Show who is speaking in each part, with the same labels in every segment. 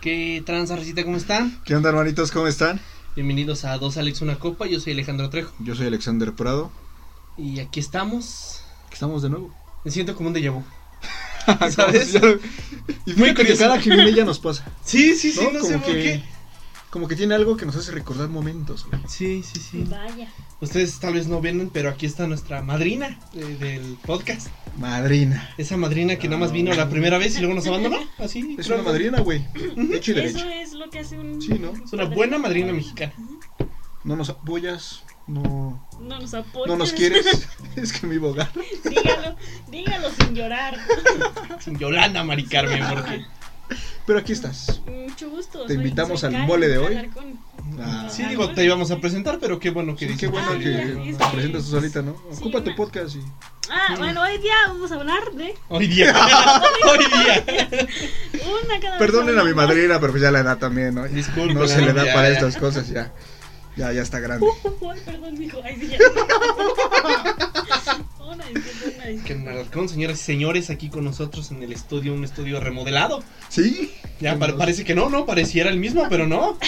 Speaker 1: ¿Qué tranza, Recita? ¿Cómo están?
Speaker 2: ¿Qué onda, hermanitos? ¿Cómo están?
Speaker 1: Bienvenidos a Dos Alex Una Copa, yo soy Alejandro Trejo.
Speaker 2: Yo soy Alexander Prado.
Speaker 1: Y aquí estamos.
Speaker 2: Aquí estamos de nuevo.
Speaker 1: Me siento como un déjà vu.
Speaker 2: ¿Sabes? y fíjate que
Speaker 1: curioso.
Speaker 2: cada que viene ya nos pasa.
Speaker 1: Sí, sí, sí, no,
Speaker 2: Como
Speaker 1: sé por
Speaker 2: que-
Speaker 1: qué.
Speaker 2: Como que tiene algo que nos hace recordar momentos, güey.
Speaker 1: Sí, sí, sí.
Speaker 3: Vaya.
Speaker 1: Ustedes tal vez no vienen, pero aquí está nuestra madrina eh, del podcast.
Speaker 2: Madrina.
Speaker 1: Esa madrina que nada más vino la primera vez y luego nos abandonó. Así.
Speaker 2: Es una
Speaker 1: claro.
Speaker 2: madrina, güey. De hecho y
Speaker 3: Eso
Speaker 2: derecho.
Speaker 3: es lo que hace un.
Speaker 2: Sí, ¿no?
Speaker 1: Es una buena madrina mexicana.
Speaker 2: No nos apoyas, no,
Speaker 3: No nos apoyas.
Speaker 2: no nos quieres. es que mi boga.
Speaker 3: dígalo, dígalo sin llorar.
Speaker 1: Sin Yolanda, Mari Carmen, porque.
Speaker 2: Pero aquí estás.
Speaker 3: Mucho gusto.
Speaker 2: Te
Speaker 3: soy-
Speaker 2: invitamos
Speaker 3: soy
Speaker 2: al
Speaker 3: Karen
Speaker 2: mole de hoy.
Speaker 3: Alarcón.
Speaker 2: Ah,
Speaker 1: Sí, digo, te íbamos a presentar, pero qué bueno que
Speaker 2: Sí, qué
Speaker 1: dices
Speaker 2: bueno
Speaker 3: Ah,
Speaker 2: que
Speaker 3: mira,
Speaker 2: te
Speaker 3: es que-
Speaker 2: presentas tú solita, ¿no?
Speaker 3: Sí,
Speaker 2: Ocupa tu
Speaker 3: una-
Speaker 2: podcast y...
Speaker 3: Ah, bueno, hoy día vamos a hablar de
Speaker 1: Hoy día. Hoy día.
Speaker 3: una cada vez
Speaker 2: Perdonen a mi
Speaker 3: hablamos.
Speaker 2: madrina, pero pues ya la edad también, ¿no?
Speaker 1: Disculpen,
Speaker 2: No se le da
Speaker 1: ya,
Speaker 2: para
Speaker 1: ya.
Speaker 2: estas cosas, ya. Ya, ya está grande.
Speaker 3: Uh, Ay, perdón, mijo. Ay, sí, ya. una disculpa, una
Speaker 1: Que en
Speaker 3: disculpa.
Speaker 1: Alarcón, señoras y señores, aquí con nosotros en el estudio, un estudio remodelado.
Speaker 2: Sí.
Speaker 1: Ya
Speaker 2: Nos-
Speaker 1: pa- parece que no, no, pareciera el mismo, pero no.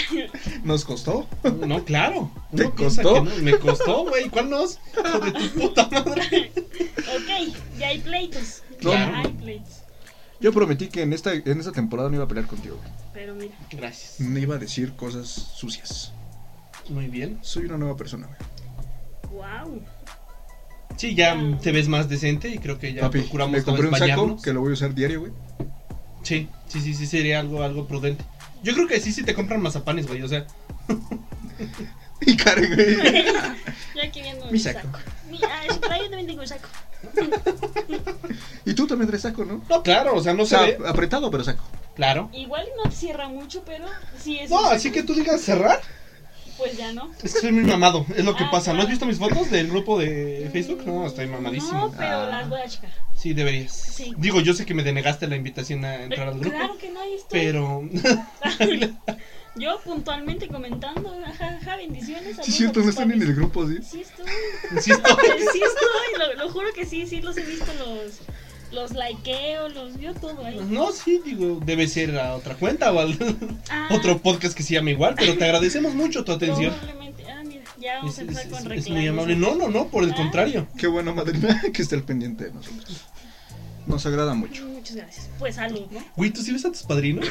Speaker 2: Nos costó.
Speaker 1: No, claro.
Speaker 2: ¿Te
Speaker 1: Una cosa
Speaker 2: costó?
Speaker 1: que no- me costó, güey. ¿Cuál nos? Hijo de tu puta madre.
Speaker 3: Ok, ya hay pleitos.
Speaker 2: No.
Speaker 3: Ya hay pleitos.
Speaker 2: Yo prometí que en esta, en esta temporada no iba a pelear contigo.
Speaker 3: Pero mira,
Speaker 1: Gracias.
Speaker 2: No iba a decir cosas sucias.
Speaker 1: Muy bien.
Speaker 2: Soy una nueva persona, güey.
Speaker 3: wow.
Speaker 1: Sí, ya
Speaker 3: Ah.
Speaker 1: mm, te ves más decente y creo que ya
Speaker 2: Papi,
Speaker 1: procuramos
Speaker 2: me compré un
Speaker 1: todos
Speaker 2: saco
Speaker 1: bañarnos.
Speaker 2: que lo voy a usar diario, güey.
Speaker 1: Sí, sí, sí, sí, sería algo, algo prudente. Yo creo que sí, sí te compran mazapanes, güey. O sea,
Speaker 2: Y Karen, güey.
Speaker 3: Yo aquí viendo
Speaker 2: Mi
Speaker 3: mi
Speaker 2: saco.
Speaker 3: saco. Mi, ah, es- ah, yo también tengo un saco.
Speaker 2: Y tú también traes saco, ¿no?
Speaker 1: no, claro, o sea, no
Speaker 2: O sea,
Speaker 1: se ve.
Speaker 2: apretado, pero saco.
Speaker 1: Claro.
Speaker 3: Igual no cierra mucho, pero sí es. un
Speaker 1: No,
Speaker 3: saco.
Speaker 1: así que tú digas cerrar.
Speaker 3: Pues ya no.
Speaker 1: Es que soy muy mamado, es lo que
Speaker 3: Ah,
Speaker 1: pasa. ¿No has
Speaker 3: claro.
Speaker 1: visto mis fotos del grupo de Facebook? No, estoy mamadísimo.
Speaker 3: No, pero
Speaker 2: Ah.
Speaker 3: las voy a checar.
Speaker 1: Sí, deberías.
Speaker 3: Sí.
Speaker 1: Digo, yo sé que me denegaste la invitación a entrar al grupo,
Speaker 3: Claro que no, ahí estoy.
Speaker 1: pero
Speaker 3: Yo puntualmente comentando, jaja, bendiciones.
Speaker 2: Sí,
Speaker 3: saludos
Speaker 2: cierto,
Speaker 3: a
Speaker 2: no
Speaker 3: mis
Speaker 2: están en
Speaker 3: papis.
Speaker 2: el grupo, ¿sí?
Speaker 3: Sí estoy, pues,
Speaker 1: insisto.
Speaker 3: sí estoy, lo, lo juro que sí, sí los he visto, los, los likeo, los vio todo ahí.
Speaker 1: No, sí, digo, debe ser a otra cuenta o al
Speaker 3: Ah,
Speaker 1: otro podcast que se llame igual, pero te agradecemos mucho tu atención.
Speaker 3: Probablemente, ah, mira, ya vamos
Speaker 1: Es,
Speaker 3: a empezar
Speaker 1: es-
Speaker 3: con
Speaker 1: es
Speaker 3: reclamos.
Speaker 1: muy amable. No, no, no, por el
Speaker 3: Ah.
Speaker 1: contrario.
Speaker 2: Qué bueno, madrina, que esté al pendiente de nosotros. Nos agrada mucho.
Speaker 3: Muchas gracias. Pues salud, ¿no?
Speaker 1: Güey, ¿tú sí ves a tus padrinos?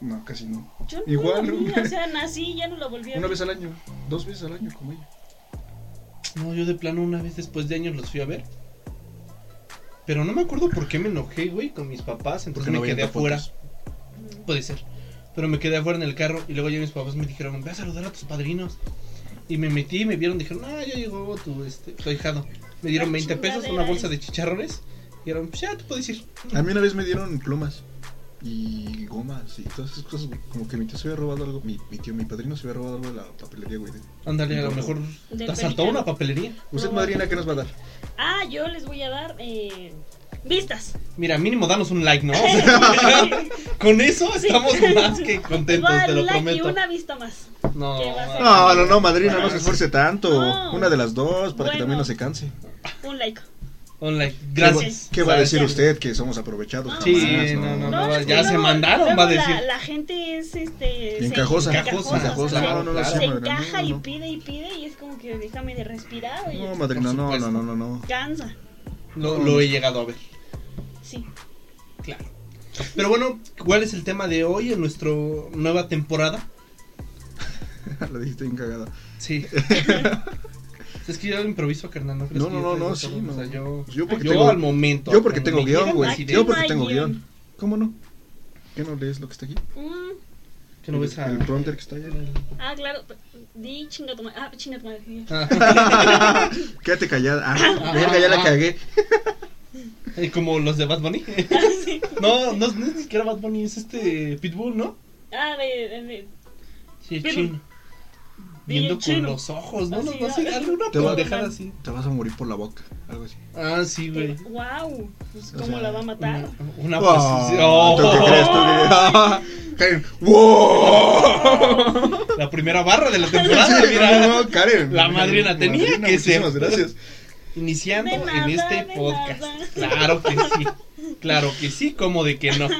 Speaker 2: No, casi no.
Speaker 3: Yo no
Speaker 2: Igual,
Speaker 3: lo vi,
Speaker 2: ¿no?
Speaker 3: o sea, nací y ya no lo volví a
Speaker 2: Una
Speaker 3: ver.
Speaker 2: vez al año, dos veces al año, como ella.
Speaker 1: No, yo de plano una vez después de años los fui a ver. Pero no me acuerdo por qué me enojé, güey, con mis papás, entonces me
Speaker 2: veían
Speaker 1: quedé afuera.
Speaker 2: fotos.
Speaker 1: Puede ser. Pero me quedé afuera en el carro y luego ya mis papás me dijeron, ve a saludar a tus padrinos. Y me metí, me vieron, dijeron, ah, ya llegó tu, este, tu ahijado. Me dieron
Speaker 3: Ah,
Speaker 1: 20 pesos, una
Speaker 3: chingadera
Speaker 1: bolsa
Speaker 3: es.
Speaker 1: de chicharrones. Y dijeron, pues ya, tú puedes ir.
Speaker 2: A mí una vez me dieron plumas y gomas y todas esas cosas, güey. Como que mi tío se había robado algo, mi, mi tío, mi padrino se había robado algo de la papelería, güey.
Speaker 1: Ándale, a lo
Speaker 2: Del
Speaker 1: mejor te
Speaker 3: Del
Speaker 1: asaltó
Speaker 3: Pelicano.
Speaker 1: una papelería.
Speaker 2: ¿Usted,
Speaker 3: Probable.
Speaker 2: madrina, qué nos va a dar?
Speaker 3: Ah, yo les voy a dar eh, vistas.
Speaker 1: Mira, mínimo danos un like, ¿no? O sea, con eso estamos más que
Speaker 3: Les voy
Speaker 1: contentos,
Speaker 3: a dar
Speaker 1: te lo
Speaker 3: un like y
Speaker 1: prometo.
Speaker 3: una vista más.
Speaker 1: No,
Speaker 3: ¿Qué vas a
Speaker 2: No, no, no, madrina, no se
Speaker 1: Ah,
Speaker 2: esfuerce tanto.
Speaker 3: No.
Speaker 2: Una de las dos, para que
Speaker 3: Bueno.
Speaker 2: también no se canse.
Speaker 3: Un like.
Speaker 1: Un like, gracias.
Speaker 2: ¿Qué va a
Speaker 1: ¿Sabes?
Speaker 2: decir usted? Que somos aprovechados.
Speaker 3: No.
Speaker 1: Sí,
Speaker 2: jamás,
Speaker 1: no, no, no.
Speaker 3: es que
Speaker 1: ya se mandaron,
Speaker 3: luego
Speaker 1: va a decir.
Speaker 3: La, la gente es este. se-
Speaker 2: Encajosa.
Speaker 1: Encajosa,
Speaker 2: encajosa.
Speaker 3: se-
Speaker 2: No, no, no,
Speaker 1: claro.
Speaker 2: sí,
Speaker 3: Se
Speaker 2: madrina,
Speaker 3: encaja
Speaker 2: no,
Speaker 3: y
Speaker 2: no.
Speaker 3: pide y pide y es como que déjame de respirar. Oye,
Speaker 2: No, madrina,
Speaker 1: Por
Speaker 2: no, no,
Speaker 1: supuesto.
Speaker 2: no, no, no.
Speaker 3: cansa.
Speaker 1: Lo, lo he llegado a ver,
Speaker 3: Sí.
Speaker 1: claro. Pero bueno, ¿cuál es el tema de hoy en nuestra nueva temporada?
Speaker 2: La dijiste bien cagada.
Speaker 1: Sí. es que yo improviso, carnal. No, crees
Speaker 2: No,
Speaker 1: que
Speaker 2: no,
Speaker 1: yo
Speaker 2: no,
Speaker 1: tengo
Speaker 2: no,
Speaker 1: todo?
Speaker 2: sí, no.
Speaker 1: O sea, yo,
Speaker 2: Yo porque
Speaker 1: yo
Speaker 2: tengo-
Speaker 1: al momento.
Speaker 2: Yo porque tengo
Speaker 1: cuando me
Speaker 2: guión,
Speaker 1: llegan
Speaker 2: güey.
Speaker 1: las
Speaker 2: Yo
Speaker 1: ideas-
Speaker 2: porque
Speaker 3: no hay
Speaker 2: tengo
Speaker 3: guión.
Speaker 2: guión. ¿Cómo no? ¿Qué no lees lo que está aquí?
Speaker 3: Mm,
Speaker 1: Que no ves a...
Speaker 2: El prompter que está allá.
Speaker 3: ah, claro. Di chinga tu madre. Ah, chinga tu madre.
Speaker 1: Ah,
Speaker 2: Quédate callada. Ah,
Speaker 1: Ah,
Speaker 2: verga, ya la
Speaker 1: ah.
Speaker 2: cagué.
Speaker 1: eh, como los de Bad Bunny.
Speaker 3: Ah, Sí.
Speaker 1: no, no, no es ni siquiera Bad Bunny, es este Pitbull, ¿no?
Speaker 3: Ah, de. de- de-
Speaker 1: Sí,
Speaker 3: Pitbull.
Speaker 1: chino. Viendo con
Speaker 3: chino.
Speaker 1: los ojos, ¿no? No,
Speaker 3: Así,
Speaker 1: no sé,
Speaker 3: ah,
Speaker 1: alguna
Speaker 2: te va a-
Speaker 1: pendejada así.
Speaker 2: Te vas a morir por la boca. Algo así.
Speaker 1: Ah, sí, güey.
Speaker 3: Wow. Pues,
Speaker 2: O
Speaker 3: ¿Cómo
Speaker 2: sea,
Speaker 3: la va a matar?
Speaker 1: Una, una
Speaker 2: Oh,
Speaker 1: posición- Oh.
Speaker 2: ¿Tú qué crees? ¿Tú qué crees? Karen, ¡wow!
Speaker 1: La primera barra de la
Speaker 2: Sí,
Speaker 1: temporada, mira.
Speaker 2: no, no, Karen.
Speaker 1: La madrina tenía
Speaker 2: Madrina,
Speaker 1: que ser.
Speaker 2: Muchísimas gracias.
Speaker 1: Iniciando
Speaker 3: De nada,
Speaker 1: en este
Speaker 3: de
Speaker 1: podcast.
Speaker 3: nada.
Speaker 1: Claro que sí. Claro que sí, como de que no.
Speaker 3: No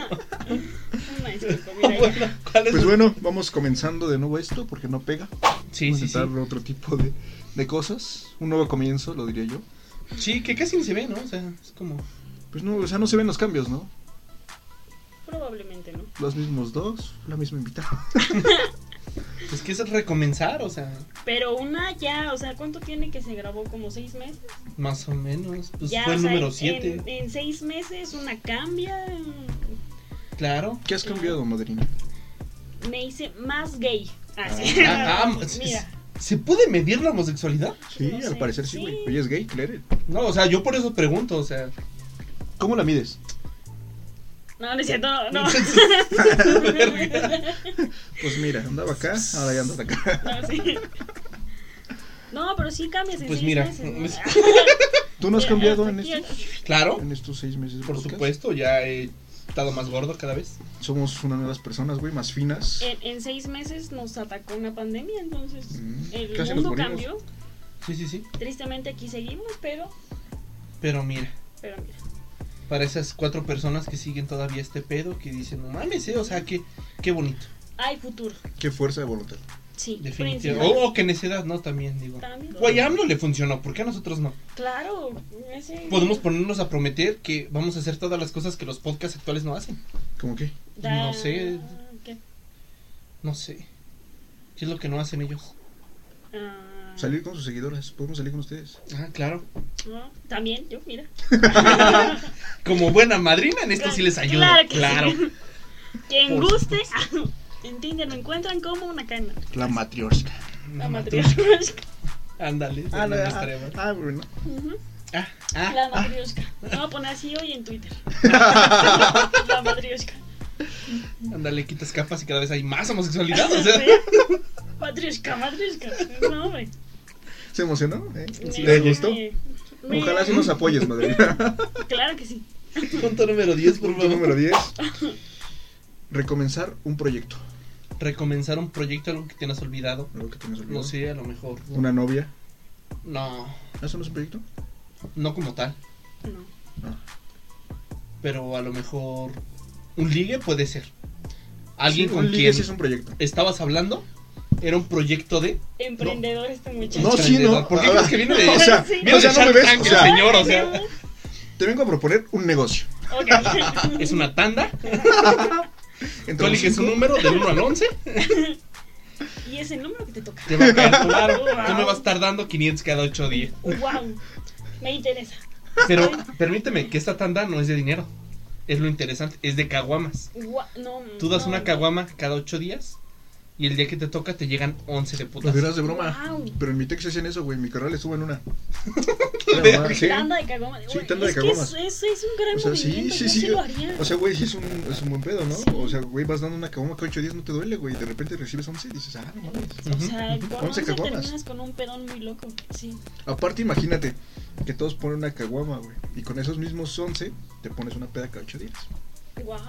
Speaker 3: manches. disculpa, Pues mira, ya.
Speaker 1: Bueno, ¿cuál es
Speaker 2: Pues
Speaker 1: tu-
Speaker 2: bueno, vamos comenzando de nuevo esto porque no pega.
Speaker 1: Sí,
Speaker 2: Vamos a
Speaker 1: sí, sí.
Speaker 2: intentar otro tipo de, de cosas. Un nuevo comienzo, lo diría yo.
Speaker 1: Sí, que casi ni se ve, ¿no? O sea, es como.
Speaker 2: Pues no, o sea, no se ven los cambios, ¿no?
Speaker 3: Probablemente no.
Speaker 2: Los mismos dos, la misma invitada.
Speaker 1: Es pues que es recomenzar, o sea,
Speaker 3: Pero una ya, o sea, ¿cuánto tiene que se grabó? ¿Como seis meses?
Speaker 1: más o menos. Pues
Speaker 3: ya,
Speaker 1: fue
Speaker 3: o
Speaker 1: el
Speaker 3: sea,
Speaker 1: número
Speaker 3: en-
Speaker 1: 7.
Speaker 3: En, seis meses una cambia.
Speaker 1: Claro.
Speaker 2: ¿Qué has cambiado, madrina?
Speaker 3: Me hice más gay. Ah, sí.
Speaker 1: Ah, ah,
Speaker 3: Pues,
Speaker 1: se-
Speaker 3: Mira,
Speaker 1: ¿Se puede medir la homosexualidad?
Speaker 2: Sí,
Speaker 3: No
Speaker 2: al
Speaker 3: sé.
Speaker 2: parecer sí, güey.
Speaker 3: Sí.
Speaker 2: Oye, es gay, Claire.
Speaker 1: No, o sea, yo por eso pregunto, o sea.
Speaker 2: ¿Cómo la mides?
Speaker 3: no, no es cierto, no. no,
Speaker 2: Pues mira, andaba acá, ahora ya anda acá.
Speaker 3: sí. No, pero sí cambias en
Speaker 1: Pues
Speaker 3: seis
Speaker 1: mira,
Speaker 3: meses.
Speaker 1: es-
Speaker 2: ¿Tú no has
Speaker 3: Eh,
Speaker 2: cambiado
Speaker 3: hasta
Speaker 2: en
Speaker 3: aquí,
Speaker 2: estos,
Speaker 1: claro,
Speaker 2: en estos seis meses? de
Speaker 1: por
Speaker 2: podcast?
Speaker 1: supuesto, ya he estado más gordo cada vez.
Speaker 2: Somos unas nuevas personas, güey, más finas.
Speaker 3: En, en seis meses nos atacó una pandemia, entonces
Speaker 2: Mm,
Speaker 3: el
Speaker 2: casi nos
Speaker 3: mundo
Speaker 2: morimos.
Speaker 3: cambió.
Speaker 1: Sí, sí, sí.
Speaker 3: Tristemente aquí seguimos, pero,
Speaker 1: Pero mira,
Speaker 3: pero mira.
Speaker 1: para esas cuatro personas que siguen todavía este pedo, que dicen, no mames, eh, o sea, qué, qué bonito.
Speaker 3: Hay futuro.
Speaker 2: Qué fuerza de voluntad.
Speaker 3: Sí,
Speaker 1: Definitivamente.
Speaker 3: principal.
Speaker 1: O, o que necedad, no, también, digo.
Speaker 3: También.
Speaker 1: Güey, a AMLO le funcionó, ¿por qué a nosotros no?
Speaker 3: Claro, ese-
Speaker 1: Podemos ponernos a prometer que vamos a hacer todas las cosas que los podcasts actuales no hacen.
Speaker 2: ¿Cómo qué?
Speaker 1: no sé.
Speaker 3: ¿qué?
Speaker 1: No sé. ¿Qué es lo que no hacen ellos?
Speaker 3: Ah,
Speaker 2: Salir con sus seguidoras. Podemos salir con ustedes.
Speaker 1: Ah, claro.
Speaker 3: no, También, yo, mira.
Speaker 1: Como buena madrina, en esto sí les ayudo. Claro.
Speaker 3: Claro que sí. Quien
Speaker 1: Por
Speaker 3: guste, en Tinder me encuentran como una cana.
Speaker 2: La matriosca.
Speaker 3: La
Speaker 1: La matriosca.
Speaker 3: matriosca.
Speaker 1: Ándale.
Speaker 2: Ah,
Speaker 1: Fernández
Speaker 2: ah,
Speaker 1: Treva.
Speaker 2: ah, bueno.
Speaker 3: Ujú,
Speaker 1: Ah, ah,
Speaker 3: La
Speaker 1: ah.
Speaker 3: matriosca. Me voy a poner así hoy en Twitter. La matriosca.
Speaker 1: Ándale, quitas capas y cada vez hay más homosexualidad. O sea,
Speaker 3: Matriosca, matriosca. No, hombre.
Speaker 2: ¿Se emocionó? ¿Eh?
Speaker 3: Me-
Speaker 2: ¿Le gustó?
Speaker 3: me- me-
Speaker 2: Ojalá sí nos apoyes, madrina.
Speaker 3: Claro que sí.
Speaker 1: punto número 10, por
Speaker 2: Punto
Speaker 1: favor.
Speaker 2: número 10. Recomenzar un proyecto.
Speaker 1: Recomenzar un proyecto, algo que tienes olvidado.
Speaker 2: Algo que tienes olvidado.
Speaker 1: No sé, a lo mejor.
Speaker 2: Una novia. ¿Ah,
Speaker 1: No,
Speaker 2: ¿Eso no es un proyecto?
Speaker 1: no como tal.
Speaker 3: No.
Speaker 2: Ah.
Speaker 1: Pero a lo mejor. Un ligue puede ser. Alguien
Speaker 2: Sí,
Speaker 1: con
Speaker 2: un ligue
Speaker 1: quien
Speaker 2: sí es un proyecto.
Speaker 1: estabas hablando. Era un proyecto de.
Speaker 3: Emprendedor este muchacho.
Speaker 2: No, sí, no.
Speaker 1: ¿Por qué crees que viene de-
Speaker 2: O sea,
Speaker 3: Sí.
Speaker 2: o sea, no me ves. O sea,
Speaker 1: señor, o sea.
Speaker 3: Ay,
Speaker 2: te vengo a proponer un negocio.
Speaker 3: no. Ok.
Speaker 1: Es una tanda. Tú
Speaker 2: Entre los
Speaker 1: eliges un
Speaker 2: cinco,
Speaker 1: número del 1 al 11.
Speaker 3: Y es el número que te toca.
Speaker 1: Te va a calcular.
Speaker 3: Wow.
Speaker 1: Tú me vas tardando 500 cada 8 días.
Speaker 3: Wow. Me interesa.
Speaker 1: Pero permíteme que esta tanda no es de dinero. Es lo interesante. Es de caguamas.
Speaker 3: Gua- no,
Speaker 1: Tú das
Speaker 3: no,
Speaker 1: una
Speaker 3: no.
Speaker 1: caguama cada 8 días. Y el día que te toca te llegan 11 de
Speaker 2: Lo
Speaker 1: putas.
Speaker 2: dirás Pues de broma.
Speaker 3: Wow.
Speaker 2: Pero en mi Texas hacían eso, güey. Mi carnal estuvo en una. Sí.
Speaker 3: Tanda de cagomas.
Speaker 2: Sí, tanda de
Speaker 3: es
Speaker 2: caguamas.
Speaker 3: Que es, es, es un gran
Speaker 2: O sea, sí,
Speaker 3: movimiento.
Speaker 2: sí,
Speaker 3: yo
Speaker 2: sí.
Speaker 3: lo haría.
Speaker 2: O sea, güey, sí es un, es un buen pedo, ¿no?
Speaker 3: Sí.
Speaker 2: O sea, güey, vas dando una caguama cada 8 días, no te duele, güey. De repente recibes 11 y dices, ah, no mames.
Speaker 3: O sea,
Speaker 1: Ujú.
Speaker 3: con
Speaker 2: Once
Speaker 3: once
Speaker 2: caguamas.
Speaker 3: terminas con un pedón muy loco. Sí.
Speaker 2: Aparte, imagínate que todos ponen una caguama, güey. Y con esos mismos 11 te pones una peda cada 8 días.
Speaker 3: Wow.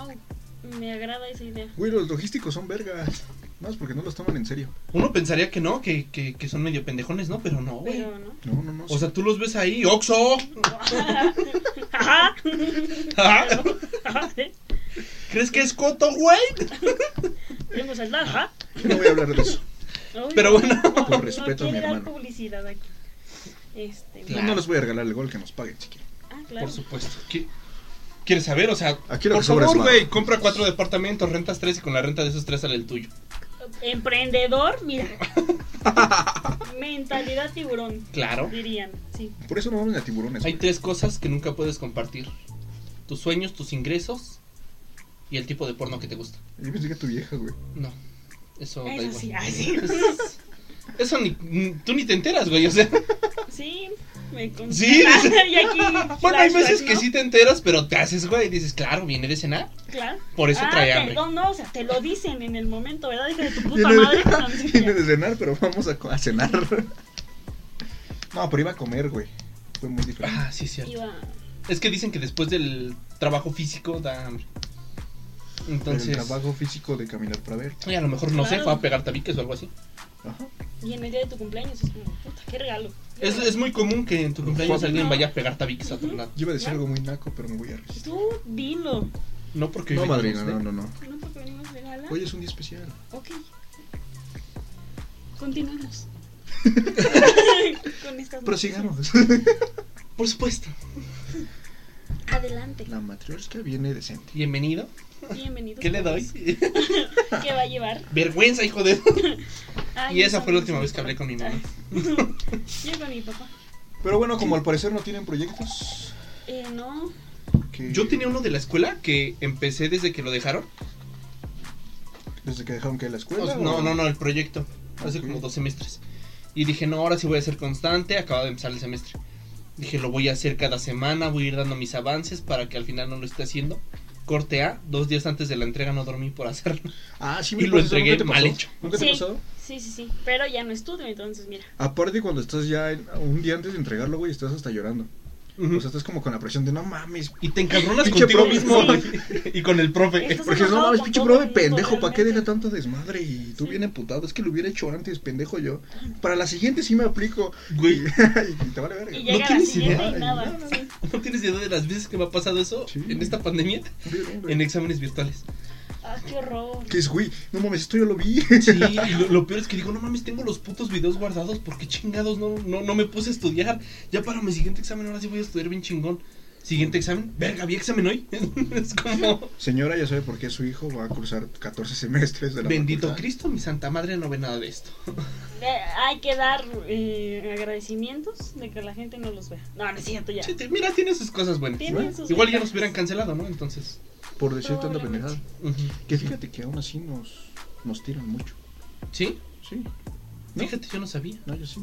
Speaker 3: Me agrada esa idea.
Speaker 2: Güey, los logísticos son vergas. Más porque no los toman en serio.
Speaker 1: Uno pensaría que no, que, que, que son medio pendejones, ¿no? Pero no, güey.
Speaker 3: Pero no.
Speaker 2: No, no, no.
Speaker 1: O sea, tú los ves ahí, Oxo.
Speaker 3: Ajá.
Speaker 1: Ajá.
Speaker 3: Ajá. ¿eh?
Speaker 1: Ah, ¿Crees que es coto, güey?
Speaker 3: Tenemos el ajá.
Speaker 2: yo no voy a hablar de eso.
Speaker 3: Ay,
Speaker 1: Pero
Speaker 3: no,
Speaker 1: bueno.
Speaker 3: no,
Speaker 2: Por respeto a mi
Speaker 3: no quiere dar
Speaker 2: hermano.
Speaker 3: publicidad aquí. Este.
Speaker 1: Claro.
Speaker 2: No les voy a regalar el gol que nos paguen, si quieren.
Speaker 3: Ah, claro.
Speaker 1: Por supuesto. ¿Qui- ¿Quieres saber? O sea,
Speaker 2: Aquí lo
Speaker 1: por
Speaker 2: que sobra es
Speaker 1: favor,
Speaker 2: lana.
Speaker 1: güey, compra cuatro departamentos, rentas tres y con la renta de esos tres sale el tuyo.
Speaker 3: Emprendedor, mira. Mentalidad tiburón,
Speaker 1: Claro.
Speaker 3: dirían. Sí.
Speaker 2: Por eso no vamos ni a tiburones.
Speaker 1: Hay
Speaker 2: güey.
Speaker 1: tres cosas que nunca puedes compartir. Tus sueños, tus ingresos y el tipo de porno que te gusta.
Speaker 2: Yo pensé que tu vieja, güey.
Speaker 1: No, eso da
Speaker 3: Eso
Speaker 1: igual.
Speaker 3: sí, ay, sí.
Speaker 1: Es- Eso ni, ni- tú ni te enteras, güey, o sea.
Speaker 3: Sí, me con-
Speaker 1: Sí, dice-
Speaker 3: y aquí.
Speaker 1: Bueno, hay
Speaker 3: flashback,
Speaker 1: veces que
Speaker 3: ¿no?
Speaker 1: sí te enteras, pero te haces, güey, y dices, claro, viene de cenar.
Speaker 3: Claro.
Speaker 1: Por eso
Speaker 3: ah,
Speaker 1: trae hambre.
Speaker 3: perdón, no, o sea, te lo dicen en el momento, ¿verdad? Hija de tu puta
Speaker 2: Viene
Speaker 3: madre.
Speaker 2: de, viene de cenar, pero vamos a, co- a cenar. No, pero iba a comer, güey. Fue muy diferente.
Speaker 1: Ah, sí, es cierto.
Speaker 3: Iba-
Speaker 1: Es que dicen que después del trabajo físico da hambre. Entonces,
Speaker 2: El trabajo físico de caminar para ver.
Speaker 1: y a lo mejor, no sé,
Speaker 3: Claro.
Speaker 1: fue a pegar tabiques o algo así.
Speaker 2: Ajá.
Speaker 3: Y en el día de tu cumpleaños es como, puta, qué regalo.
Speaker 1: Es, es muy común que en tu cumpleaños
Speaker 2: Fue-
Speaker 1: alguien
Speaker 3: No.
Speaker 1: vaya a pegar tabiques a tu lado.
Speaker 2: Yo iba a decir algo muy naco, pero me voy a resistir.
Speaker 3: Tú dilo.
Speaker 1: No porque
Speaker 2: No,
Speaker 1: vive con
Speaker 2: madrina,
Speaker 1: usted. Ah,
Speaker 2: no, no, no.
Speaker 3: No porque venimos ¿verdad?
Speaker 2: Hoy es un día especial.
Speaker 3: Ok. Continuemos. Con estas
Speaker 2: Prosigamos.
Speaker 1: Por supuesto.
Speaker 3: noticias. Adelante.
Speaker 2: La matriosca viene decente.
Speaker 1: Bienvenido.
Speaker 3: Bienvenidos.
Speaker 1: ¿Qué le doy?
Speaker 3: todos. ¿Qué va a llevar?
Speaker 1: Vergüenza, hijo de.
Speaker 3: Ay,
Speaker 1: Y
Speaker 3: yo
Speaker 1: esa fue
Speaker 3: también
Speaker 1: la última
Speaker 3: soy
Speaker 1: vez que hablé con mi mamá.
Speaker 3: Yo con mi papá.
Speaker 2: Pero bueno, como al parecer no tienen proyectos.
Speaker 3: Eh, no.
Speaker 2: que-
Speaker 1: Yo tenía uno de la escuela que empecé desde que lo dejaron.
Speaker 2: Desde que dejaron que la escuela.
Speaker 1: O sea,
Speaker 2: o-
Speaker 1: Pues, No, no, no, el proyecto. Hace
Speaker 2: Ok.
Speaker 1: como dos semestres. Y dije, no, ahora sí voy a ser constante. Acaba de empezar el semestre. Dije, lo voy a hacer cada semana. Voy a ir dando mis avances para que al final no lo esté haciendo. Corte A, dos días antes de la entrega no dormí por hacerlo.
Speaker 2: Ah, sí,
Speaker 1: Y
Speaker 2: mira,
Speaker 1: lo
Speaker 2: pues, eso
Speaker 1: entregué
Speaker 2: nunca te
Speaker 1: mal
Speaker 2: pasó.
Speaker 1: hecho.
Speaker 2: ¿Nunca te
Speaker 3: Sí.
Speaker 2: ha pasado?
Speaker 3: Sí, sí, sí. Pero ya no estudio, entonces mira.
Speaker 2: Aparte, cuando estás ya en- un día antes de entregarlo, güey, estás hasta llorando.
Speaker 1: Ujú.
Speaker 2: O sea, estás como con la presión de no mames.
Speaker 1: y te encabronas
Speaker 2: Pinche
Speaker 1: contigo
Speaker 2: profe,
Speaker 1: mismo
Speaker 3: sí.
Speaker 1: y con el profe.
Speaker 3: Estás
Speaker 2: Porque Eh, no
Speaker 3: enojado
Speaker 2: mames,
Speaker 3: con
Speaker 2: pinche
Speaker 3: todo el
Speaker 2: profe
Speaker 3: mundo,
Speaker 2: pendejo, ¿para qué
Speaker 3: realmente.
Speaker 2: deja tanto desmadre? Y tú
Speaker 3: Sí.
Speaker 2: bien emputado, es que lo hubiera hecho antes, pendejo yo. Para la siguiente sí me aplico.
Speaker 1: Güey.
Speaker 2: y te vale verga.
Speaker 3: Y llega la
Speaker 1: tienes
Speaker 3: siguiente
Speaker 2: idea?
Speaker 3: y nada.
Speaker 2: No,
Speaker 3: sí.
Speaker 1: ¿No tienes idea de las veces que me ha pasado eso
Speaker 2: Sí.
Speaker 1: en esta pandemia? En exámenes virtuales.
Speaker 3: Ah, qué horror.
Speaker 2: ¿Qué es, güey? No mames, esto yo lo vi.
Speaker 1: Sí, y lo, lo peor es que digo, no mames, tengo los putos videos guardados porque chingados no, no, no me puse a estudiar. Ya para mi siguiente examen, ahora sí voy a estudiar bien chingón. Siguiente examen, verga, había examen hoy. es como,
Speaker 2: Señora, ya sabe por qué su hijo va a cursar 14 semestres de la
Speaker 1: bendito
Speaker 2: facultad.
Speaker 1: Cristo, mi santa madre no ve nada de esto.
Speaker 3: Eh, Hay que dar eh, agradecimientos de que la gente no los vea. No, no es cierto ya.
Speaker 1: Sí, te- mira, tiene sus cosas buenas.
Speaker 3: Tienen sus
Speaker 1: Igual ya
Speaker 3: ventajas.
Speaker 1: nos hubieran cancelado, ¿no? Entonces,
Speaker 2: Por decir tanta
Speaker 3: Probablemente.
Speaker 2: pendejada.
Speaker 1: ujú.
Speaker 2: Que fíjate que aún así nos, nos tiran mucho.
Speaker 1: sí,
Speaker 2: Sí. ¿No?
Speaker 1: fíjate, yo no sabía.
Speaker 2: No, yo sí.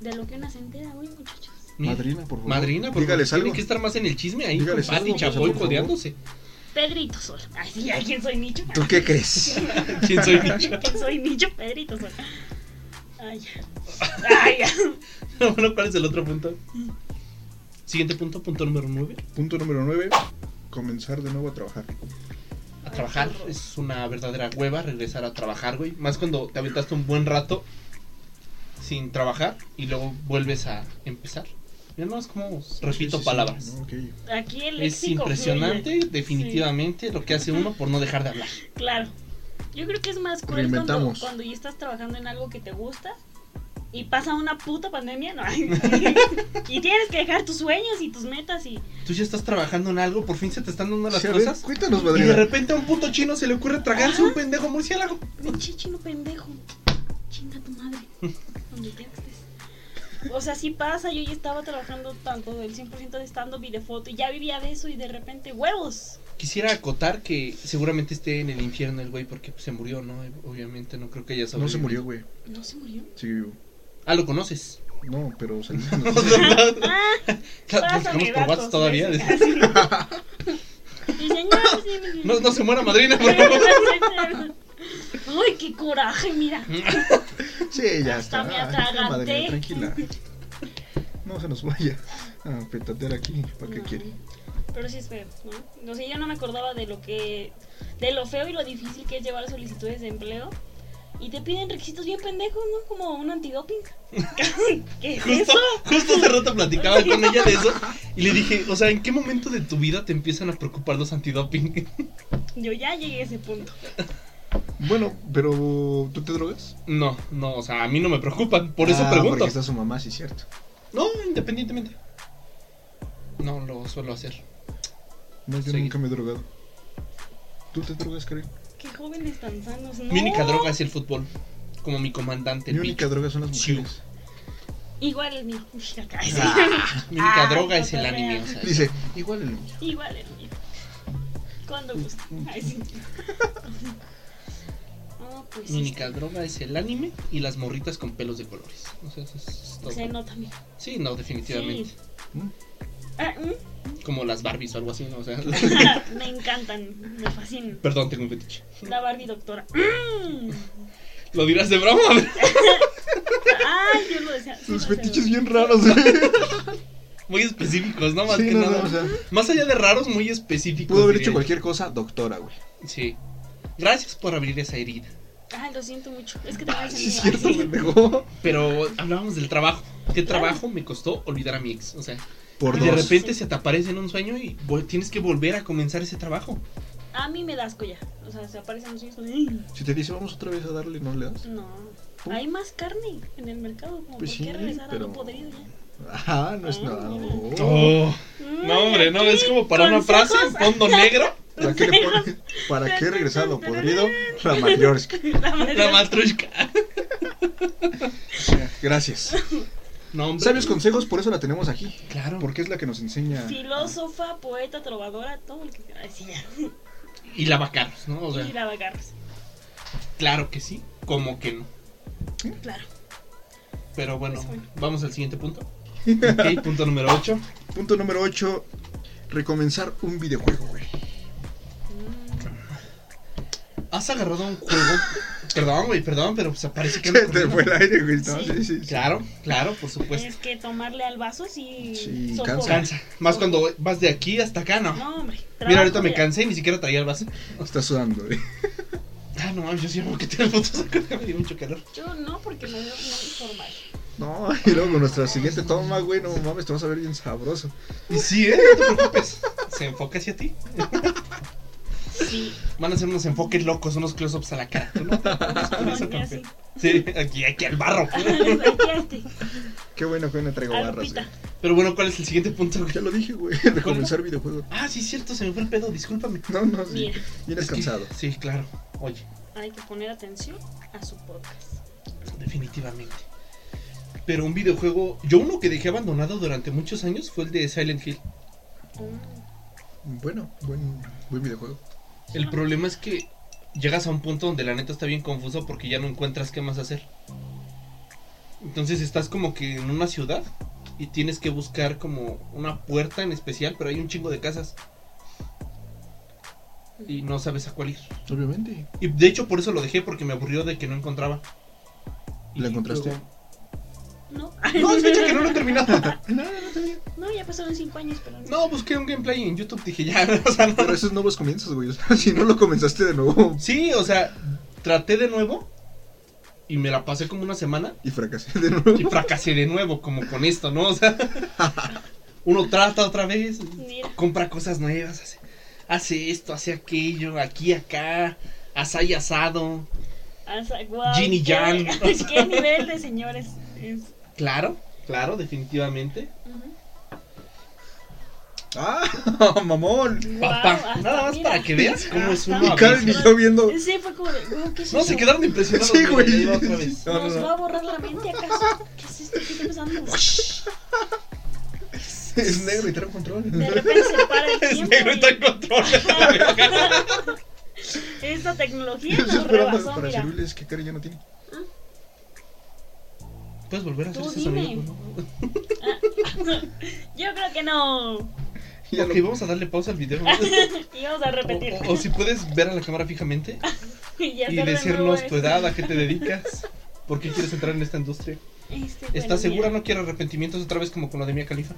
Speaker 3: De lo que una se entera, güey, muchachos.
Speaker 1: Mira.
Speaker 2: Madrina, por favor.
Speaker 1: Madrina, porque
Speaker 2: Dígales algo.
Speaker 1: tiene que estar más en el chisme ahí.
Speaker 2: Dígales
Speaker 1: con Pati
Speaker 2: algo, por
Speaker 1: Chapoy
Speaker 2: favor.
Speaker 1: codeándose.
Speaker 3: Pedrito Sol. Ay, sí, ¿a quién soy nicho?
Speaker 2: ¿Tú qué crees?
Speaker 1: ¿Quién soy bicho?
Speaker 3: ¿Quién soy nicho? Pedrito Sol. Ay, ya. Ay, ya.
Speaker 1: bueno, ¿cuál es el otro punto? Siguiente punto, punto número 9.
Speaker 2: Punto número 9. Comenzar de nuevo a trabajar.
Speaker 1: A trabajar es una verdadera hueva regresar a trabajar, güey. Más cuando te aventaste un buen rato sin trabajar y luego vuelves a empezar. Yo no es como repito
Speaker 2: Sí, sí, sí.
Speaker 1: palabras.
Speaker 2: No, ok.
Speaker 3: Aquí el
Speaker 1: Es
Speaker 3: léxico
Speaker 1: impresionante,
Speaker 3: fluye.
Speaker 1: definitivamente, lo que hace uno por no dejar de hablar.
Speaker 3: Sí, claro. Yo creo que es más cruel cuando,
Speaker 2: Reinventamos.
Speaker 3: cuando ya estás trabajando en algo que te gusta y pasa una puta pandemia, no. y tienes que dejar tus sueños y tus metas y
Speaker 1: Tú ya estás trabajando en algo, por fin se te están dando las
Speaker 2: Sí, a ver,
Speaker 1: cosas.
Speaker 2: cuéntanos,
Speaker 1: Y de
Speaker 2: madrina.
Speaker 1: repente a un puto chino se le ocurre tragarse un pendejo murciélago.
Speaker 3: Pinche chino pendejo. Chinga tu madre. Donde quiera que estés. O sea, sí pasa. Yo ya estaba trabajando tanto del 100% de stand-up y de foto. Y ya vivía de eso y de repente, huevos.
Speaker 1: Quisiera acotar que seguramente esté en el infierno el güey porque pues, se murió, ¿no? Obviamente no creo que haya
Speaker 2: No
Speaker 1: sobrevivido.
Speaker 2: se murió, güey.
Speaker 3: No se murió.
Speaker 2: Sí, vivo.
Speaker 1: Ah, lo conoces.
Speaker 2: No, pero salí.
Speaker 3: Ah,
Speaker 1: Claro, buscamos
Speaker 3: pásame
Speaker 1: por WhatsApp
Speaker 3: datos.
Speaker 1: todavía.
Speaker 3: Así. Dice, no, sí, sí, sí.
Speaker 1: No, no se muera madrina, por favor.
Speaker 3: Ay, qué coraje, mira.
Speaker 2: Sí, ya
Speaker 3: Hasta
Speaker 2: está.
Speaker 3: me
Speaker 2: Ay,
Speaker 3: atraganté.
Speaker 2: madrina, tranquila. No se nos vaya a petatear aquí. ¿Para qué
Speaker 3: No.
Speaker 2: quiere?
Speaker 3: Pero sí es feo, ¿no? O sea, yo no me acordaba de lo que. de lo feo y lo difícil que es llevar solicitudes de empleo. Y te piden requisitos bien pendejos, ¿no? Como un antidoping. ¿Qué es
Speaker 1: Justo,
Speaker 3: eso?
Speaker 1: justo hace rato platicaba con ella de eso y le dije, o sea, ¿en qué momento de tu vida te empiezan a preocupar los antidoping?
Speaker 3: Yo ya llegué a ese punto.
Speaker 2: Bueno, pero ¿tú te drogas?
Speaker 1: No, no, o sea, a mí no me preocupan, por eso
Speaker 2: Ah,
Speaker 1: pregunto.
Speaker 2: Porque está su mamá, sí, cierto.
Speaker 1: No, independientemente. No lo suelo hacer.
Speaker 2: No, yo
Speaker 1: Sí.
Speaker 2: nunca me he drogado. ¿Tú te drogas, Karen?
Speaker 3: Qué jóvenes tan sanos, ¿no?
Speaker 1: Mi única droga es el fútbol, como mi comandante.
Speaker 2: Mi
Speaker 1: el
Speaker 2: única droga son las
Speaker 1: Sí.
Speaker 2: mujeres.
Speaker 3: Igual el mío. Uy, acá, sí.
Speaker 1: bicho.
Speaker 2: Ah.
Speaker 1: Ah, Mi única
Speaker 3: Ay,
Speaker 1: droga es el
Speaker 3: cotorrea.
Speaker 1: anime, o sea,
Speaker 2: Dice, igual el mío.
Speaker 3: Igual el mío. Cuando gusta. Ay, sí. No, pues.
Speaker 1: Mi
Speaker 3: sí.
Speaker 1: única droga es el anime y las morritas con pelos de colores. O sea, eso es todo.
Speaker 3: Se nota, mira.
Speaker 1: Sí, no, definitivamente.
Speaker 3: Ah, mm.
Speaker 1: Como las Barbies o algo así, ¿no? O sea,
Speaker 3: me encantan, me fascinan.
Speaker 1: perdón, tengo un fetiche.
Speaker 3: La Barbie doctora. Mm.
Speaker 1: ¿Lo dirás de broma?
Speaker 3: Ay, yo lo decía. sí,
Speaker 2: Sus
Speaker 3: lo
Speaker 2: fetiches
Speaker 3: sé.
Speaker 2: bien raros, güey.
Speaker 1: Muy específicos, ¿no? Más
Speaker 2: Sí,
Speaker 1: que
Speaker 2: no,
Speaker 1: nada.
Speaker 2: no, o sea,
Speaker 1: Más allá de raros, muy específicos.
Speaker 2: pudo haber
Speaker 1: diría
Speaker 2: hecho
Speaker 1: yo.
Speaker 2: cualquier cosa, doctora, güey.
Speaker 1: Sí. Gracias por abrir esa herida.
Speaker 3: Ay, lo siento mucho. Es que te voy a
Speaker 2: Sí, es cierto,
Speaker 3: Ay,
Speaker 2: pendejo.
Speaker 1: Pero hablábamos del trabajo. ¿Qué trabajo me costó olvidar a mi ex? O sea,
Speaker 2: Por
Speaker 1: de
Speaker 2: dos.
Speaker 1: repente se te aparece en un sueño y vol- tienes que volver a comenzar ese trabajo.
Speaker 3: A mí me da asco ya. O sea, se aparecen los niños con. "Ay,
Speaker 2: Si te dice vamos otra vez a darle, no le das.
Speaker 3: No. Hay más carne en el mercado. Como
Speaker 2: Pues
Speaker 3: ¿Por
Speaker 2: sí,
Speaker 3: qué regresar a
Speaker 2: pero-
Speaker 3: lo podrido ya?
Speaker 2: Ajá, Ah, no
Speaker 3: Ah,
Speaker 2: es nada. Oh.
Speaker 1: Oh,
Speaker 3: Mm,
Speaker 1: no, hombre, no, es como para una frase en fondo negro.
Speaker 2: ¿Para qué, le pone- ¿Para qué regresar a lo podrido? Ramayorsky.
Speaker 3: La madre-
Speaker 1: La matrushka.
Speaker 2: Gracias.
Speaker 1: No, hombre.
Speaker 2: Sabios consejos, por eso la tenemos aquí.
Speaker 1: Claro.
Speaker 2: Porque es la que nos enseña.
Speaker 3: Filósofa, poeta, trovadora, todo lo que Ay, sí, ya.
Speaker 1: Y la vacaros, ¿no? O sea,
Speaker 3: Y la agarras.
Speaker 1: claro que sí, como que no.
Speaker 3: Claro.
Speaker 1: Pero bueno,
Speaker 3: Pues bueno.
Speaker 1: vamos al siguiente punto. Ok, punto número 8.
Speaker 2: Punto número 8. Recomenzar un videojuego, güey.
Speaker 1: ¿Has agarrado un juego? perdón, güey, perdón, pero pues parece que...
Speaker 2: Se
Speaker 1: ando
Speaker 2: te
Speaker 1: corriendo.
Speaker 2: fue el aire, güey. ¿no?
Speaker 3: Sí.
Speaker 2: Sí, sí, sí.
Speaker 1: Claro, claro, por supuesto.
Speaker 3: es que tomarle al vaso sí.
Speaker 2: Sí,
Speaker 3: sofoca.
Speaker 2: cansa.
Speaker 1: Cansa. Más cuando vas de aquí hasta acá, ¿no?
Speaker 3: No, hombre.
Speaker 1: Mira,
Speaker 3: trabajo,
Speaker 1: ahorita me
Speaker 3: mira.
Speaker 1: cansé y ni siquiera traía el vaso.
Speaker 2: Está sudando, güey.
Speaker 1: Ah, no, mames, yo sí que tirar fotos acá, me dio mucho calor.
Speaker 3: Yo no, porque me veo muy formal.
Speaker 2: No, y luego con nuestra siguiente toma, güey. No mames, te vas a ver bien sabroso.
Speaker 1: Y sí, ¿eh? No te preocupes. Se enfoca hacia ti.
Speaker 3: Sí.
Speaker 1: Van a hacer unos enfoques locos, unos close-ups a la cara. ¿Tú no? te preocupes por eso,
Speaker 3: Ay, así.
Speaker 1: campeón. Sí, aquí, aquí al barro.
Speaker 3: Salteaste.
Speaker 2: Qué bueno que no traigo
Speaker 3: A
Speaker 2: barras,
Speaker 3: Lupita.
Speaker 2: güey.
Speaker 1: Pero bueno, ¿cuál es el siguiente punto? güey?
Speaker 2: Ya lo dije, güey. Recomenzar videojuego.
Speaker 1: Ah, sí, es cierto, se me fue el pedo, discúlpame.
Speaker 2: No, no, sí.
Speaker 3: Mira.
Speaker 2: Vienes
Speaker 1: Es que-
Speaker 2: cansado.
Speaker 1: Sí, claro. Oye,
Speaker 3: Hay que poner atención a su podcast.
Speaker 1: definitivamente. Pero un videojuego, yo uno que dejé abandonado durante muchos años fue el de Silent Hill.
Speaker 3: Mm,
Speaker 2: Bueno, buen, buen videojuego.
Speaker 1: El problema es que llegas a un punto donde la neta está bien confuso porque ya no encuentras qué más hacer. Entonces estás como que en una ciudad y tienes que buscar como una puerta en especial, pero hay un chingo de casas. Y no sabes a cuál ir.
Speaker 2: Obviamente.
Speaker 1: Y de hecho por eso lo dejé porque me aburrió de que no encontraba.
Speaker 2: ¿La encontraste?
Speaker 3: No.
Speaker 1: No, es fecha que no lo he terminado.
Speaker 2: No, no, no, no.
Speaker 3: No, ya pasaron cinco años, pero no.
Speaker 1: No, busqué un gameplay en YouTube, dije ya, o sea, no.
Speaker 2: Pero esos nuevos comienzos, güey. O sea, si no lo comenzaste de nuevo
Speaker 1: Sí, o sea, traté de nuevo y me la pasé como una semana
Speaker 2: y fracasé de
Speaker 1: y
Speaker 2: nuevo.
Speaker 1: fracasé de nuevo, como con esto, ¿no? O sea, uno trata otra vez,
Speaker 3: Mira.
Speaker 1: compra cosas nuevas, hace, hace esto, hace aquello, aquí, acá, asá y asado.
Speaker 3: Asa- Ah, guau,
Speaker 1: Jin y
Speaker 3: qué-
Speaker 1: Jan.
Speaker 3: Qué nivel de señores. es.
Speaker 1: Claro, claro, definitivamente.
Speaker 3: Ujú.
Speaker 2: ¡Ah! ¡Mamón!
Speaker 3: Guau,
Speaker 1: Papá,
Speaker 3: hasta-
Speaker 1: nada más
Speaker 3: mira.
Speaker 1: para que veas cómo es
Speaker 3: Hasta-
Speaker 1: uno.
Speaker 2: Y
Speaker 1: a
Speaker 2: Karen y
Speaker 1: veces.
Speaker 2: yo viendo.
Speaker 3: Sí, fue como de, guau, ¿qué es
Speaker 1: No,
Speaker 3: eso?
Speaker 1: se quedaron impresionados.
Speaker 2: Sí, güey.
Speaker 1: de la otra vez.
Speaker 2: No,
Speaker 3: ¿Nos
Speaker 2: no,
Speaker 3: va a
Speaker 2: no.
Speaker 3: borrar la mente acaso? ¿Qué es esto? ¿Qué está pasando?
Speaker 2: Es negro y trae control.
Speaker 3: De repente se para el
Speaker 1: Es
Speaker 3: tiempo.
Speaker 1: negro y está en control.
Speaker 3: y- Esta
Speaker 2: Yo
Speaker 3: tecnología
Speaker 2: estoy
Speaker 3: nos
Speaker 2: esperando
Speaker 3: rebasó,
Speaker 2: para
Speaker 3: mira.
Speaker 2: servirles que Karen ya no tiene.
Speaker 1: ¿Puedes volver a hacer
Speaker 3: Tú
Speaker 1: ese
Speaker 3: dime.
Speaker 1: sonido? por favor?
Speaker 3: Yo creo que no.
Speaker 2: Ya
Speaker 1: Ok,
Speaker 2: lo-
Speaker 1: vamos a darle pausa al video.
Speaker 3: Y vamos a repetir.
Speaker 1: O, o si puedes ver a la cámara fijamente
Speaker 3: Y, ya
Speaker 1: y
Speaker 3: está de
Speaker 1: decirnos
Speaker 3: nuevo
Speaker 1: tu
Speaker 3: esto.
Speaker 1: edad, a qué te dedicas, por qué quieres entrar en esta industria.
Speaker 3: Este, bueno,
Speaker 1: ¿Estás segura?
Speaker 3: mira.
Speaker 1: ¿No quiero arrepentimientos otra vez como con lo de Mia Califa?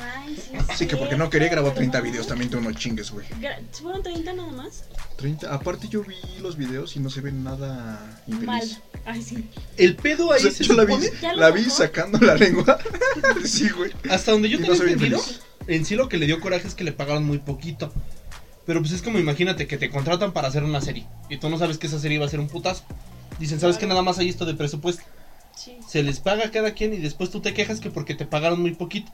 Speaker 3: Ay, sí.
Speaker 2: Sí, que porque no quería grabar 30 videos también, tú no chingues, güey.
Speaker 3: también. Fueron 30 nada más.
Speaker 2: 30. Aparte, yo vi los videos y no se ve nada
Speaker 3: Mal.
Speaker 2: infeliz.
Speaker 3: Ay, sí.
Speaker 1: El pedo
Speaker 2: O
Speaker 1: ahí
Speaker 2: sea,
Speaker 1: se
Speaker 2: yo la vi,
Speaker 1: supone,
Speaker 3: ¿Ya lo
Speaker 2: la vi
Speaker 3: sacó?
Speaker 2: sacando la lengua. sí, güey.
Speaker 1: hasta donde yo
Speaker 2: Y no
Speaker 1: tengo
Speaker 2: se ve
Speaker 1: entendido,
Speaker 2: infeliz.
Speaker 1: en sí lo que le dio coraje es que le pagaron muy poquito. Pero pues es como imagínate que te contratan para hacer una serie y tú no sabes que esa serie va a ser un putazo. Dicen, ¿sabes que
Speaker 3: Claro.
Speaker 1: nada más hay esto de presupuesto?
Speaker 3: Sí.
Speaker 1: Se les paga a cada quien y después tú te quejas que porque te pagaron muy poquito.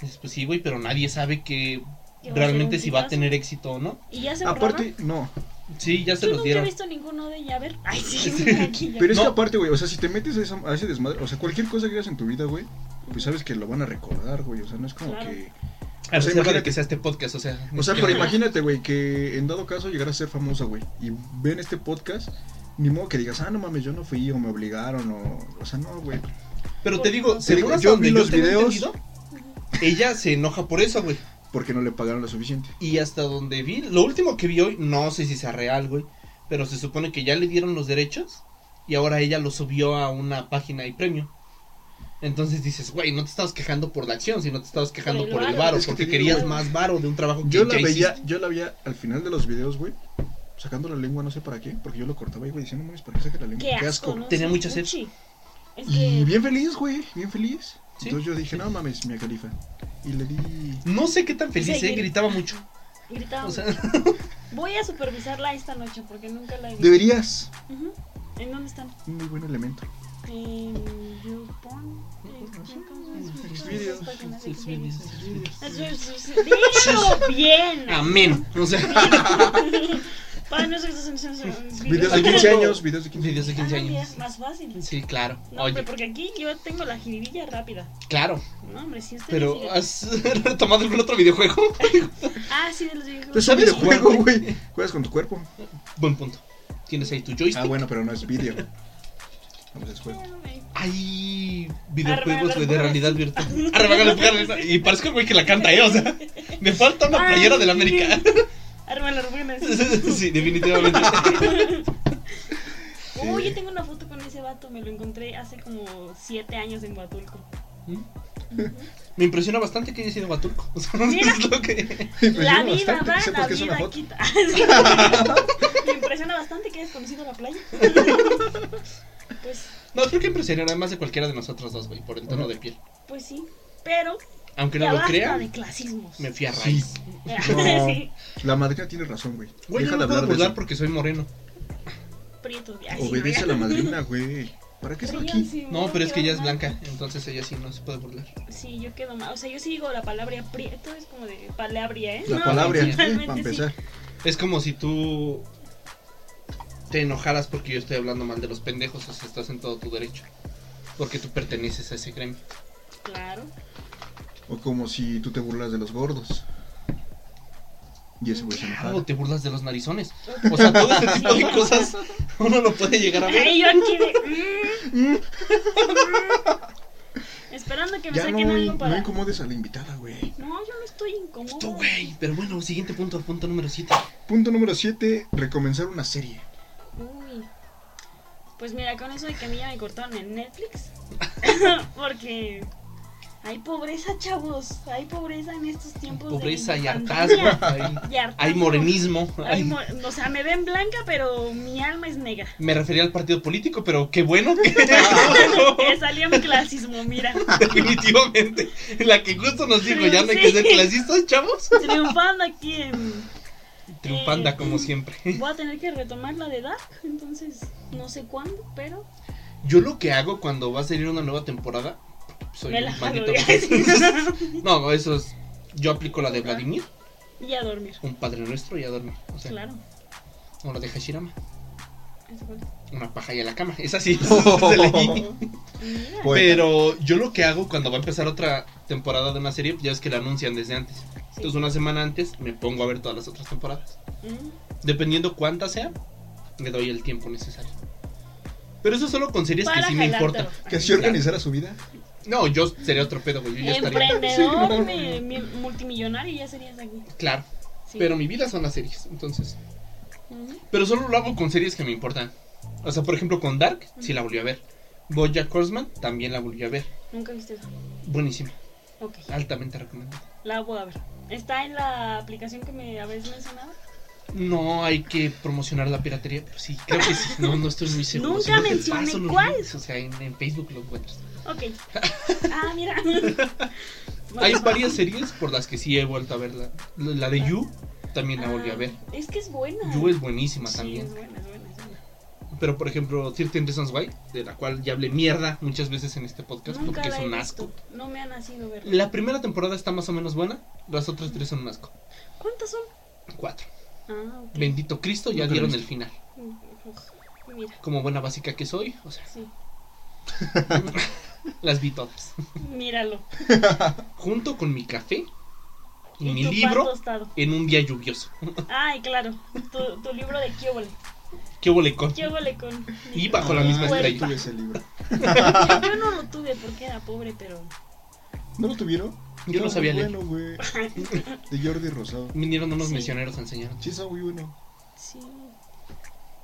Speaker 1: Dices, pues sí, güey, pero nadie sabe que
Speaker 3: Que va a
Speaker 1: realmente
Speaker 3: ser un
Speaker 1: si va a
Speaker 3: putazo.
Speaker 1: tener éxito o no.
Speaker 3: Y ya se borraron?
Speaker 2: Aparte, no.
Speaker 1: Sí, ya se
Speaker 3: Yo
Speaker 1: los
Speaker 3: nunca he
Speaker 1: dieron.
Speaker 3: visto ninguno de ella. A ver. Ay, sí.
Speaker 1: Sí.
Speaker 3: Aquí ya.
Speaker 2: Pero es
Speaker 1: No.
Speaker 2: que aparte, güey, o sea, si te metes a, esa- a ese desmadre, o sea, cualquier cosa que hagas en tu vida, güey, pues sabes que lo van a recordar, güey. O sea, no es como
Speaker 3: Claro.
Speaker 1: A
Speaker 2: que. O sea,
Speaker 1: reserva de
Speaker 2: imagínate-
Speaker 1: que sea este podcast, o sea.
Speaker 2: O sea,
Speaker 1: que-
Speaker 2: pero imagínate, güey, que en dado caso llegaras a ser famosa, güey, y ven este podcast, ni modo que digas, ah, no mames, yo no fui, o me obligaron, o. O sea, no, güey.
Speaker 1: Pero te digo,
Speaker 3: Te
Speaker 1: según
Speaker 2: digo,
Speaker 1: hasta
Speaker 2: yo
Speaker 1: donde
Speaker 2: vi
Speaker 1: yo
Speaker 2: los
Speaker 1: tengo
Speaker 2: videos.
Speaker 1: entendido, ella se enoja por eso, güey.
Speaker 2: Porque no le pagaron lo suficiente.
Speaker 1: Y hasta donde vi, lo último que vi hoy, no sé si sea real, güey, pero se supone que ya le dieron los derechos y ahora ella lo subió a una página y premio. Entonces dices, güey, no te estabas quejando por la acción, sino te estabas quejando
Speaker 3: Por el
Speaker 1: por el
Speaker 3: varo.
Speaker 1: varo,
Speaker 2: Es que
Speaker 1: porque
Speaker 2: te digo,
Speaker 1: querías
Speaker 2: güey.
Speaker 1: más varo de un trabajo que
Speaker 2: Yo la
Speaker 1: ya
Speaker 2: veía,
Speaker 1: hiciste.
Speaker 2: yo la veía al final de los videos, güey, sacando la lengua, no sé para qué, porque yo lo cortaba y güey, diciendo, no mames, ¿para qué saca la lengua?
Speaker 3: Qué asco. ¿no?
Speaker 1: Tenía
Speaker 3: Sí,
Speaker 1: mucha sed.
Speaker 3: uchi. Es
Speaker 2: Y
Speaker 3: que.
Speaker 2: bien feliz, güey, bien feliz.
Speaker 1: Sí.
Speaker 2: Entonces yo dije, no mames, mi califa. Y le di.
Speaker 1: No sé qué tan feliz, eh,
Speaker 3: Seguir.
Speaker 1: gritaba mucho.
Speaker 3: Gritaba.
Speaker 1: O sea,
Speaker 3: Voy a supervisarla esta noche porque nunca la he visto.
Speaker 2: Deberías.
Speaker 3: Ujú. ¿En dónde están?
Speaker 2: Un muy buen elemento.
Speaker 3: En YouPorn. eh, ¿cómo se llama?
Speaker 2: Sus videos,
Speaker 3: Esas páginas de
Speaker 1: sus
Speaker 3: que-
Speaker 1: videos, sus videos.
Speaker 3: Ah, sus- sus- Dilo bien.
Speaker 1: Amén. O sea,
Speaker 3: Para nosotros en- en- en-
Speaker 2: Videos de
Speaker 1: Aquí
Speaker 2: 15
Speaker 1: tengo-
Speaker 2: años, videos de 15
Speaker 1: videos de 15
Speaker 3: Ah, ya
Speaker 1: años.
Speaker 3: es más fácil.
Speaker 1: Sí, claro.
Speaker 3: No, hombre,
Speaker 1: Oye,
Speaker 3: porque aquí yo tengo la jiribilla rápida.
Speaker 1: claro.
Speaker 3: No, hombre, si ustedes
Speaker 1: Pero,
Speaker 3: siguen-
Speaker 1: ¿has tomado algún otro videojuego?
Speaker 3: Ah, sí, de los
Speaker 2: Es
Speaker 3: videojuegos.
Speaker 2: un
Speaker 1: ¿Sabes
Speaker 2: videojuego,
Speaker 1: jugar,
Speaker 2: güey. Juegas con tu cuerpo.
Speaker 1: Buen punto. Tienes ahí tu joystick.
Speaker 2: Ah, bueno, pero no es video. Vamos, es juego.
Speaker 1: Hay
Speaker 3: Arrebalar
Speaker 1: videojuegos güey, de
Speaker 3: mujeres.
Speaker 1: realidad virtual. Ah, Arrebagar mujeres. Y parece que el güey que la canta, ¿eh? O sea, me falta una playera del América.
Speaker 3: Arma las buenas.
Speaker 1: sí, definitivamente.
Speaker 3: Oh, yo tengo una foto con ese vato, me lo encontré hace como 7 años en Huatulco.
Speaker 1: Me impresiona bastante que haya sido Huatulco. O sea,
Speaker 3: Mira.
Speaker 1: es lo que.
Speaker 3: La
Speaker 2: Impresiona bastante
Speaker 3: vida, va,
Speaker 2: que
Speaker 3: la
Speaker 2: sepas que es una
Speaker 3: vida
Speaker 2: foto.
Speaker 3: quita. me impresiona bastante que hayas conocido la playa. pues,
Speaker 1: No, creo que impresionará más de cualquiera de nosotros dos, güey, por el tono de piel.
Speaker 3: pues sí, pero
Speaker 1: Aunque no
Speaker 3: ya
Speaker 1: lo
Speaker 3: basta de
Speaker 1: crean,
Speaker 3: clasismos.
Speaker 1: me fui a
Speaker 2: Sí.
Speaker 1: raíz.
Speaker 2: No.
Speaker 3: sí,
Speaker 2: La madrina tiene razón, güey.
Speaker 1: Güey, yo
Speaker 2: Deja
Speaker 1: no me
Speaker 2: de
Speaker 1: puedo
Speaker 2: hablar de
Speaker 1: burlar
Speaker 2: eso.
Speaker 1: porque soy moreno.
Speaker 3: prietos. ay, sí,
Speaker 2: Obedece a
Speaker 3: no,
Speaker 2: la madrina, güey. ¿Para qué está
Speaker 3: Rían,
Speaker 2: aquí?
Speaker 3: sí,
Speaker 1: No, pero es que
Speaker 3: qué
Speaker 1: ella es
Speaker 3: horror.
Speaker 1: blanca, entonces ella sí no se puede burlar.
Speaker 3: Sí, yo quedo mal. O sea, yo sí digo la palabra prieto, es como de palabria, ¿eh?
Speaker 2: La
Speaker 3: No,
Speaker 2: palabra,
Speaker 1: sí,
Speaker 2: eh,
Speaker 3: realmente
Speaker 2: para
Speaker 3: sí.
Speaker 2: empezar.
Speaker 1: Es como si tú te enojaras porque yo estoy hablando mal de los pendejos, o sea, estás en todo tu derecho. Porque tú perteneces a ese gremio.
Speaker 3: Claro.
Speaker 2: O como si tú te burlas de los gordos. Y ese güey se
Speaker 1: Claro,
Speaker 2: enojara.
Speaker 1: te burlas de los narizones. O sea, todo este tipo de cosas uno lo puede llegar a ver.
Speaker 3: Ay, yo aquí de. mm, mm, mm. Esperando que me
Speaker 2: Ya no,
Speaker 3: saquen algo
Speaker 2: no
Speaker 3: para. No,
Speaker 2: incomodes a la invitada, güey.
Speaker 3: yo no estoy incómodo.
Speaker 1: Tú, güey. Pero bueno, siguiente punto, punto número 7.
Speaker 2: Punto número 7, recomenzar una serie.
Speaker 3: Uy. Pues mira, con eso de que a mí ya me cortaron en Netflix. Porque. Hay pobreza, chavos. Hay pobreza en estos tiempos. de
Speaker 1: Pobreza y hartazgo.
Speaker 3: pandemia.
Speaker 1: Hay,
Speaker 3: Y hartazgo.
Speaker 1: hay morenismo.
Speaker 3: Hay
Speaker 1: hay-
Speaker 3: mo- o sea, me ven blanca, pero mi alma es negra.
Speaker 1: Me refería al partido político, pero qué bueno que
Speaker 3: Que salió mi clasismo, mira.
Speaker 1: definitivamente. La que justo nos dijo, ya no hay que ser
Speaker 3: Sí.
Speaker 1: clasistas, chavos.
Speaker 3: Triunfando aquí en.
Speaker 1: Triunfanda como siempre.
Speaker 3: Voy a tener que retomar la de edad, entonces no sé cuándo, pero
Speaker 1: Yo lo que hago cuando va a salir una nueva temporada, soy
Speaker 3: me
Speaker 1: un
Speaker 3: la jalo
Speaker 1: maldito. no, eso es. Yo aplico la de Vladimir,
Speaker 3: y a dormir.
Speaker 1: un padre nuestro y a dormir. O sea,
Speaker 3: Claro.
Speaker 1: o la de Hashirama,
Speaker 3: eso fue.
Speaker 1: una paja y a la cama. Es así. de ley.
Speaker 3: Mira,
Speaker 2: Poeta.
Speaker 1: Pero yo lo que hago cuando va a empezar otra temporada de una serie, ya es que la anuncian desde antes. Entonces, una semana antes me pongo a ver todas las otras temporadas.
Speaker 3: Mm,
Speaker 1: Dependiendo cuántas sean, le doy el tiempo necesario. Pero eso solo con series que
Speaker 3: para
Speaker 1: sí me
Speaker 3: jalártelo.
Speaker 1: importan.
Speaker 2: Que si organizara su vida.
Speaker 1: No, yo sería otro pedo, güey. Yo ya estaría.
Speaker 3: Emprendedor,
Speaker 2: Sí, no.
Speaker 3: mi- mi- multimillonario, ya serías aquí.
Speaker 1: Claro.
Speaker 3: Sí.
Speaker 1: Pero mi vida son las series, entonces.
Speaker 3: Mm,
Speaker 1: Pero solo lo hago con series que me importan. O sea, por ejemplo, con Dark, sí la volví a ver. Bojack Horseman, también la volví a ver.
Speaker 3: Nunca viste eso.
Speaker 1: Buenísima,
Speaker 3: Ok,
Speaker 1: altamente recomendada.
Speaker 3: la voy a ver. Está en la aplicación que me habéis mencionado.
Speaker 1: No hay que promocionar la piratería, pero sí, creo que sí. No, no estoy muy seguro.
Speaker 3: Nunca
Speaker 1: Si no te
Speaker 3: mencioné
Speaker 1: paso los
Speaker 3: cuál.
Speaker 1: links, O sea, en, en Facebook lo encuentras.
Speaker 3: Ok. Ah, mira.
Speaker 1: Hay varias series por las que sí he vuelto a verla. La la de You, también la volví a ver.
Speaker 3: Ah, Es que es buena.
Speaker 1: You es buenísima
Speaker 3: Sí, es
Speaker 1: también.
Speaker 3: buena, es buena, es buena.
Speaker 1: Pero por ejemplo, 13 Reasons Why, de la cual ya hablé mierda muchas veces en este podcast
Speaker 3: Nunca
Speaker 1: porque es
Speaker 3: la he
Speaker 1: un
Speaker 3: visto.
Speaker 1: asco.
Speaker 3: No me ha nacido verla.
Speaker 1: La primera temporada está más o menos buena, las otras tres son un asco.
Speaker 3: ¿Cuántas son?
Speaker 1: Cuatro.
Speaker 3: Ah, ok. Mm, pues,
Speaker 1: Bendito Cristo, ya
Speaker 2: Nunca lo he
Speaker 1: dieron el
Speaker 2: visto.
Speaker 1: final.
Speaker 3: Mira,
Speaker 1: Como buena básica que soy, o sea,
Speaker 3: sí.
Speaker 1: las vi todas.
Speaker 3: Míralo.
Speaker 1: Junto con mi café y, mi
Speaker 3: tu pan
Speaker 1: libro
Speaker 3: tostado.
Speaker 1: en un día lluvioso.
Speaker 3: Ay, claro. Tu, tu libro de Kiobole.
Speaker 1: ¿Qué bolecón?
Speaker 3: Kiobole con.
Speaker 1: Y bajo la misma
Speaker 2: Ah,
Speaker 3: Huerta.
Speaker 1: estrella.
Speaker 2: yo tuve ese libro.
Speaker 3: Yo no lo tuve porque era pobre, pero.
Speaker 2: ¿No lo tuvieron?
Speaker 1: Yo no
Speaker 2: Estaba
Speaker 1: sabía
Speaker 2: muy
Speaker 1: leer.
Speaker 2: Bueno, güey. De Jordi Rosado.
Speaker 1: Vinieron unos
Speaker 3: Sí.
Speaker 1: misioneros a enseñar.
Speaker 2: Sí, está muy bueno.
Speaker 3: Sí,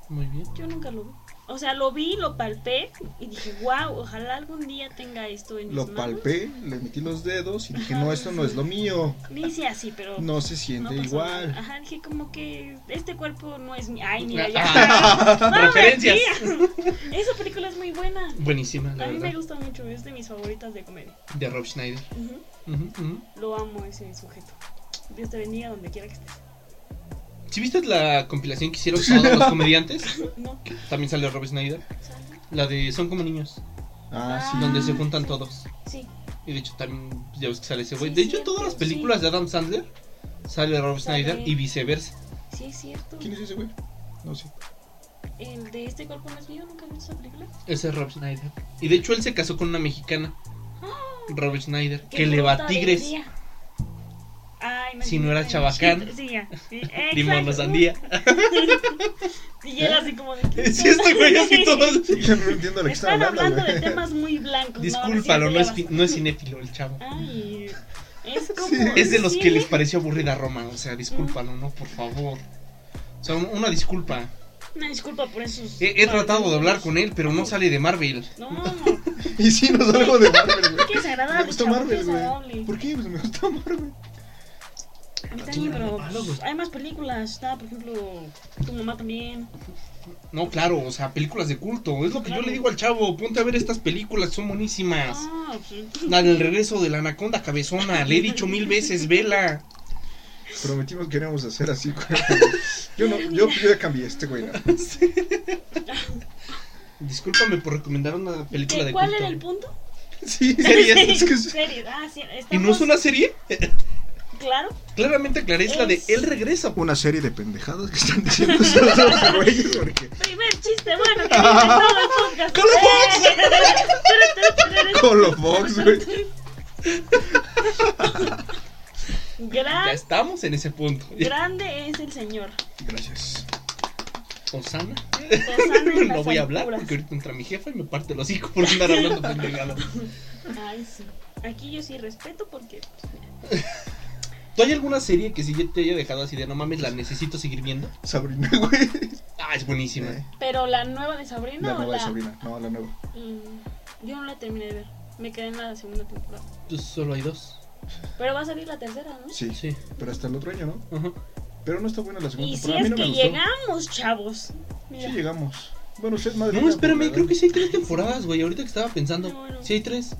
Speaker 1: Muy bien.
Speaker 3: yo nunca lo vi. O sea, lo vi, lo palpé y dije, wow, ojalá algún día tenga esto en mis
Speaker 2: Lo
Speaker 3: manos".
Speaker 2: palpé, le metí los dedos y dije, no, esto no es lo mío.
Speaker 3: Me hice así, pero.
Speaker 2: No se
Speaker 3: no
Speaker 2: siente
Speaker 3: pasó
Speaker 2: igual.
Speaker 3: nada. Ajá, dije como que este cuerpo no es mi. Ay, mira, ya.
Speaker 1: Ah,
Speaker 3: No,
Speaker 1: referencias.
Speaker 3: mentira. Esa película es muy buena.
Speaker 1: Buenísima, la
Speaker 3: A mí me
Speaker 1: verdad.
Speaker 3: gusta mucho, es de mis favoritas de comedia.
Speaker 1: De Rob Schneider.
Speaker 3: Ujú,
Speaker 1: Ujú, ujú.
Speaker 3: Lo amo a ese sujeto. Dios te bendiga donde quiera que estés.
Speaker 1: ¿Sí viste la compilación que hicieron todos los comediantes?
Speaker 3: No,
Speaker 1: Que también sale Rob Snyder.
Speaker 3: sale.
Speaker 1: La de Son como niños,
Speaker 2: Ah, sí.
Speaker 1: donde se juntan todos.
Speaker 3: Sí,
Speaker 1: Y de hecho también pues, ya ves que sale ese güey.
Speaker 3: Sí,
Speaker 1: de hecho,
Speaker 3: cierto,
Speaker 1: todas las películas
Speaker 3: sí.
Speaker 1: de Adam Sandler sale Rob
Speaker 3: Sale.
Speaker 1: Snyder y viceversa.
Speaker 3: sí es cierto.
Speaker 2: ¿Quién es ese güey? No sé.
Speaker 3: El de este cuerpo no es mío, nunca he visto esa película.
Speaker 1: Ese es Rob Snyder. Y de hecho él se casó con una mexicana, Rob Snyder,
Speaker 3: Ah, ¡Qué
Speaker 1: que le va
Speaker 3: puta
Speaker 1: a Tigres.
Speaker 3: alegría! Ay,
Speaker 1: Si no era
Speaker 3: ay,
Speaker 1: chabacán.
Speaker 3: sí, sí, ya. Sí,
Speaker 1: Limón o
Speaker 3: exacto.
Speaker 1: sandía.
Speaker 3: Y era así como de. ¿qué
Speaker 1: Si este güey así todo.
Speaker 2: Sí, yo no entiendo lo que están
Speaker 3: Están hablando
Speaker 2: hablando,
Speaker 3: de
Speaker 2: güey.
Speaker 3: temas muy blancos.
Speaker 1: Discúlpalo, no es, fi-
Speaker 3: cierto,
Speaker 1: no es cinéfilo el chavo.
Speaker 3: ya va. Ay, es como.
Speaker 1: Es de los
Speaker 3: Ah, sí, Ah.
Speaker 1: que les pareció aburrida Roma, o sea, discúlpalo, ¿no? Por favor. O sea, un- una disculpa.
Speaker 3: Una disculpa por esos.
Speaker 1: He, he tratado de hablar con él, pero no sale de Marvel.
Speaker 3: No,
Speaker 2: Y sí, nos algo de Marvel, güey. Pues
Speaker 3: qué desagradable.
Speaker 2: Me gusta
Speaker 3: chavo,
Speaker 2: Marvel,
Speaker 3: qué desagradable.
Speaker 2: güey. ¿Por qué? Pues me gusta Marvel.
Speaker 3: A mí
Speaker 1: Sí,
Speaker 3: también, pero
Speaker 1: malo,
Speaker 3: pues,
Speaker 1: güey.
Speaker 3: hay más películas. Está, por ejemplo, tu mamá también.
Speaker 1: No, claro, o sea, películas de culto. Es lo que yo
Speaker 3: Claro.
Speaker 1: le digo al chavo, ponte a ver estas películas, son buenísimas.
Speaker 3: Ah, pues,
Speaker 1: La del regreso de la anaconda cabezona, le he dicho mil veces, vela.
Speaker 2: Prometimos que íbamos a hacer así, güey. Yo no, yo, yo ya cambié este, güey. no.
Speaker 1: Discúlpame por recomendar una película
Speaker 3: ¿qué-
Speaker 1: de
Speaker 3: ¿Cuál
Speaker 1: culto.
Speaker 3: era el punto?
Speaker 2: Sí,
Speaker 1: Series.
Speaker 2: es que es-
Speaker 3: Series. Ah, sí,
Speaker 1: ¿Y no es
Speaker 3: estamos-
Speaker 1: una serie?
Speaker 3: Claro.
Speaker 1: Claramente aclaré, es la de
Speaker 3: Es-
Speaker 1: Él regresa.
Speaker 2: una serie de pendejadas que están diciendo estos dos güeyes, porque
Speaker 3: Primer chiste bueno que ha inventado el podcast.
Speaker 1: ¡Con la Fox!
Speaker 2: Colofox,
Speaker 3: ¡Eh!
Speaker 2: güey.
Speaker 1: Ya
Speaker 3: Gran,
Speaker 1: estamos en ese punto.
Speaker 3: grande es el señor.
Speaker 2: Gracias.
Speaker 1: Osana.
Speaker 3: Osana en
Speaker 1: no
Speaker 3: las
Speaker 1: voy a hablar
Speaker 3: alturas.
Speaker 1: porque ahorita entra mi jefa y me parte los hocico por andar hablando pendejada.
Speaker 3: Ay, sí. Aquí yo sí respeto porque.
Speaker 1: ¿Tú hay alguna serie que si ya te haya dejado así de no mames, la necesito seguir viendo?
Speaker 2: Sabrina, güey.
Speaker 1: Ah, es buenísima.
Speaker 2: Eh,
Speaker 3: Pero la nueva de Sabrina
Speaker 2: la
Speaker 3: o
Speaker 2: nueva de
Speaker 3: la.
Speaker 2: Sabrina. No, la nueva.
Speaker 3: Mm, yo no la terminé de ver. Me quedé en la segunda temporada.
Speaker 1: Pues solo hay dos.
Speaker 3: Pero va a salir la tercera, ¿no?
Speaker 2: Sí,
Speaker 1: Sí.
Speaker 2: pero hasta el otro año, ¿no?
Speaker 1: Ajá.
Speaker 2: Pero no está buena la segunda
Speaker 3: Y si
Speaker 2: temporada. A mí
Speaker 3: es
Speaker 2: no me
Speaker 3: que
Speaker 2: gustó.
Speaker 3: llegamos, chavos. Mira.
Speaker 2: Sí, llegamos. Bueno, usted, madre.
Speaker 1: No,
Speaker 2: mía,
Speaker 1: espérame,
Speaker 2: ¿verdad?
Speaker 1: creo que sí hay tres temporadas, güey. Ahorita que estaba pensando.
Speaker 3: No, no.
Speaker 1: Sí hay tres.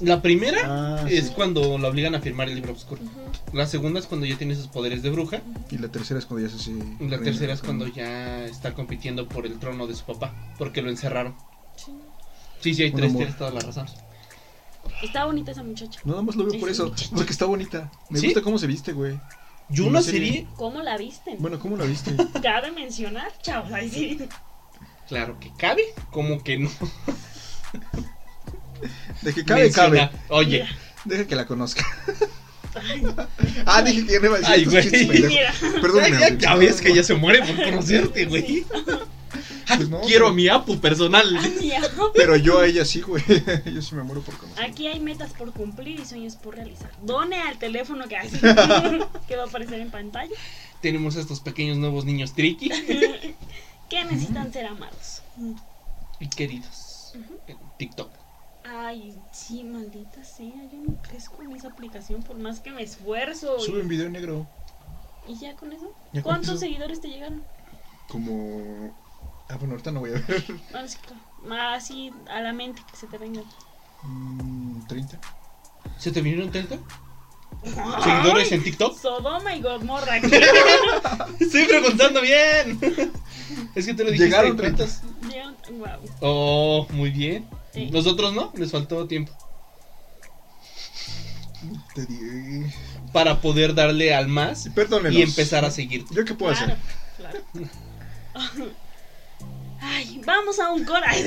Speaker 1: La primera
Speaker 2: Ah,
Speaker 1: es
Speaker 2: sí.
Speaker 1: cuando la obligan a firmar el libro oscuro.
Speaker 3: Ujú.
Speaker 1: La segunda es cuando ya tiene sus poderes de bruja.
Speaker 2: Y la tercera es cuando ya se así.
Speaker 1: Y la tercera es cuando ya está compitiendo por el trono de su papá. Porque lo encerraron.
Speaker 3: Sí.
Speaker 1: Sí, sí hay
Speaker 2: Un
Speaker 1: tres,
Speaker 2: amor.
Speaker 1: tienes toda la razón.
Speaker 3: Está bonita esa muchacha.
Speaker 2: Nada más lo veo por
Speaker 3: Sí,
Speaker 2: eso,
Speaker 3: muchacho.
Speaker 2: porque está bonita. Me
Speaker 1: ¿Sí?
Speaker 2: gusta cómo se viste, güey.
Speaker 1: Y
Speaker 2: Una
Speaker 1: una
Speaker 2: serie.
Speaker 1: serie,
Speaker 3: ¿Cómo la visten?
Speaker 2: Bueno, ¿cómo la viste?
Speaker 3: Cabe mencionar, chavos. Ahí sí.
Speaker 1: claro que cabe, como que no.
Speaker 2: De que cabe, cabe.
Speaker 1: Menciona- Oye,
Speaker 3: Mira.
Speaker 2: Deja que la conozca. ah, dije que ya no iba a decir
Speaker 1: Ay,
Speaker 2: estos
Speaker 1: güey.
Speaker 2: chistes pendejos.
Speaker 3: Mira.
Speaker 2: Perdóname,
Speaker 1: ya, ya
Speaker 2: güey.
Speaker 1: ves que ya se muere por conocerte, güey.
Speaker 3: Sí.
Speaker 1: Ah,
Speaker 2: Pues no,
Speaker 1: Quiero
Speaker 2: pero-
Speaker 1: a mi Apu personal.
Speaker 3: Ah, mira.
Speaker 2: Pero yo a ella sí, güey. Yo sí me muero por conocer.
Speaker 3: Aquí hay metas por cumplir y sueños por realizar. Done al teléfono que hace, que va a aparecer en pantalla,
Speaker 1: Tenemos a estos pequeños nuevos niños tricky
Speaker 3: que necesitan ser amados.
Speaker 1: y queridos. En TikTok.
Speaker 3: Ay, sí, maldita sea, yo no crezco en esa aplicación por más que me esfuerzo.
Speaker 2: Sube un video negro.
Speaker 3: ¿Y, y ya con eso?
Speaker 2: Ya con
Speaker 3: ¿Cuántos
Speaker 2: eso.
Speaker 3: seguidores te llegaron?
Speaker 2: Como. Ah, bueno, ahorita no voy a ver.
Speaker 3: Ah, sí, claro. Ah, Así a la mente que se te venga.
Speaker 2: Mm, 30.
Speaker 1: ¿Se te vinieron 30 seguidores en TikTok?
Speaker 3: Sodoma y Gomorra. ¿qué?
Speaker 1: Estoy preguntando bien. Es que tú lo dijiste.
Speaker 2: Llegaron
Speaker 1: ¿cuántos?
Speaker 3: Llegaron- Guau.
Speaker 1: Oh, muy bien.
Speaker 3: Sí.
Speaker 1: Nosotros no, les faltó tiempo.
Speaker 2: Te di-
Speaker 1: Para poder darle al más
Speaker 2: Perdónenos.
Speaker 1: y empezar a seguirte.
Speaker 2: ¿Yo qué puedo
Speaker 3: Claro,
Speaker 2: hacer?
Speaker 3: claro. Ay, vamos a un cora.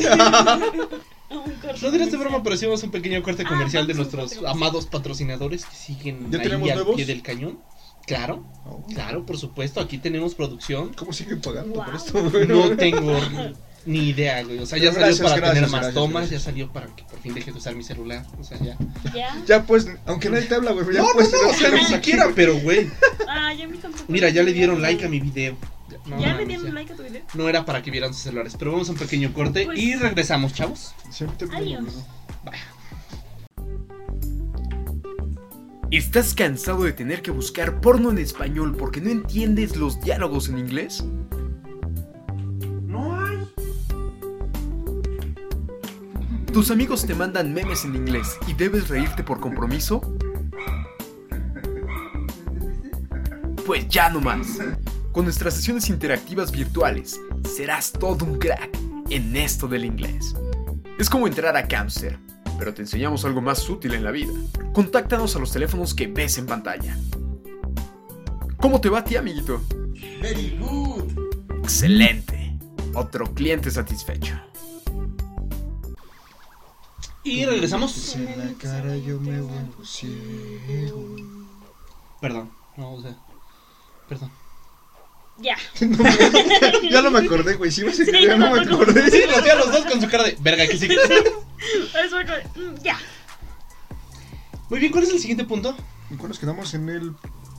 Speaker 1: No dirás de broma, pero hicimos un pequeño corte
Speaker 3: Ah,
Speaker 1: comercial de
Speaker 3: vamos a un
Speaker 1: nuestros
Speaker 3: corte.
Speaker 1: amados patrocinadores que siguen
Speaker 2: ¿Ya
Speaker 1: ahí
Speaker 2: tenemos
Speaker 1: al
Speaker 2: nuevos?
Speaker 1: pie del cañón. Claro,
Speaker 2: Oh,
Speaker 1: claro, por supuesto. Aquí tenemos producción.
Speaker 2: ¿Cómo siguen pagando por
Speaker 3: Wow.
Speaker 2: esto, güey?
Speaker 1: No tengo ni idea, güey. O sea, ya salió
Speaker 2: Gracias,
Speaker 1: para
Speaker 2: gracias,
Speaker 1: tener más
Speaker 2: gracias,
Speaker 1: tomas,
Speaker 2: gracias.
Speaker 1: ya salió para que por fin deje de usar mi celular. O sea, ya.
Speaker 3: Ya.
Speaker 2: Ya pues, aunque nadie te habla, güey. Ya pues,
Speaker 1: o sea, ni
Speaker 2: aquí,
Speaker 1: siquiera,
Speaker 2: güey.
Speaker 1: pero güey.
Speaker 3: Ah, ya me tampoco.
Speaker 1: Mira, ya le dieron like a mi video. No,
Speaker 3: ya
Speaker 1: mames,
Speaker 3: le dieron
Speaker 1: ya.
Speaker 3: like a tu video.
Speaker 1: No era para que vieran sus celulares, pero vamos a un pequeño corte
Speaker 3: Pues-
Speaker 1: y regresamos, chavos.
Speaker 2: Siempre te pongo,
Speaker 3: Adiós.
Speaker 2: ¿no?
Speaker 4: ¿Estás cansado de tener que buscar porno en español porque no entiendes los diálogos en inglés?
Speaker 1: No hay.
Speaker 4: ¿Tus amigos te mandan memes en inglés y debes reírte por compromiso? Pues ya no más. Con nuestras sesiones interactivas virtuales, serás todo un crack en esto del inglés. Es como entrar a Camster, pero te enseñamos algo más útil en la vida. Contáctanos a los teléfonos que ves en pantalla. ¿Cómo te va a ti, amiguito?
Speaker 5: Very good.
Speaker 4: Excelente. Otro cliente satisfecho.
Speaker 1: Y regresamos.
Speaker 2: Puse la cara, yo me vuelvo ciego.
Speaker 1: Perdón, no, o sea. Perdón.
Speaker 3: Ya.
Speaker 2: No, güey, ya no me acordé, güey. Sí, sí, ya no me acordé.
Speaker 1: Sí, lo hacía los dos con su cara de. Verga, que sí.
Speaker 3: Eso fue como- mm, Ya.
Speaker 1: Muy bien, ¿cuál es el siguiente punto?
Speaker 2: ¿Y cuál nos quedamos en el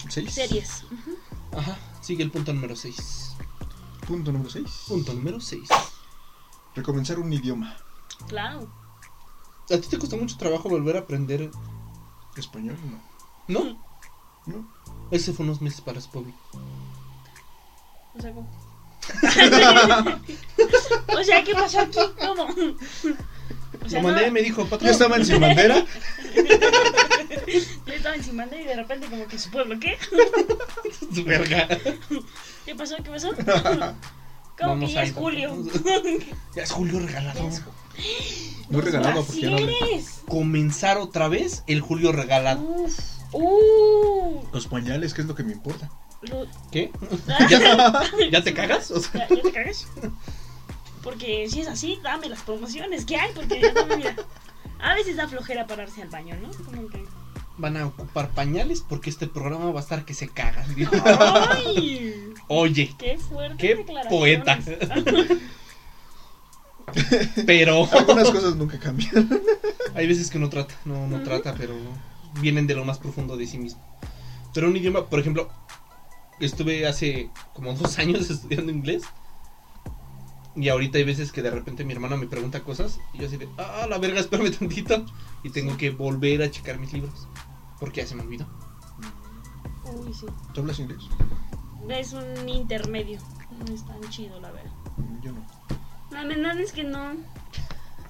Speaker 2: 6?
Speaker 3: Series.
Speaker 1: Ajá, sigue el punto número 6.
Speaker 2: Punto número 6.
Speaker 1: Punto número 6.
Speaker 2: Recomenzar un idioma.
Speaker 3: Claro.
Speaker 1: ¿A ti te costó mucho trabajo volver a aprender?
Speaker 2: Español, no.
Speaker 3: Mm.
Speaker 1: No,
Speaker 2: No.
Speaker 1: ese fue unos meses para Spobi.
Speaker 3: O sea, ¿cómo? o sea, ¿qué pasó aquí? ¿Cómo? O sea,
Speaker 1: Lo mandé
Speaker 3: no,
Speaker 1: y me dijo, patrón.
Speaker 2: Yo estaba en Sin Bandera.
Speaker 3: yo estaba en Simandé y de repente como que su pueblo, ¿qué?
Speaker 1: Verga.
Speaker 3: ¿Qué pasó? ¿Qué pasó? Como
Speaker 1: Vamos
Speaker 3: que ya
Speaker 1: a
Speaker 3: es
Speaker 1: intentar.
Speaker 3: Julio.
Speaker 1: Ya es Julio regalado.
Speaker 3: Ya es
Speaker 2: No regalado porque
Speaker 3: Así
Speaker 2: ya no hablé.
Speaker 3: eres.
Speaker 1: Comenzar otra vez el Julio regalado.
Speaker 3: Uf. Uh.
Speaker 2: Los pañales, que es lo que me importa.
Speaker 3: Lo-
Speaker 1: ¿Qué?
Speaker 3: Ah,
Speaker 1: ¿Ya, ya te cagas? O sea,
Speaker 3: ¿Ya, ya te cagas? Porque si es así, dame las promociones que hay, porque ya no, mira. A veces da flojera pararse al baño, ¿no? Como que.
Speaker 1: van a ocupar pañales porque este programa va a estar que se caga.
Speaker 3: ¡Ay!
Speaker 1: Oye,
Speaker 3: ¡Qué fuerte!
Speaker 1: Qué poeta. pero
Speaker 2: Algunas cosas nunca cambian.
Speaker 1: hay veces que no trata, no, no
Speaker 3: Ujú.
Speaker 1: trata, pero vienen de lo más profundo de sí mismo. Pero un idioma, por ejemplo, estuve hace como dos años estudiando inglés. Y ahorita hay veces que de repente mi hermana me pregunta cosas y yo así de, ah, la verga, espérame tantito. Y tengo que volver a checar mis libros. Porque ya se me olvidó.
Speaker 3: Uy, sí.
Speaker 2: ¿Tú hablas inglés?
Speaker 3: Es un intermedio. No es tan chido, la verdad.
Speaker 2: Mm, Yo no.
Speaker 3: La verdad es que no.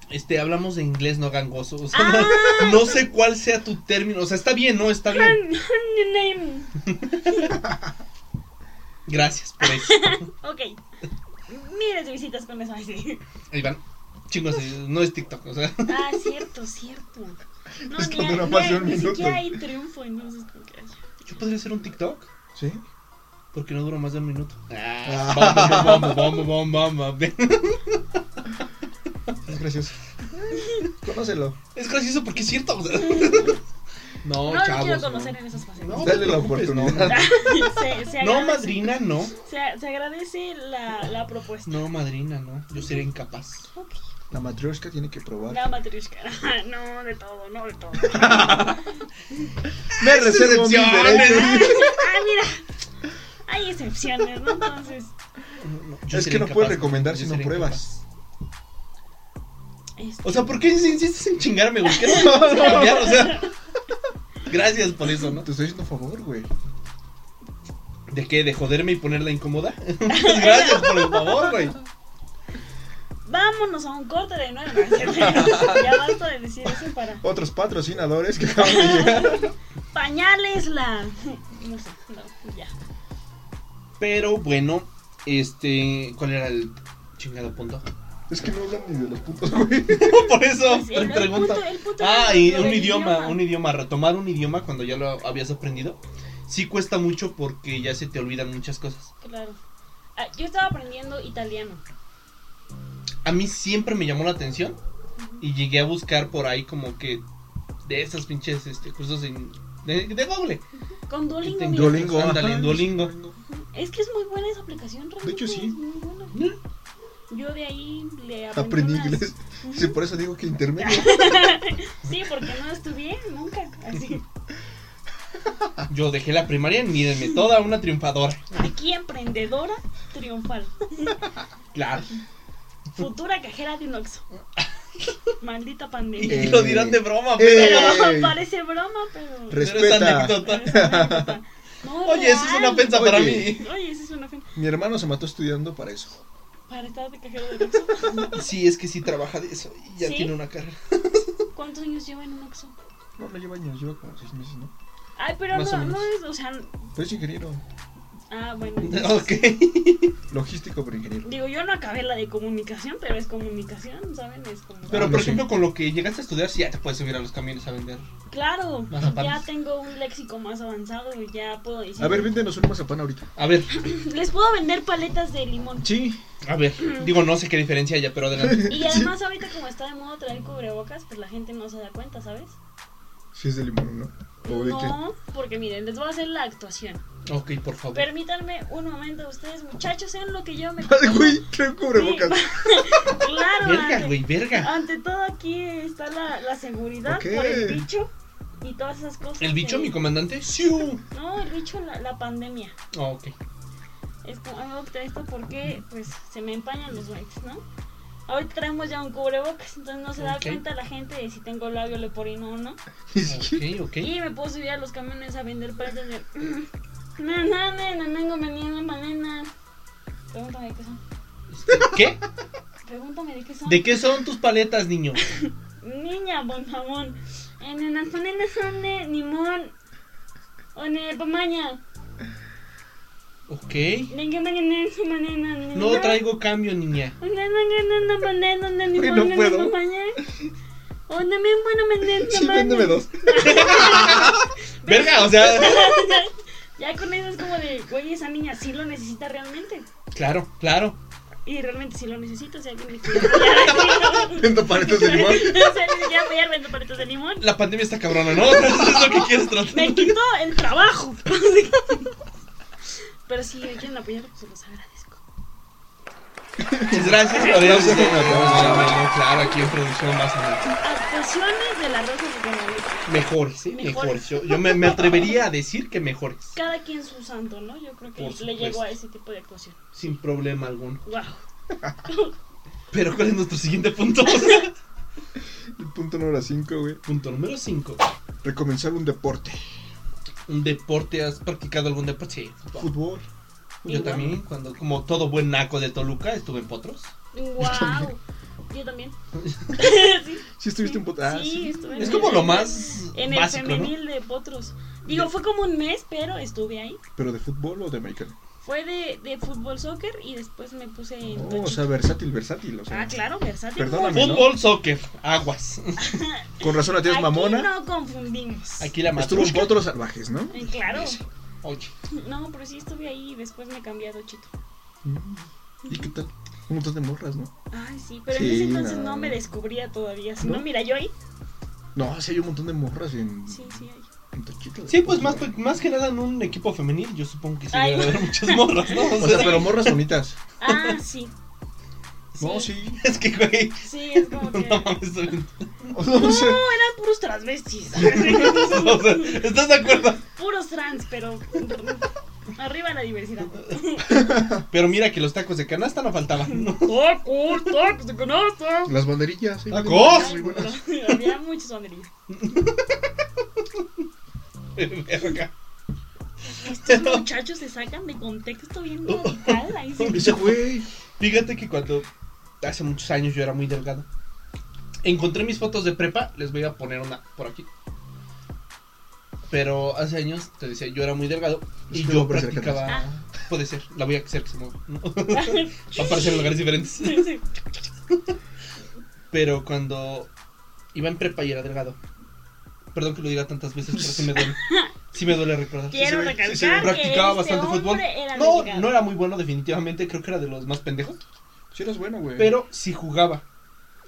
Speaker 1: Este, hablamos de inglés no gangoso. O sea,
Speaker 3: ¡Ah!
Speaker 1: no, no sé cuál sea tu término. O sea, está bien, ¿no? Está bien.
Speaker 3: Your name.
Speaker 1: Gracias por eso.
Speaker 3: Ok. Miles de visitas con eso. Ay, sí.
Speaker 1: Ahí van. Chicos, eh, no es TikTok. O sea,
Speaker 3: Ah, cierto, cierto. No,
Speaker 2: Es que
Speaker 3: ni,
Speaker 2: dura
Speaker 3: ni-
Speaker 2: más de un
Speaker 3: ni
Speaker 2: minuto.
Speaker 3: siquiera hay triunfo, entonces como que. ay.
Speaker 1: yo podría hacer un TikTok
Speaker 2: ¿Sí?
Speaker 1: porque no duró más de un minuto.
Speaker 2: Ah.
Speaker 1: Vamos, vamos, vamos, vamos.
Speaker 2: Es gracioso. Conócelo.
Speaker 1: Es gracioso porque es cierto. o sea. No,
Speaker 3: No, no
Speaker 1: chavos.
Speaker 3: quiero
Speaker 1: no.
Speaker 3: conocer en esas facetas.
Speaker 1: No,
Speaker 2: Dale
Speaker 1: te
Speaker 2: la
Speaker 1: preocupes,
Speaker 2: oportunidad.
Speaker 1: No,
Speaker 3: se, se
Speaker 1: No,
Speaker 3: agradece-
Speaker 1: madrina, no.
Speaker 3: Se, se agradece la, la propuesta.
Speaker 1: No, madrina, no. Yo sería incapaz.
Speaker 3: Ok.
Speaker 2: La matrioshka tiene que probar.
Speaker 3: La matrioshka. No, de todo, no de todo.
Speaker 2: Me
Speaker 1: reservo mis
Speaker 3: ah,
Speaker 1: derechos.
Speaker 3: mira. Hay excepciones, ¿no? Entonces.
Speaker 1: No, no, yo
Speaker 2: Es
Speaker 1: sería
Speaker 2: que no puedes
Speaker 1: incapaz,
Speaker 2: recomendar
Speaker 1: yo
Speaker 2: si no
Speaker 1: sería
Speaker 2: pruebas.
Speaker 3: este,
Speaker 1: O sea, ¿por qué insistes en chingarme, güey? ¿Qué no vas a cambiar? O sea, gracias por eso, ¿no?
Speaker 2: Te estoy haciendo favor, güey.
Speaker 1: ¿De qué? ¿De joderme y ponerla incómoda? gracias por el favor, güey.
Speaker 3: Vámonos a un corte de nuevo. ¿no? ya basta de decir eso para.
Speaker 2: Otros patrocinadores que acaban de llegar.
Speaker 3: Pañales la. No sé, no, ya.
Speaker 1: Pero bueno, este. ¿Cuál era el chingado punto?
Speaker 2: Es que no hablan ni de los putos, güey.
Speaker 1: por eso,
Speaker 3: Pues el- el
Speaker 1: pregunta.
Speaker 3: punto- el punto
Speaker 1: ah,
Speaker 3: era
Speaker 1: y
Speaker 3: lo
Speaker 1: un
Speaker 3: del
Speaker 1: idioma,
Speaker 3: idioma.
Speaker 1: un idioma. Retomar un idioma cuando ya lo habías aprendido. Sí cuesta mucho porque ya se te olvidan muchas cosas.
Speaker 3: Claro. Ah, yo estaba aprendiendo italiano.
Speaker 1: A mí siempre me llamó la atención y llegué a buscar por ahí como que de esas pinches este, cursos en- de, de Google.
Speaker 3: Con Duolingo.
Speaker 1: Tengo-
Speaker 3: mira.
Speaker 1: Duolingo, ándale,
Speaker 2: ajá.
Speaker 1: Duolingo.
Speaker 3: Es que es muy buena esa aplicación, realmente.
Speaker 2: hecho, sí.
Speaker 3: es muy buena. Yo de ahí le aprendí.
Speaker 2: Aprendí
Speaker 3: unas-
Speaker 2: inglés.
Speaker 3: Ujú.
Speaker 2: Sí, por eso digo que intermedio.
Speaker 3: Sí, porque no estudié nunca. Así.
Speaker 1: Yo dejé la primaria y mírenme, toda una triunfadora.
Speaker 3: Aquí emprendedora triunfal.
Speaker 1: Claro.
Speaker 3: Futura cajera de un Oxxo. Maldita
Speaker 1: Y,
Speaker 3: pandemia.
Speaker 1: y lo dirán de broma,
Speaker 2: Eh.
Speaker 1: pero.
Speaker 2: Ey.
Speaker 3: Pero parece broma, pero.
Speaker 2: Re-
Speaker 1: pero es
Speaker 2: respeta.
Speaker 1: anécdota.
Speaker 3: No,
Speaker 1: Oye, eso es
Speaker 3: real.
Speaker 1: una ofensa
Speaker 2: Oye.
Speaker 1: para mí.
Speaker 3: Oye, eso es una ofensa.
Speaker 2: Mi hermano se mató estudiando para eso.
Speaker 3: Para estar de cajero de Oxxo.
Speaker 1: Sí, es que sí trabaja de eso y ya
Speaker 3: ¿Sí?
Speaker 1: tiene una carrera.
Speaker 3: ¿Cuántos años lleva en un Oxxo?
Speaker 2: No, no lleva años, lleva como seis meses, ¿no?
Speaker 3: Ay, pero
Speaker 1: Más o
Speaker 3: no,
Speaker 1: menos.
Speaker 3: no es, o sea,
Speaker 2: Pero es ingeniero.
Speaker 3: Ah, bueno. entonces,
Speaker 1: Ok.
Speaker 2: Logístico por ingeniero.
Speaker 3: Digo, yo no acabé la de comunicación, pero es comunicación, ¿saben? Es como...
Speaker 1: Pero
Speaker 2: Ah, no
Speaker 1: por
Speaker 2: sé.
Speaker 1: ejemplo, con lo que llegaste a estudiar, sí ya te puedes subir a los camiones a vender.
Speaker 3: Claro,
Speaker 1: Mazapanes.
Speaker 3: ya tengo un léxico más avanzado y ya puedo decir...
Speaker 2: A ver, véndenos un mazapán ahorita.
Speaker 1: A ver,
Speaker 3: Les puedo vender paletas de limón.
Speaker 2: Sí,
Speaker 1: a ver. Digo, no sé qué diferencia haya, pero adelante.
Speaker 3: Y además ahorita como está de moda traer cubrebocas, pues la gente no se da cuenta, ¿sabes?
Speaker 2: sí es de limón, ¿no? O de qué.
Speaker 3: No, porque miren, les voy a hacer la actuación.
Speaker 1: Ok, por favor.
Speaker 3: Permítanme un momento, ustedes muchachos, sean lo que yo me...
Speaker 2: Ay, güey, trae cubrebocas.
Speaker 3: Sí. claro,
Speaker 1: Verga,
Speaker 3: ante-
Speaker 1: güey, verga.
Speaker 3: Ante todo aquí está la, la seguridad
Speaker 2: Ok.
Speaker 3: por el bicho y todas esas cosas.
Speaker 1: ¿El bicho,
Speaker 3: de-
Speaker 1: mi comandante?
Speaker 2: uh.
Speaker 1: ¡Siu!
Speaker 3: No, el bicho, la, la pandemia.
Speaker 1: Ah, ok.
Speaker 3: Es como, ah, me voy a quitar esto porque pues se me empañan los likes, ¿no? Ahorita traemos ya un cubrebocas, entonces no se da
Speaker 1: Ok.
Speaker 3: cuenta la gente de si tengo labio leporino o no.
Speaker 2: Ni siquiera-
Speaker 1: Ok, ok.
Speaker 3: Y me puedo subir a los camiones a vender paletas de... Nana, nana, nango, menina, manena. Pregúntame de qué son.
Speaker 1: Este, ¿Qué?
Speaker 3: Pregúntame de qué son.
Speaker 1: ¿De qué son tus paletas, niño?
Speaker 3: Niña, por favor. En el ponen son de limón. O en el pamaña.
Speaker 1: Ok.
Speaker 3: ¿De qué manera es su manera?
Speaker 1: No traigo cambio, niña.
Speaker 3: Una manera no ponen donde
Speaker 2: Ay,
Speaker 3: limón
Speaker 2: no
Speaker 3: en el
Speaker 2: puedo.
Speaker 3: pamaña. O también bueno vender
Speaker 2: Sí, véndeme dos.
Speaker 1: Verga, o sea.
Speaker 3: Ya con eso es como de, güey, esa niña sí lo necesita realmente.
Speaker 1: Claro, claro.
Speaker 3: Y realmente sí lo necesita, o sea, alguien me quiere
Speaker 2: Vendo paletas de limón.
Speaker 3: O sea, ya voy a vender paletas de limón.
Speaker 1: La pandemia está cabrona, ¿no? Es lo que quieres
Speaker 3: Me
Speaker 1: tratar.
Speaker 3: quitó el trabajo. Pero si me quieren apoyar, pues se los agradezco.
Speaker 1: Muchas gracias. por haber visto. No, Claro, aquí en producción vas a
Speaker 3: Actuaciones de la Rosa de Guadalupe.
Speaker 1: Mejores, sí,
Speaker 3: Mejores.
Speaker 1: mejores. Yo, yo me, me atrevería a decir que mejores.
Speaker 3: Cada quien su santo, ¿no? Yo creo que
Speaker 1: Por
Speaker 3: le
Speaker 1: supuesto.
Speaker 3: llegó a ese tipo de actuación.
Speaker 1: Sin problema alguno.
Speaker 3: Wow.
Speaker 1: Pero, ¿cuál es nuestro siguiente punto?
Speaker 2: El punto número 5, güey.
Speaker 1: punto número 5.
Speaker 2: Recomenzar un deporte.
Speaker 1: ¿Un deporte? ¿Has practicado algún deporte? Sí, fútbol.
Speaker 2: Fútbol.
Speaker 1: Yo también, cuando, como todo buen naco de Toluca, estuve en Potros.
Speaker 3: Wow. Yo también. sí,
Speaker 2: Sí, estuviste un potas.
Speaker 3: sí, estuve en
Speaker 1: Ah, Es
Speaker 3: el-
Speaker 1: como lo más
Speaker 3: En el
Speaker 1: básico, ¿no?
Speaker 3: femenil de Potros. Digo, fue como un mes, pero estuve ahí.
Speaker 2: ¿Pero de fútbol o de americano?
Speaker 3: Fue de, de fútbol, soccer y después me puse en.
Speaker 2: No, Oh, o
Speaker 3: tochito.
Speaker 2: sea, versátil, versátil. O sea,
Speaker 3: ah, claro, versátil.
Speaker 2: Perdóname.
Speaker 1: Fútbol, soccer, aguas.
Speaker 2: Con razón la tienes
Speaker 3: Aquí
Speaker 2: mamona.
Speaker 3: no confundimos.
Speaker 1: Aquí la
Speaker 2: Estuvo en
Speaker 1: matrusca.
Speaker 2: potros salvajes, ¿no?
Speaker 3: Eh, Claro.
Speaker 1: Oye,
Speaker 3: No, pero sí estuve ahí y después me cambié a Tochito.
Speaker 2: Mm. ¿Y qué tal? Un montón de morras, ¿no?
Speaker 3: Ay, sí, pero en
Speaker 2: Sí,
Speaker 3: ese entonces no.
Speaker 2: no.
Speaker 3: me descubría todavía. Si no,
Speaker 2: ¿No?
Speaker 3: mira, yo ahí.
Speaker 2: No, sí hay un montón de morras en,
Speaker 3: Sí, sí, ahí.
Speaker 2: en Tochito.
Speaker 1: Sí, pues más, más que nada en un equipo femenil, yo supongo que sí
Speaker 3: Ay.
Speaker 1: debe haber muchas morras, ¿no?
Speaker 2: O sea, pero morras bonitas.
Speaker 3: Ah, sí.
Speaker 2: No, sí.
Speaker 1: es que, güey,
Speaker 3: Sí, es como que.
Speaker 1: no mames, también.
Speaker 2: O sea, no
Speaker 3: No,
Speaker 2: sé.
Speaker 3: eran puros transvestis.
Speaker 1: o sea, ¿estás de acuerdo?
Speaker 3: puros trans, pero. Arriba la diversidad.
Speaker 1: Pero mira que los tacos de canasta no faltaban, ¿no?
Speaker 3: ¡Tacos, tacos de canasta!
Speaker 2: Las banderillas. sí,
Speaker 1: ¡Tacos!
Speaker 2: banderillas muy buenas.
Speaker 3: No, Había muchos banderillas.
Speaker 1: Verga.
Speaker 3: Estos muchachos se sacan de contexto bien radical. Ahí sí.
Speaker 2: Ese güey.
Speaker 1: Fíjate que cuando hace muchos años yo era muy delgado, encontré mis fotos de prepa, les voy a poner una por aquí. Pero hace años, te decía, yo era muy delgado y
Speaker 2: Es que va
Speaker 1: yo
Speaker 2: a aparecer acá
Speaker 1: practicaba... ah, Puede ser, la voy a hacer que se mueva. ¿no? Va a aparecer en lugares diferentes. Pero cuando iba en prepa y era delgado. Perdón que lo diga tantas veces, pero sí me duele. Sí me duele recordar.
Speaker 3: Quiero
Speaker 2: Sí se ve, sí se ve.
Speaker 3: recalcar
Speaker 1: Practicaba
Speaker 3: que este
Speaker 1: bastante fútbol.
Speaker 3: hombre era
Speaker 1: No,
Speaker 3: delgado.
Speaker 1: no era muy bueno definitivamente, creo que era de los más pendejos.
Speaker 2: Sí, eres bueno, güey.
Speaker 1: Pero sí jugaba.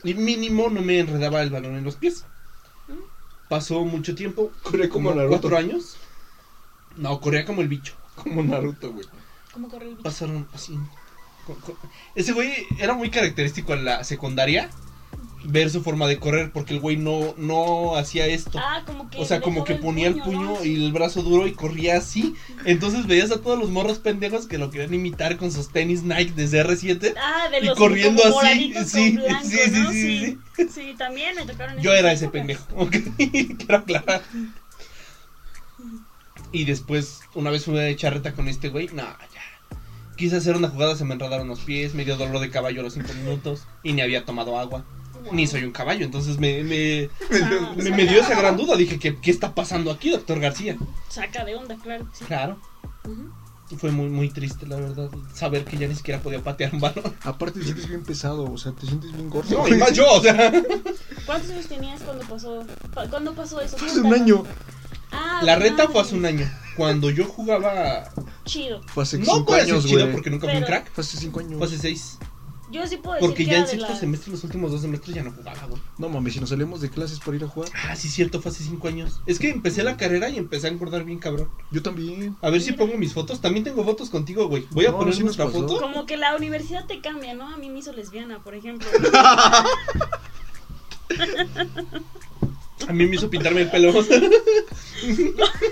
Speaker 1: Y mínimo no me enredaba el balón en los pies. Pasó mucho tiempo.
Speaker 2: Corría como
Speaker 1: como
Speaker 2: Naruto.
Speaker 1: cuatro años. No, corría como el bicho.
Speaker 2: Como Naruto, güey.
Speaker 3: ¿Cómo corre el bicho?
Speaker 1: pasaron así. co- co- Ese güey era muy característico en la secundaria ver su forma de correr porque el güey no, no hacía esto.
Speaker 3: Ah, como que.
Speaker 1: o sea, como
Speaker 3: dejaba
Speaker 1: que ponía el puño
Speaker 3: ¿no?
Speaker 1: y el brazo duro y corría así. Entonces veías a todos los morros pendejos que lo querían imitar con sus tenis Nike desde R7.
Speaker 3: Ah, de
Speaker 1: y
Speaker 3: los
Speaker 1: corriendo
Speaker 3: como
Speaker 1: así,
Speaker 3: moraditos
Speaker 1: sí,
Speaker 3: con blanco,
Speaker 1: sí, sí,
Speaker 3: ¿no?
Speaker 1: sí,
Speaker 3: sí, Sí, también me tocaron
Speaker 1: Yo
Speaker 3: esas
Speaker 1: era ese
Speaker 3: épocas.
Speaker 1: pendejo, ok, quiero aclarar. Y después, una vez fui de charreta con este güey, no, ya. Quise hacer una jugada, se me enredaron los pies, me dio dolor de caballo a los 5 minutos y ni había tomado agua. Ni soy un caballo, entonces me, me,
Speaker 3: Ah,
Speaker 1: me, me dio esa gran duda. Dije, ¿qué, ¿qué está pasando aquí, doctor García?
Speaker 3: Saca de onda, claro. que sí.
Speaker 1: Claro.
Speaker 3: Ujú.
Speaker 1: Fue muy, muy triste, la verdad, saber que ya ni siquiera podía patear un balón.
Speaker 2: Aparte te sientes bien pesado, o sea, te sientes bien gordo.
Speaker 1: No, y
Speaker 2: güey.
Speaker 1: más yo, o sea.
Speaker 3: ¿Cuántos años tenías cuando pasó? pa- ¿Cuándo pasó eso?
Speaker 2: Fue hace un
Speaker 3: Cuéntanos.
Speaker 2: año.
Speaker 3: Ah,
Speaker 1: La reta fue
Speaker 3: madre.
Speaker 1: hace un año. Cuando yo jugaba.
Speaker 3: Chido.
Speaker 2: Fue hace
Speaker 1: No
Speaker 2: 5
Speaker 1: puede ser
Speaker 2: años,
Speaker 1: chido
Speaker 2: güey.
Speaker 1: porque nunca fui un
Speaker 3: Pero-
Speaker 1: crack.
Speaker 2: Fue hace 5 años.
Speaker 1: Fue hace seis.
Speaker 3: Yo sí puedo decir
Speaker 1: Porque
Speaker 3: que
Speaker 1: ya en
Speaker 3: era de
Speaker 1: sexto
Speaker 3: la-
Speaker 1: semestre, los últimos dos semestres ya no jugaba, güey.
Speaker 2: No mames, si nos salimos de clases para ir a jugar.
Speaker 1: Ah, sí, cierto, fue hace cinco años. Es que empecé la carrera y empecé a engordar bien, cabrón.
Speaker 2: Yo también.
Speaker 1: A ver si pongo mis fotos. También tengo fotos contigo, güey. Voy a
Speaker 2: No,
Speaker 1: poner
Speaker 2: sí nos
Speaker 1: nuestra
Speaker 2: pasó.
Speaker 1: foto.
Speaker 3: Como que la universidad te cambia, ¿no? A mí me hizo lesbiana, por ejemplo.
Speaker 1: A mí me hizo pintarme el pelo.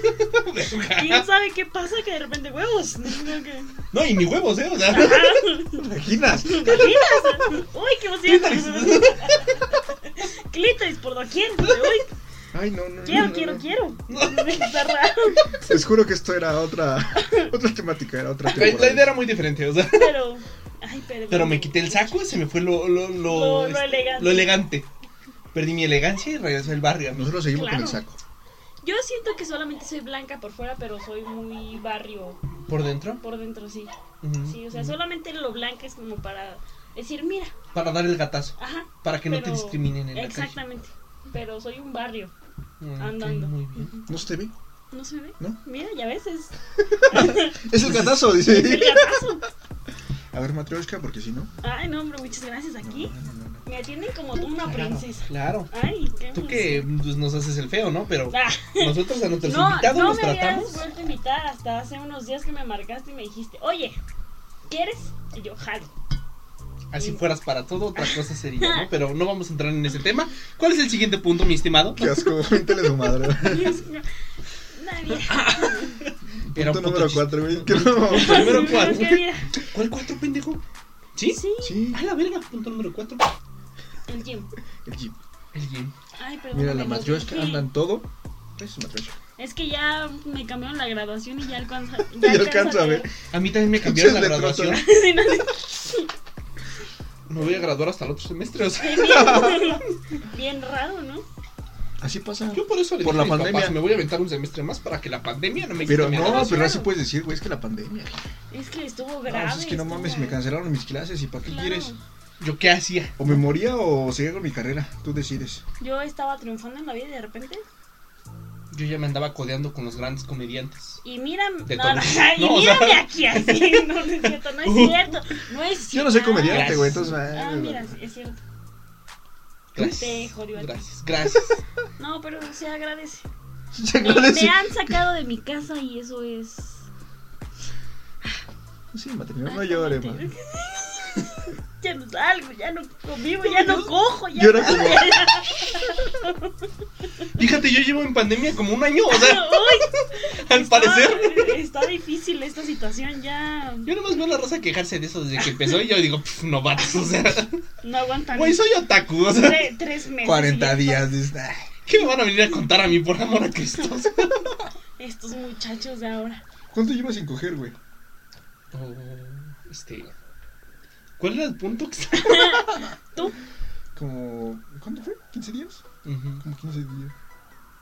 Speaker 3: ¿Quién sabe qué pasa que de repente huevos? Como que-
Speaker 1: no, y ni huevos, ¿eh? O sea,
Speaker 2: Imaginas.
Speaker 3: Vaginas. Uy, qué emoción. Clítoris por doquier. Uy,
Speaker 2: Ay, no, no.
Speaker 3: quiero,
Speaker 2: no,
Speaker 3: quiero,
Speaker 2: no.
Speaker 3: quiero. Está raro,
Speaker 2: Les juro que esto era otra otra temática, era otra
Speaker 1: la, la
Speaker 2: temporada.
Speaker 1: idea era muy diferente, o sea.
Speaker 3: pero. Ay, perdón.
Speaker 1: Pero me quité el saco y se me fue lo, lo, lo,
Speaker 3: Lo- lo
Speaker 1: este,
Speaker 3: elegante.
Speaker 1: lo elegante. Perdí mi elegancia y regresó el barrio. a mí.
Speaker 2: Nosotros seguimos
Speaker 3: Claro.
Speaker 2: con el saco.
Speaker 3: Yo siento que solamente soy blanca por fuera, pero soy muy barrio
Speaker 1: ¿Por dentro?
Speaker 3: por dentro, sí.
Speaker 1: Ujú.
Speaker 3: Sí, o sea, solamente lo blanca es como para decir, mira,
Speaker 1: Para dar el gatazo.
Speaker 3: ajá.
Speaker 1: Para que no te
Speaker 3: pero-
Speaker 1: discriminen en la calle.
Speaker 3: Exactamente. Pero soy un barrio.
Speaker 1: Mm, ok,
Speaker 3: andando.
Speaker 1: Muy bien.
Speaker 2: ¿No se te ve?
Speaker 3: ¿No se ve?
Speaker 2: ¿No?
Speaker 3: Mira, ya ves, es
Speaker 2: Es el gatazo,
Speaker 3: el
Speaker 2: dice.
Speaker 3: gatazo.
Speaker 2: A ver, Matrioshka, porque si no.
Speaker 3: Ay, no, hombre, muchas gracias
Speaker 2: no,
Speaker 3: aquí.
Speaker 2: no, no, no.
Speaker 3: Me atienden como tú una
Speaker 1: Claro,
Speaker 3: princesa.
Speaker 1: Claro.
Speaker 3: Ay, qué
Speaker 1: Tú que pues, nos haces el feo, ¿no? Pero
Speaker 3: Ah,
Speaker 1: nosotros a nuestros
Speaker 3: no,
Speaker 1: invitados
Speaker 3: no
Speaker 1: nos
Speaker 3: me
Speaker 1: tratamos.
Speaker 3: habías vuelto a invitar hasta hace unos días que me marcaste y me dijiste, oye, ¿quieres? Y yo, jalo.
Speaker 1: Así fueras para todo, otra cosa sería, ¿no? Pero no vamos a entrar en ese tema. ¿Cuál es el siguiente punto, mi estimado?
Speaker 2: Qué asco, méntele su madre.
Speaker 3: Nadie.
Speaker 1: Ah, Era
Speaker 2: Punto
Speaker 1: un puto
Speaker 2: número
Speaker 1: chiste.
Speaker 2: 4, güey. Que no.
Speaker 1: Número cuatro.
Speaker 3: que mira,
Speaker 1: ¿Cuál cuatro, pendejo? ¿Sí?
Speaker 3: Sí,
Speaker 2: Sí,
Speaker 1: A la verga, punto número cuatro.
Speaker 3: el gym.
Speaker 2: el jeep.
Speaker 1: El gym.
Speaker 3: Ay, perdón.
Speaker 2: Mira, la
Speaker 3: me los
Speaker 2: Matrioshka
Speaker 3: dije.
Speaker 2: andan todo. Es Matrioshka.
Speaker 3: Es que ya me cambiaron la graduación y ya alcanza.
Speaker 2: Ya alcanzo a ver.
Speaker 1: A mí también me cambiaron la
Speaker 2: Pinches
Speaker 1: graduación.
Speaker 2: leprosos.
Speaker 3: Sí, no, sí.
Speaker 1: Me voy a graduar hasta el otro semestre, o sea.
Speaker 3: Bien, bien raro, ¿no?
Speaker 2: Así pasa.
Speaker 1: Yo por eso le
Speaker 2: Por
Speaker 1: dije
Speaker 2: la
Speaker 1: a mis papás,
Speaker 2: pandemia.
Speaker 1: me voy a aventar un semestre más para que la pandemia no me
Speaker 2: Pero
Speaker 1: quite mi
Speaker 2: no,
Speaker 1: graduación.
Speaker 2: pero así puedes decir, güey, es que la pandemia.
Speaker 3: Es que estuvo grave.
Speaker 2: No, pues es que no
Speaker 3: estuvo-
Speaker 2: mames, me cancelaron mis clases y ¿para qué
Speaker 3: Claro.
Speaker 2: quieres?
Speaker 1: ¿Yo qué hacía?
Speaker 2: O me moría o seguía con mi carrera, tú decides.
Speaker 3: Yo estaba triunfando en la vida y de repente.
Speaker 1: Yo ya me andaba codeando con los grandes comediantes.
Speaker 3: Y mira, no,
Speaker 1: De
Speaker 3: no,
Speaker 1: todo.
Speaker 3: y
Speaker 1: No, o sea.
Speaker 3: mírame aquí así. No, no es cierto, no es cierto. No es cierto.
Speaker 2: Uh. Yo no soy comediante,
Speaker 1: gracias.
Speaker 2: güey, entonces.
Speaker 3: Ah,
Speaker 2: ah,
Speaker 3: mira, es cierto.
Speaker 1: Gracias.
Speaker 3: Te jodió a ti.
Speaker 1: Gracias, gracias.
Speaker 3: No, pero se agradece.
Speaker 2: Se
Speaker 3: Me,
Speaker 2: agradece.
Speaker 3: me han sacado de mi casa y eso es.
Speaker 2: Sí, matrimonio, no llore, madre.
Speaker 3: Ya no salgo, ya no convivo, ya no cojo, ya
Speaker 2: Llora
Speaker 3: no.
Speaker 2: como-
Speaker 1: Fíjate, yo llevo en pandemia como un año, o sea,
Speaker 3: Uy,
Speaker 1: al
Speaker 3: está-
Speaker 1: parecer.
Speaker 3: Está difícil esta situación, ya.
Speaker 1: Yo nomás veo a la raza quejarse de eso desde que empezó y yo digo, "Pff, novatos, o sea,
Speaker 3: No aguantan.
Speaker 1: güey, soy otaku, o sea,
Speaker 3: Tre- tres meses.
Speaker 2: 40
Speaker 3: y
Speaker 2: días. dices, ay,
Speaker 1: ¿qué me van a venir a contar a mí por amor a Cristo? O sea,
Speaker 3: Estos muchachos de ahora.
Speaker 2: ¿Cuánto llevas sin coger, güey?
Speaker 1: oh, este, ¿cuál era el punto que estaba?
Speaker 2: Como. ¿Cuánto fue? ¿15 días?
Speaker 1: Ujú.
Speaker 2: Como 15 días.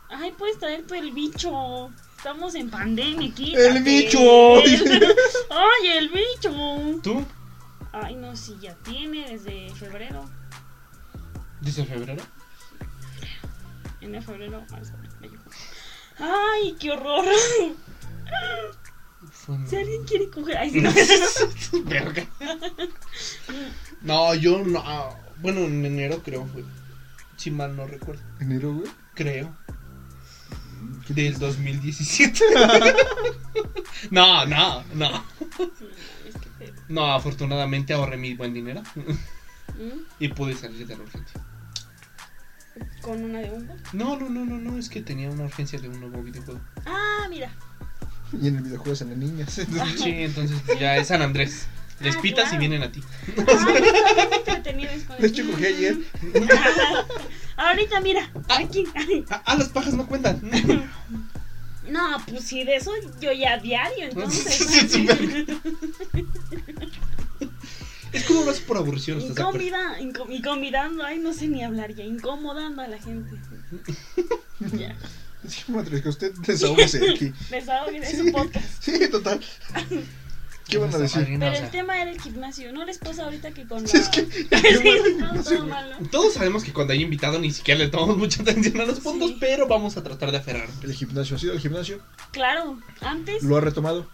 Speaker 3: Ay, puedes traerte el bicho. Estamos en pandemia, quítate.
Speaker 2: ¡El bicho!
Speaker 3: ¡Ay, el bicho!
Speaker 1: ¿Tú?
Speaker 3: Ay, no, si ya tiene desde febrero.
Speaker 1: ¿Desde febrero?
Speaker 3: Enero, febrero, marzo, mayo. ¡Ay, qué horror!
Speaker 1: Fue en-
Speaker 3: Si alguien quiere coger. Ay, sí, no.
Speaker 1: Verga. No, yo no. ah, Bueno, en enero creo fue. Si mal no recuerdo.
Speaker 2: ¿Enero, güey?
Speaker 1: Creo. Del 2017. No, no, no.
Speaker 3: Es que feo.
Speaker 1: No, afortunadamente ahorré mi buen dinero
Speaker 3: ¿Mm?
Speaker 1: y pude salir de la urgencia.
Speaker 3: Con una de hongo.
Speaker 1: No, no, no, no, no, es que tenía una urgencia de un nuevo videojuego.
Speaker 3: Ah, mira.
Speaker 2: Y en el videojuego salen niñas. Entonces,
Speaker 1: Sí, entonces pues, ya es San Andrés. Les
Speaker 3: Ah,
Speaker 1: pitas y
Speaker 3: claro.
Speaker 1: vienen a ti.
Speaker 3: Ay, está bien entretenido. es con el-
Speaker 2: de hecho, cogí ayer.
Speaker 3: Ahorita, mira. Aquí.
Speaker 1: Ah, ah, las pajas no cuentan.
Speaker 3: No, pues sí, de eso yo ya diario,
Speaker 1: Sí,
Speaker 3: entonces.
Speaker 1: sí, Es como lo hace por aburrición, ¿estás de acuerdo?
Speaker 3: Incómoda, inco- incommodando, ay, no sé ni hablar ya, incomodando a la gente. Ya.
Speaker 2: Sí, madre, que usted desahógese de aquí.
Speaker 3: Desahoguen es
Speaker 2: Sí,
Speaker 3: un podcast.
Speaker 2: sí, total. ¿Qué van a
Speaker 1: Nuestra
Speaker 2: decir?
Speaker 1: madrina,
Speaker 3: Pero
Speaker 1: o sea,
Speaker 3: el tema era el gimnasio. ¿No les pasa ahorita que con la...
Speaker 2: Sí, es que-
Speaker 3: Sí,
Speaker 2: no
Speaker 3: todo,
Speaker 2: sé,
Speaker 3: todo
Speaker 2: güey.
Speaker 3: mal, ¿no?
Speaker 1: Todos sabemos que cuando hay invitado ni siquiera le tomamos mucha atención a los puntos,
Speaker 3: Sí.
Speaker 1: pero vamos a tratar de aferrarnos.
Speaker 2: El gimnasio, ¿ha sido el gimnasio?
Speaker 3: Claro, antes,
Speaker 2: ¿Lo ha retomado?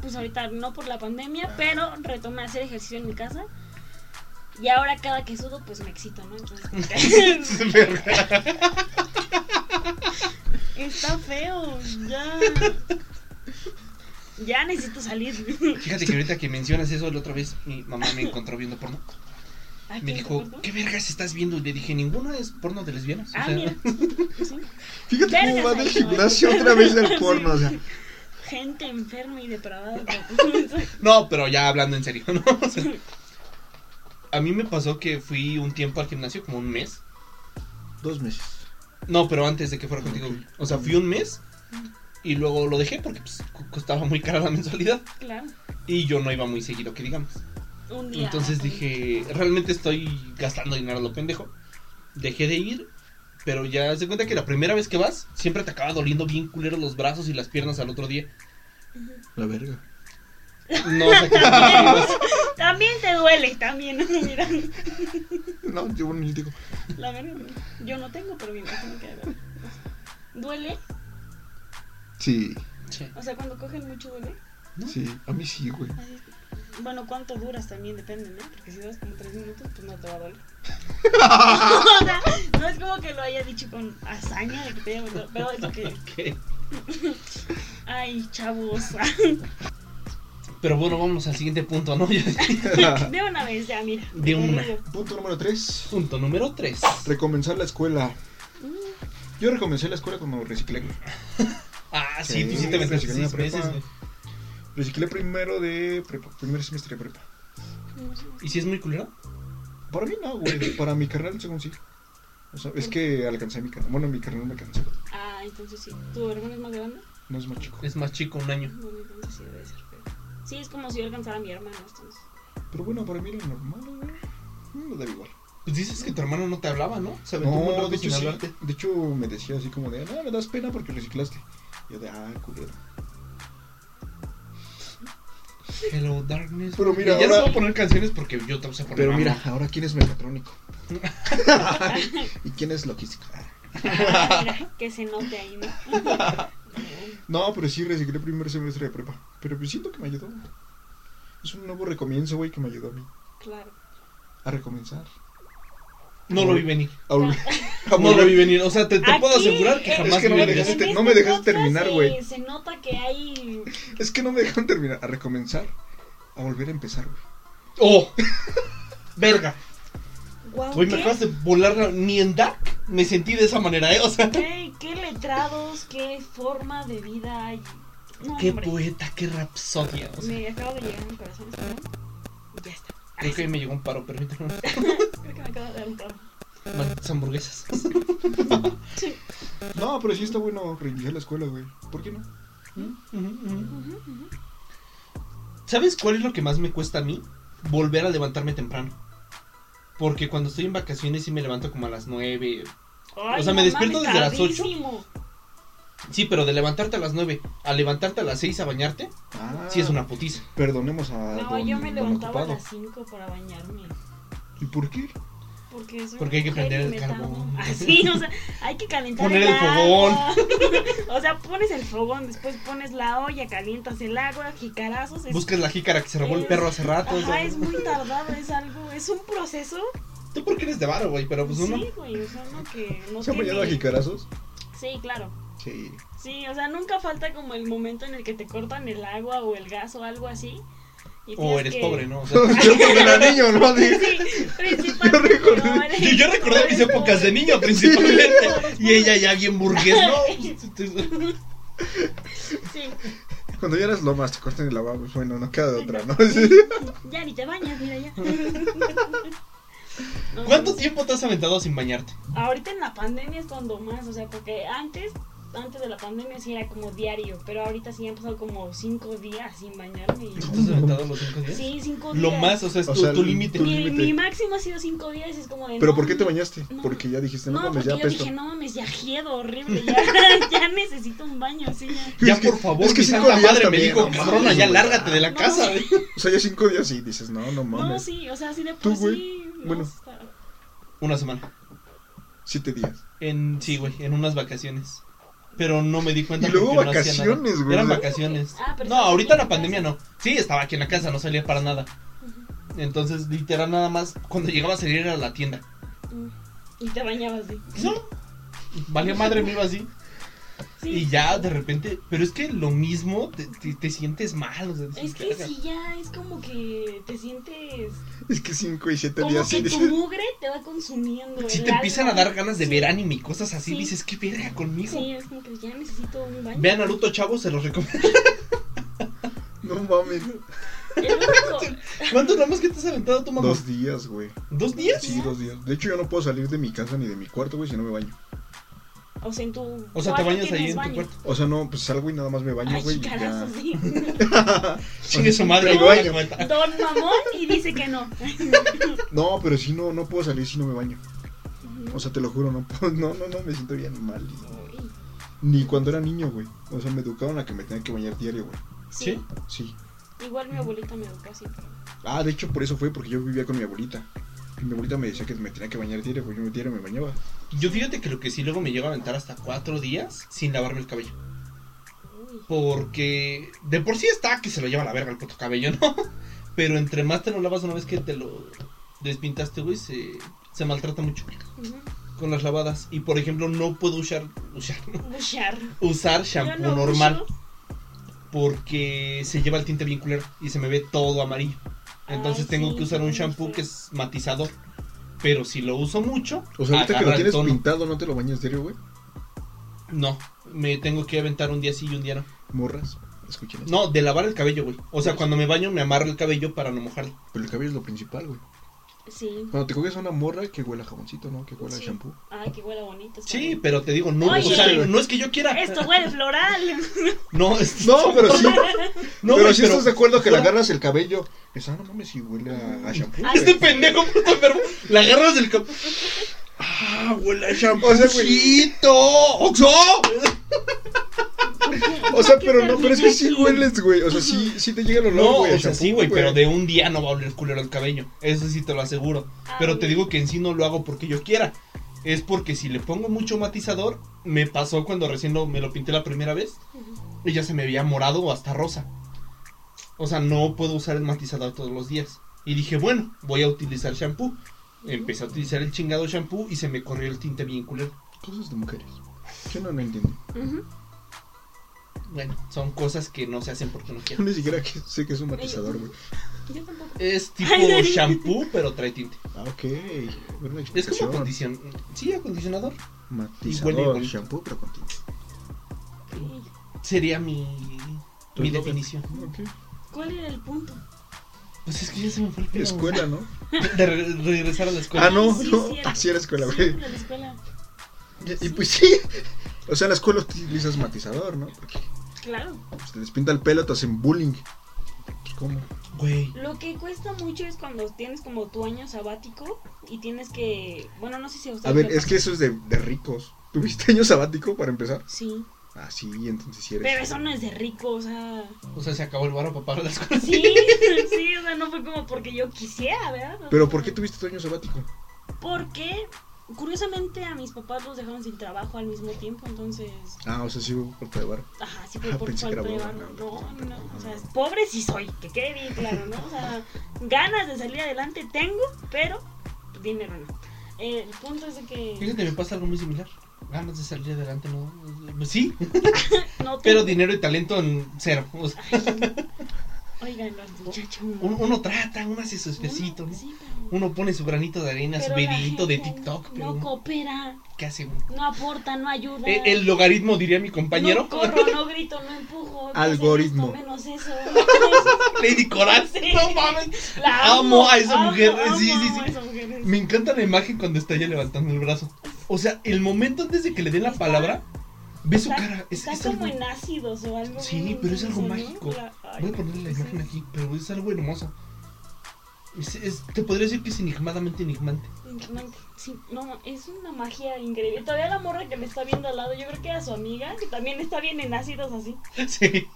Speaker 3: pues ahorita no por la pandemia, pero retomé a hacer ejercicio en mi casa. Y ahora cada que sudo, pues me excito, ¿no? Entonces, está feo, ya. Ya necesito salir.
Speaker 1: Fíjate que ahorita que mencionas eso, la otra vez mi mamá me encontró viendo porno.
Speaker 3: Ay,
Speaker 1: Me
Speaker 3: ¿qué
Speaker 1: dijo,
Speaker 3: te pasó?
Speaker 1: ¿qué vergas estás viendo? Y le dije, ninguna es porno de lesbianas. O
Speaker 3: Ah,
Speaker 1: sea,
Speaker 3: mira. Sí.
Speaker 2: Fíjate cómo
Speaker 3: Vergas,
Speaker 2: va del
Speaker 3: ahí va.
Speaker 2: gimnasio otra vez al porno. O sea,
Speaker 3: Gente enferma y depravada. pues,
Speaker 1: No, pero ya hablando en serio, ¿no? O sea, a mí me pasó que fui un tiempo al gimnasio, como un mes.
Speaker 2: dos meses.
Speaker 1: No, pero antes de que fuera contigo. güey. O sea, fui un mes y luego lo dejé porque pues, cu- costaba muy cara la mensualidad
Speaker 3: claro.
Speaker 1: y yo no iba muy seguido, que digamos.
Speaker 3: Un día.
Speaker 1: Entonces dije, realmente estoy gastando dinero a lo pendejo. Dejé de ir, pero ya se cuenta que la primera vez que vas, siempre te acaba doliendo bien culero los brazos y las piernas al otro día.
Speaker 2: La verga.
Speaker 1: No, o sea, que ibas-
Speaker 3: También te duele, también. Mira,
Speaker 2: No, yo ni digo.
Speaker 3: la verdad, yo no tengo, pero me imagino que duele. duele.
Speaker 2: Sí,
Speaker 1: Sí.
Speaker 3: O sea, cuando cogen mucho duele.
Speaker 2: sí, a mí sí, güey.
Speaker 3: Así- Bueno, cuánto duras también depende, ¿no? Porque si duras como tres minutos, pues no te va a doler. o sea, no es como que lo haya dicho con hazaña de que te haya dolido, pero es lo que.
Speaker 1: Ok.
Speaker 3: Ay, chavos.
Speaker 1: Pero bueno, vamos al siguiente punto, ¿no? Ya-
Speaker 3: De una vez ya, mira.
Speaker 1: De una.
Speaker 3: corrido.
Speaker 2: Punto número 3.
Speaker 1: punto número 3.
Speaker 2: Recomenzar la escuela.
Speaker 3: Mm,
Speaker 2: Yo recomencé la escuela cuando reciclé. güey.
Speaker 1: Ah, sí, tú
Speaker 2: Sí,
Speaker 1: sí te metiste
Speaker 2: reciclé en
Speaker 1: seis
Speaker 2: la
Speaker 1: meses,
Speaker 2: prepa.
Speaker 1: güey.
Speaker 2: Reciclé primero de prepa, primer semestre de prepa.
Speaker 3: no sé.
Speaker 1: ¿Y si es muy culero?
Speaker 2: Para mí no, güey. Para mi carnal, según sí. O sea, es que alcancé a mi carnal. Bueno, mi carnal me alcanzó.
Speaker 3: Ah, entonces sí. ¿Tu hermano es más grande?
Speaker 2: No es más chico.
Speaker 1: Es más chico un año.
Speaker 3: Bueno, entonces sí debe ser feo. Sí, es como si yo alcanzara a mi hermano, entonces.
Speaker 2: Pero bueno, para mí era normal, güey. No me daba igual.
Speaker 1: Pues dices que tu hermano no te hablaba, ¿no? Se aventó un buen
Speaker 2: No,
Speaker 1: rato
Speaker 2: de hecho,
Speaker 1: sin
Speaker 2: sí.
Speaker 1: hablarte.
Speaker 2: de hecho me decía así como de, no, me das pena porque reciclaste. Yo de, ah, culero.
Speaker 1: Hello, darkness.
Speaker 2: Pero mira,
Speaker 1: Y ya no
Speaker 2: ahora-
Speaker 1: voy a poner canciones porque yo te voy a poner
Speaker 2: Pero
Speaker 1: mamá.
Speaker 2: mira, ahora quién es mecatrónico. ¿Y quién es logística?
Speaker 3: Ah, mira, que se note ahí, ¿no?
Speaker 2: No, pero sí reciclé el primer semestre de prepa. Pero pues siento que me ayudó. Es un nuevo recomienzo, güey, que me ayudó a mí.
Speaker 3: Claro.
Speaker 2: A recomenzar.
Speaker 1: No lo vi venir.
Speaker 2: A volver. a
Speaker 1: No lo
Speaker 2: volver.
Speaker 1: vi venir. O sea, te, te puedo
Speaker 3: Aquí,
Speaker 1: asegurar que
Speaker 3: eh,
Speaker 1: jamás
Speaker 2: Es que no
Speaker 1: vi
Speaker 2: me
Speaker 1: venir.
Speaker 2: dejaste-
Speaker 3: en
Speaker 2: no me
Speaker 3: este
Speaker 2: dejaste
Speaker 3: podcast
Speaker 2: terminar,
Speaker 3: se-
Speaker 2: güey.
Speaker 3: Se nota que hay.
Speaker 2: Es que no me dejaron terminar. A recomenzar. A volver a empezar, güey.
Speaker 1: ¡Oh! Verga.
Speaker 3: Guau,
Speaker 1: Hoy
Speaker 3: ¿qué?
Speaker 1: me acabas de volar la- ni en Dark me sentí de esa manera, ¿eh? O sea,
Speaker 3: ¿Qué, qué letrados, qué forma de vida hay. No,
Speaker 1: qué
Speaker 3: hombre,
Speaker 1: poeta, qué rapsodia. O sea,
Speaker 3: Me acaba de llegar a mi corazón. espera. Ya está.
Speaker 1: creo que me llegó un paro, permítame.
Speaker 3: Creo que me acaba de dar un trago.
Speaker 1: Malditas hamburguesas.
Speaker 2: No, pero sí está bueno reiniciar la escuela, güey. ¿Por qué no?
Speaker 1: ¿Sabes cuál es lo que más me cuesta a mí? Volver a levantarme temprano. Porque cuando estoy en vacaciones sí me levanto como a las 9.
Speaker 3: Ay,
Speaker 1: O sea, me
Speaker 3: no
Speaker 1: despierto
Speaker 3: mames,
Speaker 1: desde las ocho.
Speaker 3: tardísimo.
Speaker 1: Sí, pero de levantarte a las 9 a levantarte a las 6 a bañarte,
Speaker 2: Ah,
Speaker 1: sí es una putiza.
Speaker 2: Perdonemos
Speaker 1: Ah,
Speaker 2: a.
Speaker 3: No,
Speaker 2: don-
Speaker 3: yo me
Speaker 2: don
Speaker 3: levantaba a
Speaker 2: ocupado.
Speaker 3: las 5 para bañarme.
Speaker 2: ¿Y por qué?
Speaker 3: Porque, soy
Speaker 1: Porque hay que
Speaker 3: mujer y
Speaker 1: prender el
Speaker 3: me tardo.
Speaker 1: carbón.
Speaker 3: Así, o sea, hay que calentar
Speaker 1: Poner el
Speaker 3: agua. o sea, pones el fogón, después pones la olla, calientas el agua, jicarazos. es-
Speaker 1: Buscas la jícara que se robó el
Speaker 3: es-
Speaker 1: perro hace rato. o
Speaker 3: Ajá,
Speaker 1: sea,
Speaker 3: es muy tardado, es algo, es un proceso.
Speaker 1: Tú porque eres de varo, güey, pero pues uno.
Speaker 3: sí, güey, o sea, no que no
Speaker 2: ¿Se ha
Speaker 3: tiene-
Speaker 2: apoyado a jicarazos?
Speaker 3: Sí, claro.
Speaker 2: Sí.
Speaker 3: Sí, o sea, nunca falta como el momento en el que te cortan el agua o el gas o algo así. y
Speaker 1: O
Speaker 3: tienes
Speaker 1: eres
Speaker 3: que-
Speaker 1: pobre, ¿no? O sea,
Speaker 2: yo porque era niño, ¿no? Dije,
Speaker 3: Sí, principalmente.
Speaker 2: recordé-
Speaker 3: no, eres-
Speaker 1: yo, yo recordé mis
Speaker 3: no eres
Speaker 1: épocas de
Speaker 3: pobre.
Speaker 1: niño principalmente. Y ella ya bien burgués, Pues, ¿no?
Speaker 3: Sí.
Speaker 2: Cuando ya eras lomas, te cortan el agua, pues bueno, no queda de otra, ¿no?
Speaker 3: Ya ni te bañas, mira ya. No,
Speaker 1: ¿Cuánto
Speaker 3: no sé.
Speaker 1: tiempo te has aventado sin bañarte?
Speaker 3: Ahorita en la pandemia es cuando más, o sea, porque antes antes de la pandemia sí era como diario, pero ahorita sí han pasado como cinco días sin bañarme. y-
Speaker 1: ¿Estás aventado los cinco días?
Speaker 3: Sí, cinco días.
Speaker 1: Lo más, o sea, es
Speaker 2: O
Speaker 1: tu,
Speaker 2: sea,
Speaker 1: tu límite.
Speaker 2: tu
Speaker 3: Mi,
Speaker 2: límite.
Speaker 3: mi máximo ha sido cinco días y es como de.
Speaker 2: ¿Pero
Speaker 3: no,
Speaker 2: por qué te
Speaker 3: no,
Speaker 2: bañaste?
Speaker 3: no.
Speaker 2: Porque ya dijiste, no,
Speaker 3: No,
Speaker 2: mames,
Speaker 3: porque
Speaker 2: ya
Speaker 3: yo
Speaker 2: apesto.
Speaker 3: dije, no mames, ya giedo, horrible, ya, ya necesito un baño, sí, ya.
Speaker 1: Ya,
Speaker 2: Es que-
Speaker 1: por favor,
Speaker 2: es que
Speaker 1: mi
Speaker 2: cinco
Speaker 1: santa
Speaker 2: días
Speaker 1: madre
Speaker 2: también,
Speaker 1: me dijo,
Speaker 2: no
Speaker 1: cabrona,
Speaker 2: mames,
Speaker 1: ya
Speaker 2: güey.
Speaker 1: lárgate de la
Speaker 3: No,
Speaker 1: casa.
Speaker 3: sí.
Speaker 1: güey".
Speaker 2: O sea, ya cinco días y dices, no, no mames.
Speaker 3: No, sí, o sea, así de
Speaker 2: Tú,
Speaker 3: por
Speaker 2: güey.
Speaker 3: sí. no,
Speaker 2: Bueno.
Speaker 3: está-
Speaker 1: Una semana.
Speaker 2: Siete días.
Speaker 1: En, sí, güey, en unas vacaciones. Pero no me di cuenta
Speaker 2: Y luego
Speaker 1: porque no hacía nada.
Speaker 2: vacaciones, güey,
Speaker 1: Eran
Speaker 2: o sea.
Speaker 1: vacaciones.
Speaker 3: Ah, pero
Speaker 1: No,
Speaker 3: estabas
Speaker 1: ahorita
Speaker 3: aquí
Speaker 1: la
Speaker 3: en la
Speaker 1: pandemia no. Sí, estaba aquí en la casa, no salía para nada. Entonces, literal, nada más, cuando llegaba a salir a la tienda.
Speaker 3: Mm. Y te bañabas, sí.
Speaker 1: No. Valía madre, me iba así.
Speaker 3: Sí.
Speaker 1: Y ya de repente, pero es que lo mismo te, te- te sientes mal. o sea, dices,
Speaker 3: Es que
Speaker 1: "Verga".
Speaker 3: si ya es como que te sientes.
Speaker 2: Es que cinco y siete
Speaker 3: Como
Speaker 2: días sí
Speaker 3: que tu
Speaker 2: dices.
Speaker 3: mugre te va consumiendo.
Speaker 1: Si
Speaker 3: el
Speaker 1: te empiezan a
Speaker 3: alma.
Speaker 1: dar ganas de
Speaker 3: Sí,
Speaker 1: ver anime y cosas así,
Speaker 3: Sí.
Speaker 1: dices, qué verga conmigo.
Speaker 3: Sí, es como que ya necesito un baño.
Speaker 1: Vean Naruto, chavos, se los recomiendo.
Speaker 2: No mames.
Speaker 3: El único-
Speaker 1: ¿Cuánto nada más que te has aventado tu mamá?
Speaker 2: Dos días, güey.
Speaker 1: ¿Dos días?
Speaker 2: Sí, dos días. De hecho, yo no puedo salir de mi casa ni de mi cuarto, güey, si no me baño.
Speaker 3: O sea, en tu.
Speaker 1: O sea, te
Speaker 3: cuarto
Speaker 1: bañas ahí
Speaker 3: tienes
Speaker 1: en tu
Speaker 3: baño.
Speaker 1: cuarto.
Speaker 2: O sea, no, pues salgo y nada más me baño, güey.
Speaker 3: Ay,
Speaker 2: y
Speaker 3: carajo,
Speaker 2: ya.
Speaker 3: sí.
Speaker 1: Chingue su madre,
Speaker 2: Pero
Speaker 1: no me da
Speaker 2: baño.
Speaker 1: cuenta.
Speaker 3: Don Mamón y dice que no.
Speaker 2: No, pero si no, no puedo salir si no me baño. O sea, te lo juro, no puedo. No, no, no, me siento bien mal. Ni cuando era niño, güey. O sea, me educaron a que me tenía que bañar diario, güey.
Speaker 1: ¿Sí?
Speaker 2: Sí.
Speaker 3: Igual mi abuelita me educó así, pero.
Speaker 2: Ah, de hecho, por eso fue porque yo vivía con mi abuelita. Y mi abuelita me decía que me tenía que bañar diario, güey. Yo me diario me bañaba.
Speaker 1: Yo fíjate que lo que sí luego me llego a aventar hasta cuatro días sin lavarme el cabello.
Speaker 3: Uy.
Speaker 1: Porque de por sí está que se lo lleva a la verga el puto cabello, ¿no? Pero entre más te lo lavas una vez que te lo despintaste, güey, se, se maltrata mucho
Speaker 3: Ujú.
Speaker 1: con las lavadas. Y por ejemplo, no puedo usar, usar,
Speaker 3: Buchar.
Speaker 1: usar
Speaker 3: Yo
Speaker 1: shampoo
Speaker 3: no
Speaker 1: normal
Speaker 3: uso.
Speaker 1: porque se lleva el tinte bien culero y se me ve todo amarillo. Entonces
Speaker 3: Ay,
Speaker 1: tengo
Speaker 3: sí,
Speaker 1: que usar un
Speaker 3: sí,
Speaker 1: shampoo
Speaker 3: sí.
Speaker 1: que es matizador. Pero si lo uso mucho,
Speaker 2: O sea, ahorita que
Speaker 1: agarra
Speaker 2: lo
Speaker 1: el
Speaker 2: tienes
Speaker 1: tono.
Speaker 2: pintado, ¿no te lo bañas diario, güey?
Speaker 1: No, me tengo que aventar un día sí y un día no.
Speaker 2: Morras, escuchen esto.
Speaker 1: No, de lavar el cabello, güey. O sea, cuando me baño me amarro el cabello para no mojarlo.
Speaker 2: Pero el cabello es lo principal, güey.
Speaker 3: Sí.
Speaker 2: Cuando te coges a una morra, que huela jaboncito, ¿no? Que huela
Speaker 3: Sí.
Speaker 2: shampoo.
Speaker 3: Ay, que huele bonito. está
Speaker 1: Sí,
Speaker 3: bien.
Speaker 1: pero te digo, no,
Speaker 3: Oye.
Speaker 1: o sea, no es que yo quiera.
Speaker 3: Esto huele floral.
Speaker 1: No, es-
Speaker 2: No, pero sí.
Speaker 1: no,
Speaker 2: pero
Speaker 1: güey,
Speaker 2: si estás de acuerdo que le
Speaker 1: fuera-
Speaker 2: agarras el cabello. Pues, ah, no mames, si huele a, a shampoo.
Speaker 3: Ay,
Speaker 1: Este pendejo puto enfermo, la agarras del cap. Ah, huele a shampoo.
Speaker 2: O sea, güey.
Speaker 1: Chito, Oxo.
Speaker 2: O sea,
Speaker 3: ¿Qué
Speaker 2: pero no, pero es que sí
Speaker 3: termina aquí?
Speaker 2: hueles, güey. O sea, sí, sí te llega el olor,
Speaker 1: No,
Speaker 2: güey. a
Speaker 1: o sea,
Speaker 2: shampoo,
Speaker 1: sí, güey, pero de un día no va a oler culero el cabello. Eso sí te lo aseguro. Pero te
Speaker 3: Ay.
Speaker 1: digo que en sí no lo hago porque yo quiera. Es porque si le pongo mucho matizador, me pasó cuando recién lo- me lo pinté la primera vez
Speaker 3: Ujú.
Speaker 1: y ya se me veía morado o hasta rosa. O sea, no puedo usar el matizador todos los días. Y dije, bueno, voy a utilizar shampoo. Empecé a utilizar el chingado shampoo y se me corrió el tinte bien culero.
Speaker 2: Cosas de mujeres. Yo no lo entiendo.
Speaker 3: Ujú.
Speaker 1: Bueno, son cosas que no se hacen porque no
Speaker 2: Yo
Speaker 1: quiero.
Speaker 2: ni siquiera que- sé que es un matizador, güey.
Speaker 3: Yo tampoco.
Speaker 1: Es tipo
Speaker 3: Ay, Darío.
Speaker 1: shampoo, pero trae tinte.
Speaker 2: Ah, ok. Buena
Speaker 1: Es como
Speaker 2: explicación.
Speaker 1: acondicionador. Sí, acondicionador.
Speaker 2: Matizador,
Speaker 1: Y huele igualito.
Speaker 2: shampoo, pero contigo.
Speaker 3: Sí.
Speaker 1: Sería mi,
Speaker 2: Tu
Speaker 1: mi
Speaker 2: eslogan.
Speaker 1: definición.
Speaker 2: Ok.
Speaker 3: ¿Cuál era el punto?
Speaker 1: Pues es que ya se me fue el pedo.
Speaker 2: Escuela, ¿no?
Speaker 1: De re- regresar a la escuela.
Speaker 2: Ah, no,
Speaker 3: Sí,
Speaker 2: no.
Speaker 3: sí era.
Speaker 2: Así era escuela,
Speaker 3: Sí,
Speaker 2: güey.
Speaker 3: de la escuela.
Speaker 2: Y, y pues sí. O sea, en la escuela utilizas matizador, ¿no? Porque
Speaker 3: Claro.
Speaker 2: pues, te despinta el pelo, te hacen bullying. Pues, ¿Cómo?
Speaker 1: Güey.
Speaker 3: Lo que cuesta mucho es cuando tienes como tu año sabático y tienes que. Bueno, no sé si a
Speaker 2: A
Speaker 3: ustedes.
Speaker 2: ver,
Speaker 3: les
Speaker 2: es que eso es de, de ricos. ¿Tuviste año sabático para empezar?
Speaker 3: pasa. Sí.
Speaker 2: Ah, sí, entonces sí eres.
Speaker 3: Pero eso no es de rico, o sea.
Speaker 1: O sea, se acabó el varo para pagar la escuela.
Speaker 3: Sí, sí, o sea, no fue como porque yo quisiera, ¿verdad?
Speaker 2: ¿Pero por qué tuviste tu año sabático?
Speaker 3: Porque, curiosamente, a mis papás los dejaron sin trabajo al mismo tiempo, entonces.
Speaker 2: Ah, o sea, sí hubo corte de bar.
Speaker 3: Ajá, sí fue
Speaker 2: Ah,
Speaker 3: por
Speaker 2: pensé que
Speaker 3: falta
Speaker 2: era
Speaker 3: de
Speaker 2: broma,
Speaker 3: barro.
Speaker 2: no,
Speaker 3: No,
Speaker 2: no,
Speaker 3: no,
Speaker 2: no.
Speaker 3: o sea, pobre sí soy, que quede bien claro, ¿no? O sea, ganas de salir adelante tengo, pero dinero no. Eh, el punto es de que
Speaker 1: Fíjate, me pasa algo muy similar. Ganas de salir adelante, ¿no? Pues Sí,
Speaker 3: no tengo.
Speaker 1: pero dinero y talento en cero. O sea,
Speaker 3: Oigan, los muchachos.
Speaker 1: uno, uno trata, uno hace su especito, ¿no?
Speaker 3: Sí, pero-
Speaker 1: Uno pone su granito de arena, su
Speaker 3: pero la
Speaker 1: videito de
Speaker 3: gente
Speaker 1: TikTok, pero
Speaker 3: No coopera,
Speaker 1: ¿qué hace uno?
Speaker 3: no aporta, no ayuda.
Speaker 1: Eh, El logaritmo, diría mi compañero.
Speaker 3: No corro, no grito, no empujo. ¿qué es
Speaker 2: Algoritmo.
Speaker 3: esto? menos eso.
Speaker 1: Lady Coral.
Speaker 3: Sí.
Speaker 1: No mames.
Speaker 3: La
Speaker 1: Amo a esa mujer, sí,
Speaker 3: amo
Speaker 1: sí, sí.
Speaker 3: a esa mujer.
Speaker 1: Me encanta la imagen cuando está ella levantando el brazo. O sea, el momento antes de que le den la palabra, Ve su
Speaker 3: Está-
Speaker 1: cara. Es,
Speaker 3: está
Speaker 1: es
Speaker 3: como
Speaker 1: algo...
Speaker 3: en ácidos o algo.
Speaker 1: Sí,
Speaker 3: bien
Speaker 1: pero es algo
Speaker 3: intenso, ¿no?
Speaker 1: mágico.
Speaker 3: La- ay,
Speaker 1: Voy a ponerle la
Speaker 3: sí.
Speaker 1: imagen aquí, pero es algo hermoso. Es- es- te podría decir que es enigmadamente enigmante.
Speaker 3: Enigmante. Sí, no, no, es una magia increíble. Todavía la morra que me está viendo al lado, yo creo que era su amiga, que también está bien en ácidos así.
Speaker 1: Sí.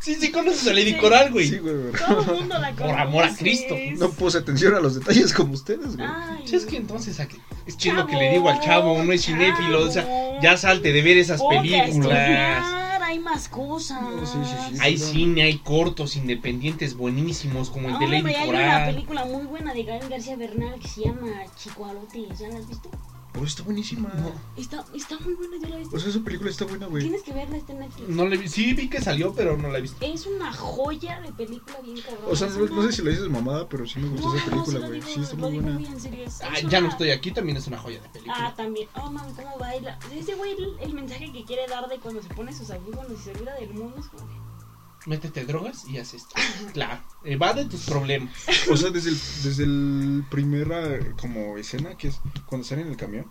Speaker 1: Sí, sí, conoces a Lady
Speaker 3: Sí.
Speaker 1: Coral, güey.
Speaker 2: Sí, güey, pero
Speaker 3: Todo el mundo la
Speaker 1: Por
Speaker 3: conoce.
Speaker 1: amor a Cristo.
Speaker 2: No puse atención a los detalles como ustedes, güey.
Speaker 3: Ay,
Speaker 1: Sí, es que entonces ¿a qué? es chido
Speaker 3: chavo,
Speaker 1: que le digo al chavo, uno es cinéfilo, o sea,
Speaker 3: chavo.
Speaker 1: ya salte de ver esas
Speaker 3: Ponte a
Speaker 1: películas.
Speaker 3: estudiar, hay más cosas.
Speaker 2: No, sí, sí, sí.
Speaker 1: Hay cine, hay cortos independientes buenísimos como el de
Speaker 3: Ah, Hombre,
Speaker 1: Lady
Speaker 3: hay una
Speaker 1: Coral.
Speaker 3: película muy buena de Gael García Bernal que se llama Chicuarote. ¿Ya la has visto?
Speaker 2: Pero Oh, está buenísima.
Speaker 3: Está, está muy buena, yo la he visto.
Speaker 2: O sea, esa película está buena, güey.
Speaker 3: Tienes que verla, está en Netflix.
Speaker 1: No le vi, sí vi que salió, pero no la he visto.
Speaker 3: Es una joya de película bien cabrón.
Speaker 2: O sea, no, no sé si lo dices mamada, pero sí me gustó esa película, güey.
Speaker 3: No,
Speaker 2: Sí,
Speaker 3: sí,
Speaker 2: está
Speaker 3: lo
Speaker 2: muy
Speaker 3: digo, lo digo muy
Speaker 2: buena.
Speaker 3: en serio. es-
Speaker 1: Ah,
Speaker 3: es
Speaker 1: ya
Speaker 3: una-
Speaker 1: no estoy aquí, también es una joya de
Speaker 3: Ah,
Speaker 1: película.
Speaker 3: también. Oh, mami, cómo baila. Ese güey, el, el mensaje que quiere dar de cuando se pone sus audífonos y se olvida del mundo es como de,
Speaker 1: Métete drogas y haz esto. Claro, evade tus problemas.
Speaker 2: O sea, desde el, desde el primera eh, como escena que es cuando están en el camión.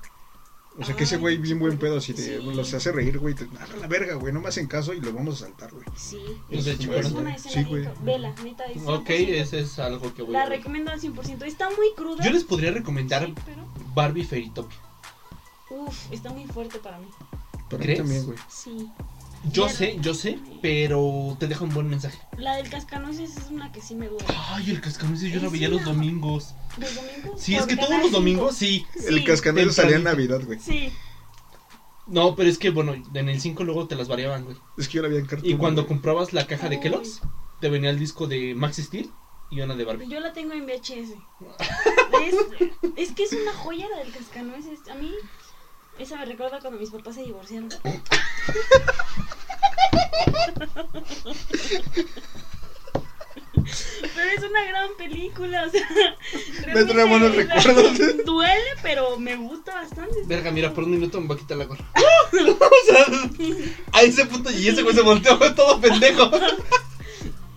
Speaker 2: O sea, que ese
Speaker 3: Ay,
Speaker 2: güey bien buen pedo, así de,
Speaker 3: sí.
Speaker 2: los hace reír, güey. te- "Ah, la verga, güey, no me hacen caso y lo vamos a saltar, güey.
Speaker 3: Sí.
Speaker 1: Los de
Speaker 2: Sí,
Speaker 1: Chicuarote.
Speaker 3: Es una
Speaker 2: güey.
Speaker 3: escena
Speaker 2: Sí,
Speaker 3: bien
Speaker 2: güey.
Speaker 3: ca- Vela, neta. es
Speaker 1: Ok,
Speaker 3: 100%.
Speaker 1: ese es algo que voy
Speaker 3: La
Speaker 1: a ver.
Speaker 3: recomiendo al 100%. Está muy cruda.
Speaker 1: Yo les podría recomendar
Speaker 3: Sí, pero...
Speaker 1: Barbie Fairytopia.
Speaker 3: Uf, está muy fuerte para mí.
Speaker 2: Para
Speaker 1: ¿Crees?
Speaker 2: mí también, güey.
Speaker 3: Sí.
Speaker 1: Yo
Speaker 3: Ya.
Speaker 1: sé, yo sé, pero te deja un buen mensaje.
Speaker 3: La del cascanueces es una que sí me duele.
Speaker 1: Ay, el cascanueces yo la
Speaker 3: Es
Speaker 1: veía los
Speaker 3: una-
Speaker 1: domingos.
Speaker 3: Los domingos.
Speaker 1: Sí, es
Speaker 3: por
Speaker 1: que
Speaker 3: cada
Speaker 1: todos los
Speaker 3: cinco.
Speaker 1: domingos sí.
Speaker 2: Pues El
Speaker 3: Sí.
Speaker 2: cascanero salía en
Speaker 1: Tempranito.
Speaker 2: Navidad, güey.
Speaker 3: Sí.
Speaker 1: No, pero es que bueno, en el 5 luego te las variaban, güey.
Speaker 2: Es que yo la vi en cartón.
Speaker 1: Y cuando
Speaker 2: güey.
Speaker 1: comprabas la caja de
Speaker 3: Ay.
Speaker 1: Kellogg's, te venía el disco de Max Steel y una de Barbie.
Speaker 3: Yo la tengo en VHS. es, es que es una joya la del cascanueces. A mí, esa me recuerda cuando mis papás se divorciaron. Pero es una gran película, o sea.
Speaker 2: Me trae buenos
Speaker 3: realmente
Speaker 2: recuerdos.
Speaker 3: Duele, pero me gusta bastante.
Speaker 1: Verga, mira, por un minuto me va a quitar la gorra. o sea, a ese punto y ese güey se volteó todo pendejo.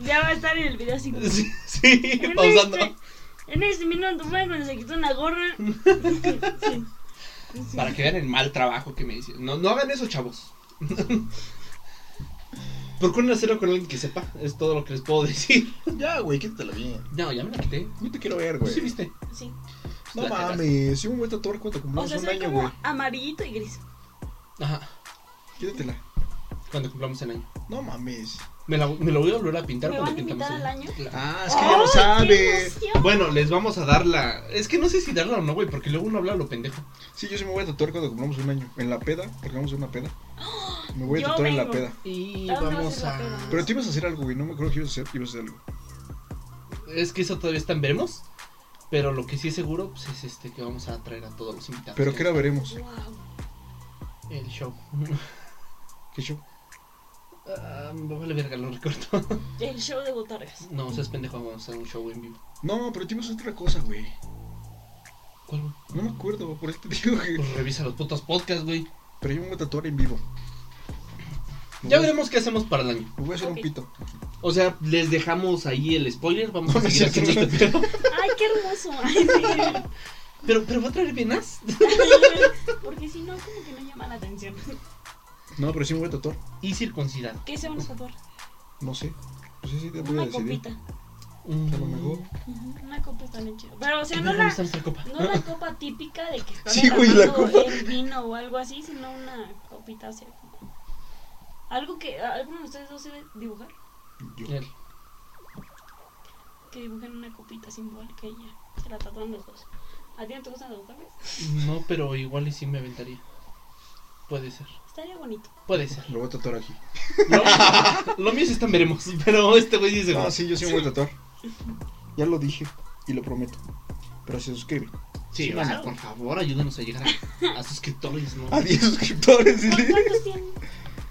Speaker 3: Ya va a estar en el video así.
Speaker 1: Sí, sí,
Speaker 3: En
Speaker 1: pausando.
Speaker 3: este- en este minuto fue cuando se quitó una gorra. Sí. Sí.
Speaker 1: Para que vean el mal trabajo que me dicen. No, no hagan eso, chavos. Procuren hacerlo con alguien que sepa. Es todo lo que les puedo decir.
Speaker 2: Ya, güey, quítatela bien.
Speaker 1: No, ya me la quité.
Speaker 2: Yo te quiero ver,
Speaker 1: ¿Tú
Speaker 2: güey.
Speaker 1: sí viste?
Speaker 3: Sí.
Speaker 2: No
Speaker 1: La cagaste.
Speaker 2: mames, sí me voy a tatuar cuando
Speaker 3: O
Speaker 2: cumplamos
Speaker 3: sea,
Speaker 2: un
Speaker 3: soy
Speaker 2: año,
Speaker 3: como
Speaker 2: güey.
Speaker 3: amarillito y gris.
Speaker 1: Ajá.
Speaker 2: Quítatela.
Speaker 1: Cuando cumplamos el año.
Speaker 2: No mames.
Speaker 1: Me, la- me lo voy a volver a pintar
Speaker 3: ¿Me
Speaker 1: cuando
Speaker 3: van a
Speaker 1: pintamos
Speaker 3: invitar
Speaker 1: el Ah,
Speaker 3: al año?
Speaker 2: Ah, es que ya lo sabe.
Speaker 1: Bueno, les vamos a dar la. Es que no sé si darla o no, güey, porque luego uno habla lo pendejo.
Speaker 2: Sí, yo sí me voy a tatuar cuando cumplamos un año. En la peda, porque vamos a una peda. Me voy a
Speaker 3: Yo
Speaker 2: tatuar en la
Speaker 3: vengo.
Speaker 2: peda.
Speaker 1: Y
Speaker 3: ¿A dónde
Speaker 1: vamos
Speaker 3: vas a
Speaker 1: a.
Speaker 3: ir la peda?
Speaker 2: Pero tú ibas a hacer algo, güey. No me acuerdo que ibas a hacer. Ibas a hacer algo.
Speaker 3: Ah,
Speaker 1: Es que eso todavía está en veremos. Pero lo que sí es seguro pues, es este que vamos a traer a todos los invitados.
Speaker 2: Pero que era veremos.
Speaker 3: Wow.
Speaker 1: El show.
Speaker 2: ¿Qué show?
Speaker 1: Ah, me vale verga, lo recuerdo.
Speaker 3: El show de botargas.
Speaker 1: No, o sea, es pendejo, vamos a hacer un show en vivo.
Speaker 2: No, pero tú ibas a hacer otra cosa, güey.
Speaker 1: ¿Cuál, güey?
Speaker 2: No me acuerdo, por eso te digo que.
Speaker 1: Pues revisa los putos podcasts, güey.
Speaker 2: Pero yo me voy a tatuar en vivo. Me
Speaker 1: Ya
Speaker 2: voy a-
Speaker 1: veremos qué hacemos para el año.
Speaker 2: Me voy a hacer
Speaker 3: Ok.
Speaker 2: un pito.
Speaker 1: O sea, les dejamos ahí el spoiler. Vamos a
Speaker 2: No, no es
Speaker 1: seguir
Speaker 2: cierto.
Speaker 1: haciendo este pedo.
Speaker 3: Ay, qué hermoso. Ay, sí.
Speaker 1: Pero, pero va a traer venas.
Speaker 3: Porque si no, como que no llama la atención.
Speaker 2: No, pero sí me voy a tatuar.
Speaker 1: Y circuncidado.
Speaker 3: ¿Qué se van a tatuar?
Speaker 2: No sé. Pues sí, sí, te voy a
Speaker 3: Una
Speaker 2: decidir.
Speaker 3: copita.
Speaker 2: A lo mejor.
Speaker 3: Ujú, Una copa está bien chida. Pero, o sea,
Speaker 1: ¿Qué
Speaker 3: no
Speaker 1: verga
Speaker 3: la,
Speaker 1: está nuestra copa?
Speaker 3: no la copa típica de que están
Speaker 2: Sí, güey, la
Speaker 3: derramando
Speaker 2: copa.
Speaker 3: el vino o algo así, sino una copita, o sea, como- Algo que ah, alguno de ustedes dos sabe dibujar.
Speaker 2: Yo.
Speaker 1: Él.
Speaker 3: Que dibujen una copita simbólica y ya. Se la tatúan los dos. ¿A ti no te gustan los tatuajes?
Speaker 1: No, pero igual y sí me aventaría. Puede ser.
Speaker 3: Estaría bonito.
Speaker 1: Puede ser.
Speaker 2: Lo voy a tatuar aquí.
Speaker 1: Lo, lo mío sí están veremos. Pero este güey dice.
Speaker 2: Ah, sí, yo sí me voy a tatuar. Ya lo dije y lo prometo. Pero se suscribe.
Speaker 1: Sí,
Speaker 3: claro.
Speaker 1: bueno, por favor, ayúdanos a llegar a, a suscriptores, ¿no?
Speaker 2: A 10 Ah, suscriptores.
Speaker 3: ¿Cu-
Speaker 2: dile.
Speaker 3: ¿Cuántos tienen?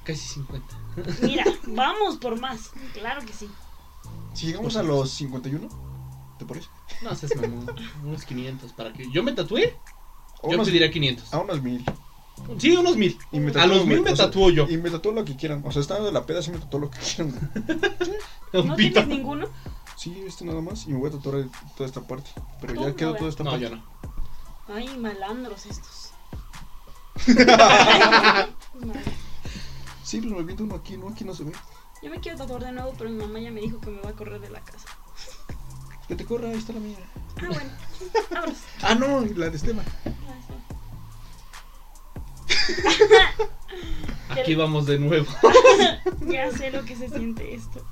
Speaker 1: Casi 50.
Speaker 3: Mira, vamos por más. Claro que sí.
Speaker 2: Si llegamos a los 51, ¿te parece?
Speaker 1: No seas mamón. Unos 500 para que. Yo me tatué.
Speaker 2: A
Speaker 1: yo
Speaker 2: unos,
Speaker 1: pediría 500.
Speaker 2: a unos mil.
Speaker 1: Sí, unos 1000.
Speaker 2: Y me
Speaker 1: A
Speaker 2: tatúo,
Speaker 1: los 1000
Speaker 2: güey,
Speaker 1: me
Speaker 2: o sea,
Speaker 1: tatúo yo.
Speaker 2: Y me tatúo lo que quieran. O sea, estando de la peda, sí me tatúo lo que quieran. güey.
Speaker 3: ¿No
Speaker 1: Pito.
Speaker 3: tienes ninguno?
Speaker 2: Sí, esto nada más. Y me voy a tatuar el- toda esta parte. Pero
Speaker 3: Tú,
Speaker 2: ya quedó
Speaker 3: no,
Speaker 2: toda esta
Speaker 1: No,
Speaker 2: parte.
Speaker 1: yo no.
Speaker 3: Ay, malandros estos. Mal-
Speaker 2: Sí, pues me aviento uno aquí, no, aquí no se ve.
Speaker 3: Yo me quiero tatuar de nuevo, pero mi mamá ya me dijo que me va a correr de la casa.
Speaker 2: Que te corra, ahí está la mía.
Speaker 3: Ah, bueno. Vámonos.
Speaker 2: Ah, no, y la de Esteban.
Speaker 1: Aquí vamos de nuevo.
Speaker 3: Ya sé lo que se siente esto.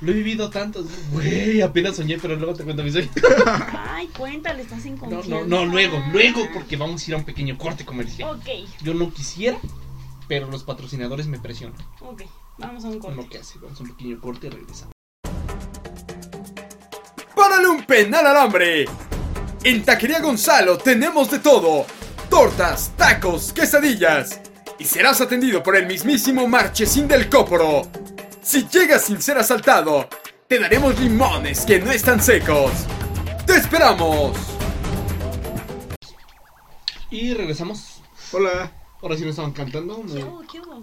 Speaker 1: Lo he vivido tanto. Güey, apenas soñé, pero luego te cuento mi sueño.
Speaker 3: Ay, cuéntale, estás en
Speaker 1: No,
Speaker 3: confianza.
Speaker 1: no, no, luego,
Speaker 3: Ah.
Speaker 1: luego, porque vamos a ir a un pequeño corte comercial.
Speaker 3: Ok,
Speaker 1: Yo no quisiera, pero los patrocinadores me presionan
Speaker 3: ok. Vamos a un
Speaker 1: con
Speaker 3: corte.
Speaker 1: lo que hace. Vamos a un pequeño corte y regresamos.
Speaker 4: ¡Párale un penal al hambre! En Taquería Gonzalo tenemos de todo: tortas, tacos, quesadillas. Y serás atendido por el mismísimo Marchesín del Cóporo. Si llegas sin ser asaltado, te daremos limones que no están secos. ¡Te esperamos!
Speaker 1: Y regresamos.
Speaker 2: Hola.
Speaker 1: Ahora sí nos estaban cantando.
Speaker 3: ¿Qué
Speaker 1: no-
Speaker 3: hubo? ¿Qué hubo?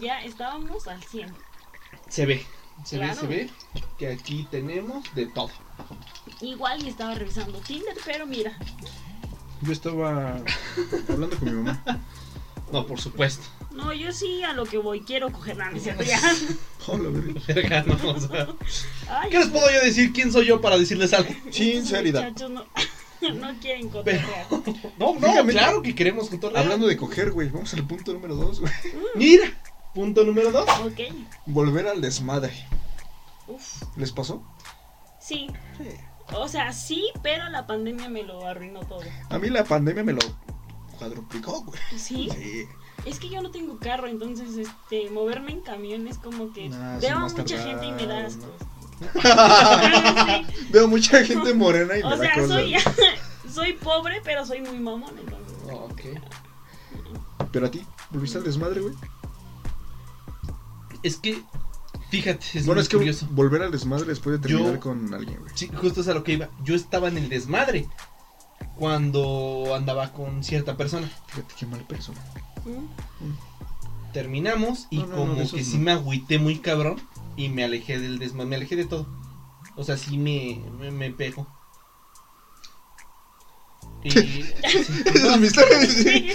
Speaker 3: Ya estábamos al 100.
Speaker 1: Se ve, se
Speaker 3: Claro.
Speaker 1: ve, se ve que aquí tenemos de todo.
Speaker 3: Igual y estaba revisando Tinder, pero mira.
Speaker 2: Yo estaba hablando con mi mamá.
Speaker 1: No, por supuesto.
Speaker 3: No, yo sí a lo que voy quiero coger nada, ¿no es cierto? Ya.
Speaker 2: Hola, bebé.
Speaker 1: Verga, no, o sea,
Speaker 3: Ay,
Speaker 1: ¿Qué les puedo yo decir? ¿Quién soy yo para decirles algo?
Speaker 2: Sinceridad.
Speaker 3: Muchachos, no, no quieren cotejar.
Speaker 1: No, no,
Speaker 2: Fíjame.
Speaker 1: claro que queremos controlar.
Speaker 2: Hablando de coger, güey, vamos al punto número dos, güey.
Speaker 1: Mira, punto número dos.
Speaker 3: Mm, Ok.
Speaker 2: Volver al desmadre.
Speaker 3: Uf.
Speaker 2: ¿Les pasó?
Speaker 3: Sí. O sea, sí, pero la pandemia me lo arruinó todo.
Speaker 2: A mí la pandemia me lo cuadruplicó, güey.
Speaker 3: Sí.
Speaker 2: Sí.
Speaker 3: Es que yo no tengo carro, entonces este moverme en camión es como que
Speaker 2: Nah, sí,
Speaker 3: veo a
Speaker 2: más
Speaker 3: mucha
Speaker 2: tardar,
Speaker 3: gente y me da asco.
Speaker 2: ¿no?
Speaker 3: Ah, sí.
Speaker 2: Veo mucha gente morena y me
Speaker 3: O
Speaker 2: da
Speaker 3: sea,
Speaker 2: cosa.
Speaker 3: soy, soy pobre, pero soy muy mamón, entonces.
Speaker 1: Ok.
Speaker 2: Pero a ti, ¿volviste al desmadre, güey?
Speaker 1: Es que, fíjate, es
Speaker 2: bueno,
Speaker 1: muy
Speaker 2: es que
Speaker 1: curioso.
Speaker 2: volver al desmadre después de terminar
Speaker 1: Yo-
Speaker 2: con alguien, güey.
Speaker 1: Sí, justo es a lo que iba. Yo estaba en el desmadre cuando andaba con cierta persona.
Speaker 2: Fíjate qué mal persona.
Speaker 3: ¿Mm?
Speaker 1: Terminamos y
Speaker 2: No, no, no,
Speaker 1: como
Speaker 2: de esos
Speaker 1: que sí
Speaker 2: no.
Speaker 1: me agüité muy cabrón y me alejé del desmadre, me alejé de todo. O sea, sí me, me, me pegó. Y, sí.
Speaker 2: Esa es mi historia. sí.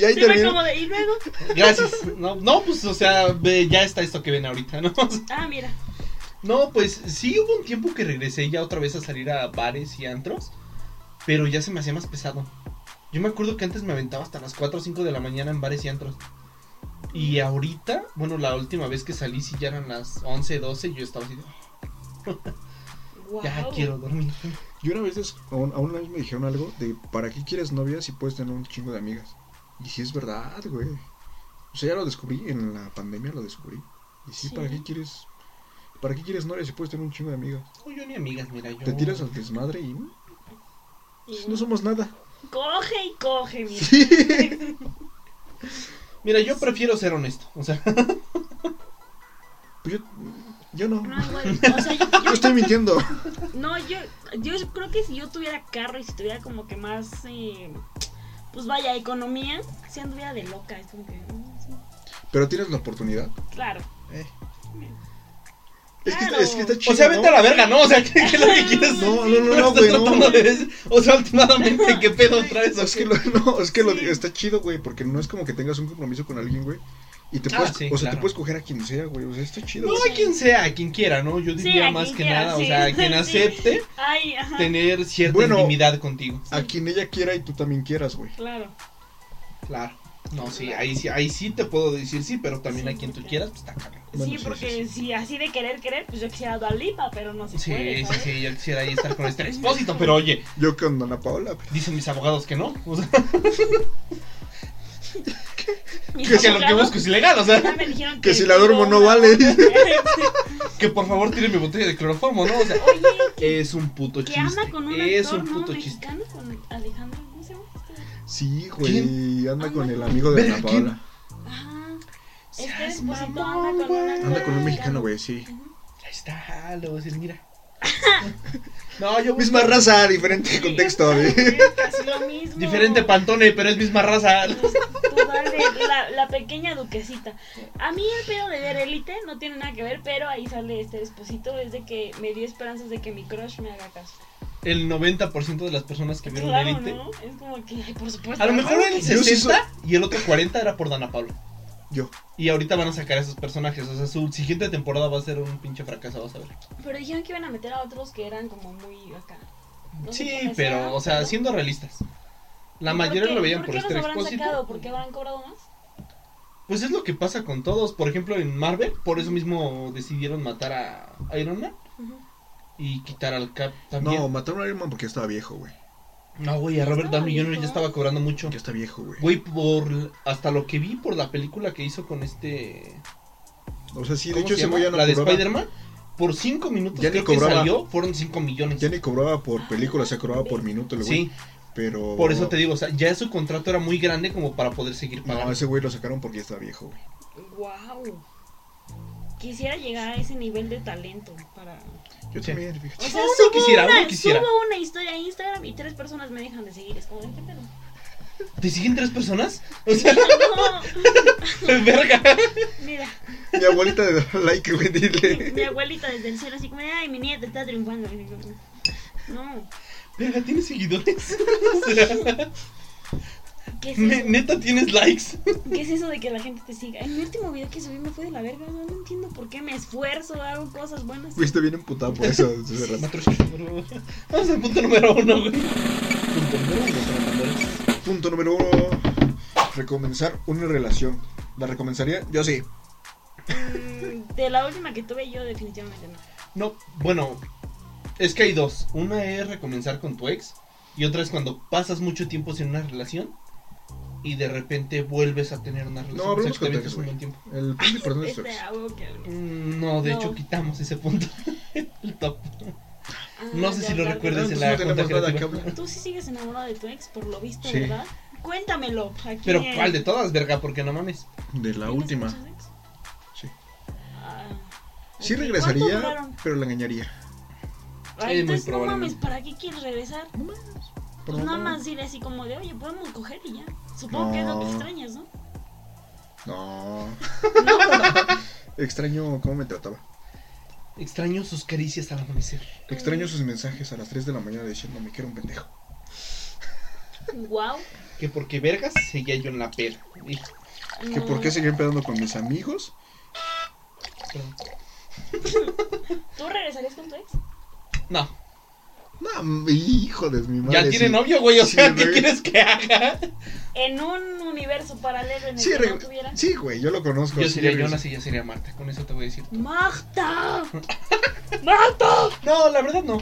Speaker 2: Y ahí
Speaker 3: Sí, fue
Speaker 2: termina.
Speaker 3: como de, y luego,
Speaker 1: Gracias. No, no, pues, o sea, ve, ya está esto que ven ahorita, ¿no? O sea,
Speaker 3: ah, mira,
Speaker 1: No, pues sí hubo un tiempo que regresé ya otra vez a salir a bares y antros, pero ya se me hacía más pesado. Yo me acuerdo que antes me aventaba hasta las 4 o 5 de la mañana en bares y antros. Y ahorita, bueno, la última vez que salí sí ya eran las 11, 12 y yo estaba así, de,
Speaker 3: wow.
Speaker 1: ya quiero dormir.
Speaker 2: Yo una vez, des- a un- a una vez me dijeron algo de ¿para qué quieres novia si puedes tener un chingo de amigas? Y sí es verdad, güey. O sea, ya lo descubrí, en la pandemia lo descubrí. Y sí,
Speaker 3: Sí.
Speaker 2: ¿para qué quieres? ¿Para qué quieres novia si puedes tener un chingo de amigas?
Speaker 1: No, yo ni amigas, mira, yo...
Speaker 2: Te tiras al desmadre y mm,
Speaker 3: Y-
Speaker 2: no somos nada.
Speaker 3: Coge y coge, mira.
Speaker 1: Mira, yo prefiero ser honesto, o sea,
Speaker 2: Pues yo, yo no.
Speaker 3: No, güey, o sea, yo, yo-
Speaker 2: Yo estoy mintiendo.
Speaker 3: no, yo, yo creo que si yo tuviera carro y si tuviera como que más, eh, pues vaya, economía, si anduviera de loca, es como que, mm, sí,
Speaker 2: Pero tienes la oportunidad.
Speaker 3: claro.
Speaker 2: Eh. Es, que,
Speaker 3: Claro.
Speaker 2: está- es que está chido.
Speaker 1: o sea,
Speaker 2: ¿no?
Speaker 1: vete a la verga, ¿no? O sea, ¿qué, qué es lo que quieres?
Speaker 2: No, no, no,
Speaker 1: Lo
Speaker 2: no,
Speaker 1: estás
Speaker 2: güey,
Speaker 1: tratando
Speaker 2: no.
Speaker 1: de decir, O sea, últimamente, ¿qué pedo traes?
Speaker 2: No,
Speaker 1: o
Speaker 2: es que
Speaker 1: qué?
Speaker 2: lo, no, es que lo-
Speaker 3: Sí.
Speaker 2: está chido, güey, porque no es como que tengas un compromiso con alguien, güey. Y te
Speaker 1: Ah,
Speaker 2: puedes,
Speaker 1: sí,
Speaker 2: o sea,
Speaker 1: claro.
Speaker 2: te puedes coger a quien sea, güey. O sea, está chido.
Speaker 1: No a quien sea, a quien quiera, ¿no? Yo
Speaker 3: Sí,
Speaker 1: diría
Speaker 3: a
Speaker 1: más
Speaker 3: quien
Speaker 1: que
Speaker 3: quiera,
Speaker 1: nada,
Speaker 3: sí.
Speaker 1: o sea, a quien
Speaker 3: Sí.
Speaker 1: acepte
Speaker 3: Ay, ajá,
Speaker 1: tener cierta
Speaker 2: Bueno.
Speaker 1: intimidad contigo.
Speaker 2: A quien ella quiera y tú también quieras, güey.
Speaker 3: claro.
Speaker 1: Claro. No, sí, ahí sí, ahí sí te puedo decir sí, pero también
Speaker 3: Sí,
Speaker 1: a quien tú
Speaker 3: porque-
Speaker 1: quieras, pues está cabrón.
Speaker 2: Bueno,
Speaker 3: sí,
Speaker 2: sí, sí,
Speaker 3: porque si así de querer, querer, pues yo quisiera Dua Lipa, pero no se
Speaker 1: Sí,
Speaker 3: puede,
Speaker 1: sí,
Speaker 3: ¿sabes?
Speaker 1: sí, yo quisiera ahí estar con este expósito, pero oye,
Speaker 2: Yo con Ana Paola, pero-
Speaker 1: dicen mis abogados que no. O sea,
Speaker 3: Mis
Speaker 1: que si a lo que
Speaker 3: abogados
Speaker 1: busco es ilegal, o
Speaker 3: ya
Speaker 1: sea,
Speaker 3: me dijeron
Speaker 2: que si la duermo no
Speaker 3: tengo
Speaker 2: vale.
Speaker 3: una-
Speaker 1: que por favor tire mi botella de cloroformo, ¿no? O sea,
Speaker 3: Oye,
Speaker 1: es un puto
Speaker 3: que anda con un
Speaker 1: chiste. Es
Speaker 3: actor
Speaker 1: un
Speaker 3: ¿no?
Speaker 1: puto chiste.
Speaker 3: mexicano con Alejandro, ¿cómo se llama? este?
Speaker 2: Sí, güey. Anda con el amigo de
Speaker 1: Verga,
Speaker 2: Ana
Speaker 1: ¿quién?
Speaker 2: Paola.
Speaker 3: Ajá.
Speaker 1: Seas
Speaker 3: Este esposito
Speaker 1: mamón,
Speaker 3: anda con un
Speaker 1: güey.
Speaker 2: Anda con un
Speaker 1: Ah.
Speaker 2: mexicano, güey, sí.
Speaker 1: Ahí está, lo voy a decir, mira. No, yo
Speaker 2: Misma
Speaker 1: busco-
Speaker 2: raza, diferente contexto, güey.
Speaker 3: Es casi lo mismo.
Speaker 1: Diferente pantone, pero es misma raza.
Speaker 3: Tú dale, la, la pequeña duquesita. A mí el pedo de ver élite no tiene nada que ver, pero ahí sale este esposito. Es de que me dio esperanzas de que mi crush me haga caso.
Speaker 1: el 90% de las personas que vieron
Speaker 3: Claro,
Speaker 1: Elite.
Speaker 3: ¿no? Es como que, ay, por supuesto.
Speaker 1: A lo mejor
Speaker 3: claro
Speaker 1: el
Speaker 3: que-
Speaker 2: Yo sí
Speaker 1: 60 y el otro 40 era por Dana Paula.
Speaker 2: Yo.
Speaker 1: Y ahorita van a sacar a esos personajes. O sea, su siguiente temporada va a ser un pinche fracaso, vas a ver.
Speaker 3: Pero dijeron que iban a meter a otros que eran como muy acá. No sé
Speaker 1: Sí,
Speaker 3: quiénes eran,
Speaker 1: pero, o sea,
Speaker 3: pero-
Speaker 1: siendo realistas. La
Speaker 3: ¿Y
Speaker 1: mayoría
Speaker 3: qué-
Speaker 1: lo veían
Speaker 3: por
Speaker 1: por
Speaker 3: qué
Speaker 1: este
Speaker 3: los habrán sacado?
Speaker 1: expósito.
Speaker 3: ¿Por qué habrán cobrado más?
Speaker 1: Pues es lo que pasa con todos. Por ejemplo, en Marvel, por eso mismo decidieron matar a Iron Man y quitar al Cap
Speaker 2: No,
Speaker 1: también.
Speaker 2: mataron a Iron Man porque ya estaba viejo, güey.
Speaker 1: No, güey, a
Speaker 3: Ya
Speaker 1: Robert
Speaker 3: estaba
Speaker 1: Downey Jr. ya
Speaker 3: viejo.
Speaker 1: estaba cobrando mucho.
Speaker 2: Ya está viejo, güey.
Speaker 1: Güey, por hasta lo que vi por la película que hizo con este.
Speaker 2: O sea, sí, de
Speaker 1: ¿cómo
Speaker 2: hecho
Speaker 1: se
Speaker 2: ese
Speaker 1: llama?
Speaker 2: güey ya no
Speaker 1: la de
Speaker 2: cobraba.
Speaker 1: Spider-Man, por 5 minutos
Speaker 2: Ya ni
Speaker 1: creo que
Speaker 2: cobraba.
Speaker 1: salió, fueron 5 millones.
Speaker 2: Ya ni cobraba por película, o sea, cobraba por minuto el güey.
Speaker 1: sí,
Speaker 2: Pero.
Speaker 1: por eso te digo, o sea, ya su contrato era muy grande como para poder seguir pagando.
Speaker 2: No, ese güey lo sacaron porque ya estaba viejo, güey.
Speaker 3: Wow. Quisiera llegar a ese nivel de talento para.
Speaker 2: Yo
Speaker 1: Sí.
Speaker 2: también, fíjate.
Speaker 3: O sea,
Speaker 1: uno
Speaker 3: subo,
Speaker 1: quisiera,
Speaker 3: una,
Speaker 1: uno quisiera.
Speaker 3: subo una historia a Instagram y tres personas me dejan de seguir. Es como, ¿qué pedo?
Speaker 1: ¿Te siguen tres personas? O sea,
Speaker 3: No,
Speaker 1: verga.
Speaker 3: mira,
Speaker 2: Mi abuelita de dar like, güey,
Speaker 3: mi, mi
Speaker 2: dile.
Speaker 3: abuelita desde el cielo así como, ay, mi nieta está triunfando. Y digo, No,
Speaker 1: Verga, ¿tienes seguidores? O sea,
Speaker 3: ¿qué es
Speaker 1: ne-
Speaker 3: eso?
Speaker 1: neta, ¿tienes likes?
Speaker 3: ¿Qué es eso de que la gente te siga? El último video que subí me fue de la verga. No, no entiendo por qué me esfuerzo, hago cosas buenas.
Speaker 1: Pues,
Speaker 2: Fuiste bien emputado por eso. ese rato.
Speaker 1: Matrushka, por favor. Vamos al punto número uno, güey. Punto número uno.
Speaker 2: Punto número uno: recomenzar una relación. ¿La recomenzaría? Yo sí.
Speaker 3: Mm, De la última que tuve yo, definitivamente no.
Speaker 1: No, bueno, es que hay dos. Una es recomenzar con tu ex y otra es cuando pasas mucho tiempo sin una relación y de repente vuelves a tener una relación.
Speaker 2: No, hablemos
Speaker 1: que
Speaker 2: con
Speaker 1: te avientas
Speaker 2: tu ex,
Speaker 1: un
Speaker 2: güey.
Speaker 1: buen tiempo.
Speaker 2: El punto importante es tu
Speaker 3: Este,
Speaker 2: ex.
Speaker 3: ah, huevo que algo.
Speaker 1: Mm, No, de
Speaker 3: No.
Speaker 1: hecho quitamos ese punto. El top.
Speaker 3: Ah,
Speaker 1: No sé
Speaker 3: ya,
Speaker 1: si lo
Speaker 3: ya,
Speaker 1: recuerdas en
Speaker 2: Entonces
Speaker 1: la
Speaker 2: no tenemos
Speaker 1: cuenta
Speaker 2: nada
Speaker 1: creativa.
Speaker 2: que hablar.
Speaker 3: Tú sí sigues enamorado de tu ex, por lo visto,
Speaker 2: Sí.
Speaker 3: ¿verdad? Cuéntamelo. Aquí
Speaker 1: Pero
Speaker 3: en-
Speaker 1: ¿cuál de todas, verga? Porque no mames.
Speaker 2: De la
Speaker 3: ¿Tienes
Speaker 2: última.
Speaker 3: muchos ex?
Speaker 2: Sí.
Speaker 3: Ah,
Speaker 2: Sí
Speaker 3: ok. ¿Cuánto
Speaker 2: regresaría,
Speaker 3: duraron?
Speaker 2: pero la engañaría.
Speaker 3: Ay,
Speaker 1: muy
Speaker 3: entonces, no
Speaker 1: probablemente.
Speaker 3: mames, ¿para qué quieres regresar?
Speaker 2: No más.
Speaker 3: Pues nada más ir así como de, oye, podemos coger y ya. Supongo que es lo que
Speaker 2: No.
Speaker 3: extrañas, ¿no?
Speaker 2: No.
Speaker 3: No,
Speaker 2: Extraño cómo me trataba.
Speaker 1: Extraño sus caricias al amanecer.
Speaker 3: Mm.
Speaker 2: Extraño sus mensajes a las 3 de la mañana diciéndome que era un pendejo.
Speaker 3: wow.
Speaker 1: Que porque vergas seguía yo en la pera. Y-
Speaker 2: Que
Speaker 3: Mm.
Speaker 2: por qué seguía empezando con mis amigos.
Speaker 1: perdón.
Speaker 3: ¿Tú regresarías con tu ex?
Speaker 1: No,
Speaker 2: No, mi hijo de mi madre.
Speaker 1: ya tiene
Speaker 2: sí.
Speaker 1: novio, güey. O
Speaker 2: Sí,
Speaker 1: sea, ¿qué
Speaker 2: güey.
Speaker 1: quieres que haga?
Speaker 3: En un universo paralelo en el
Speaker 2: Sí,
Speaker 3: que no
Speaker 2: reg-
Speaker 3: tuviera.
Speaker 2: sí, güey, yo lo conozco.
Speaker 1: Yo
Speaker 2: sí,
Speaker 1: sería
Speaker 2: regresé.
Speaker 1: Jonas y ella sería Marta. Con eso te voy a decir.
Speaker 3: ¡Marta! ¡Marta!
Speaker 1: No, la verdad no.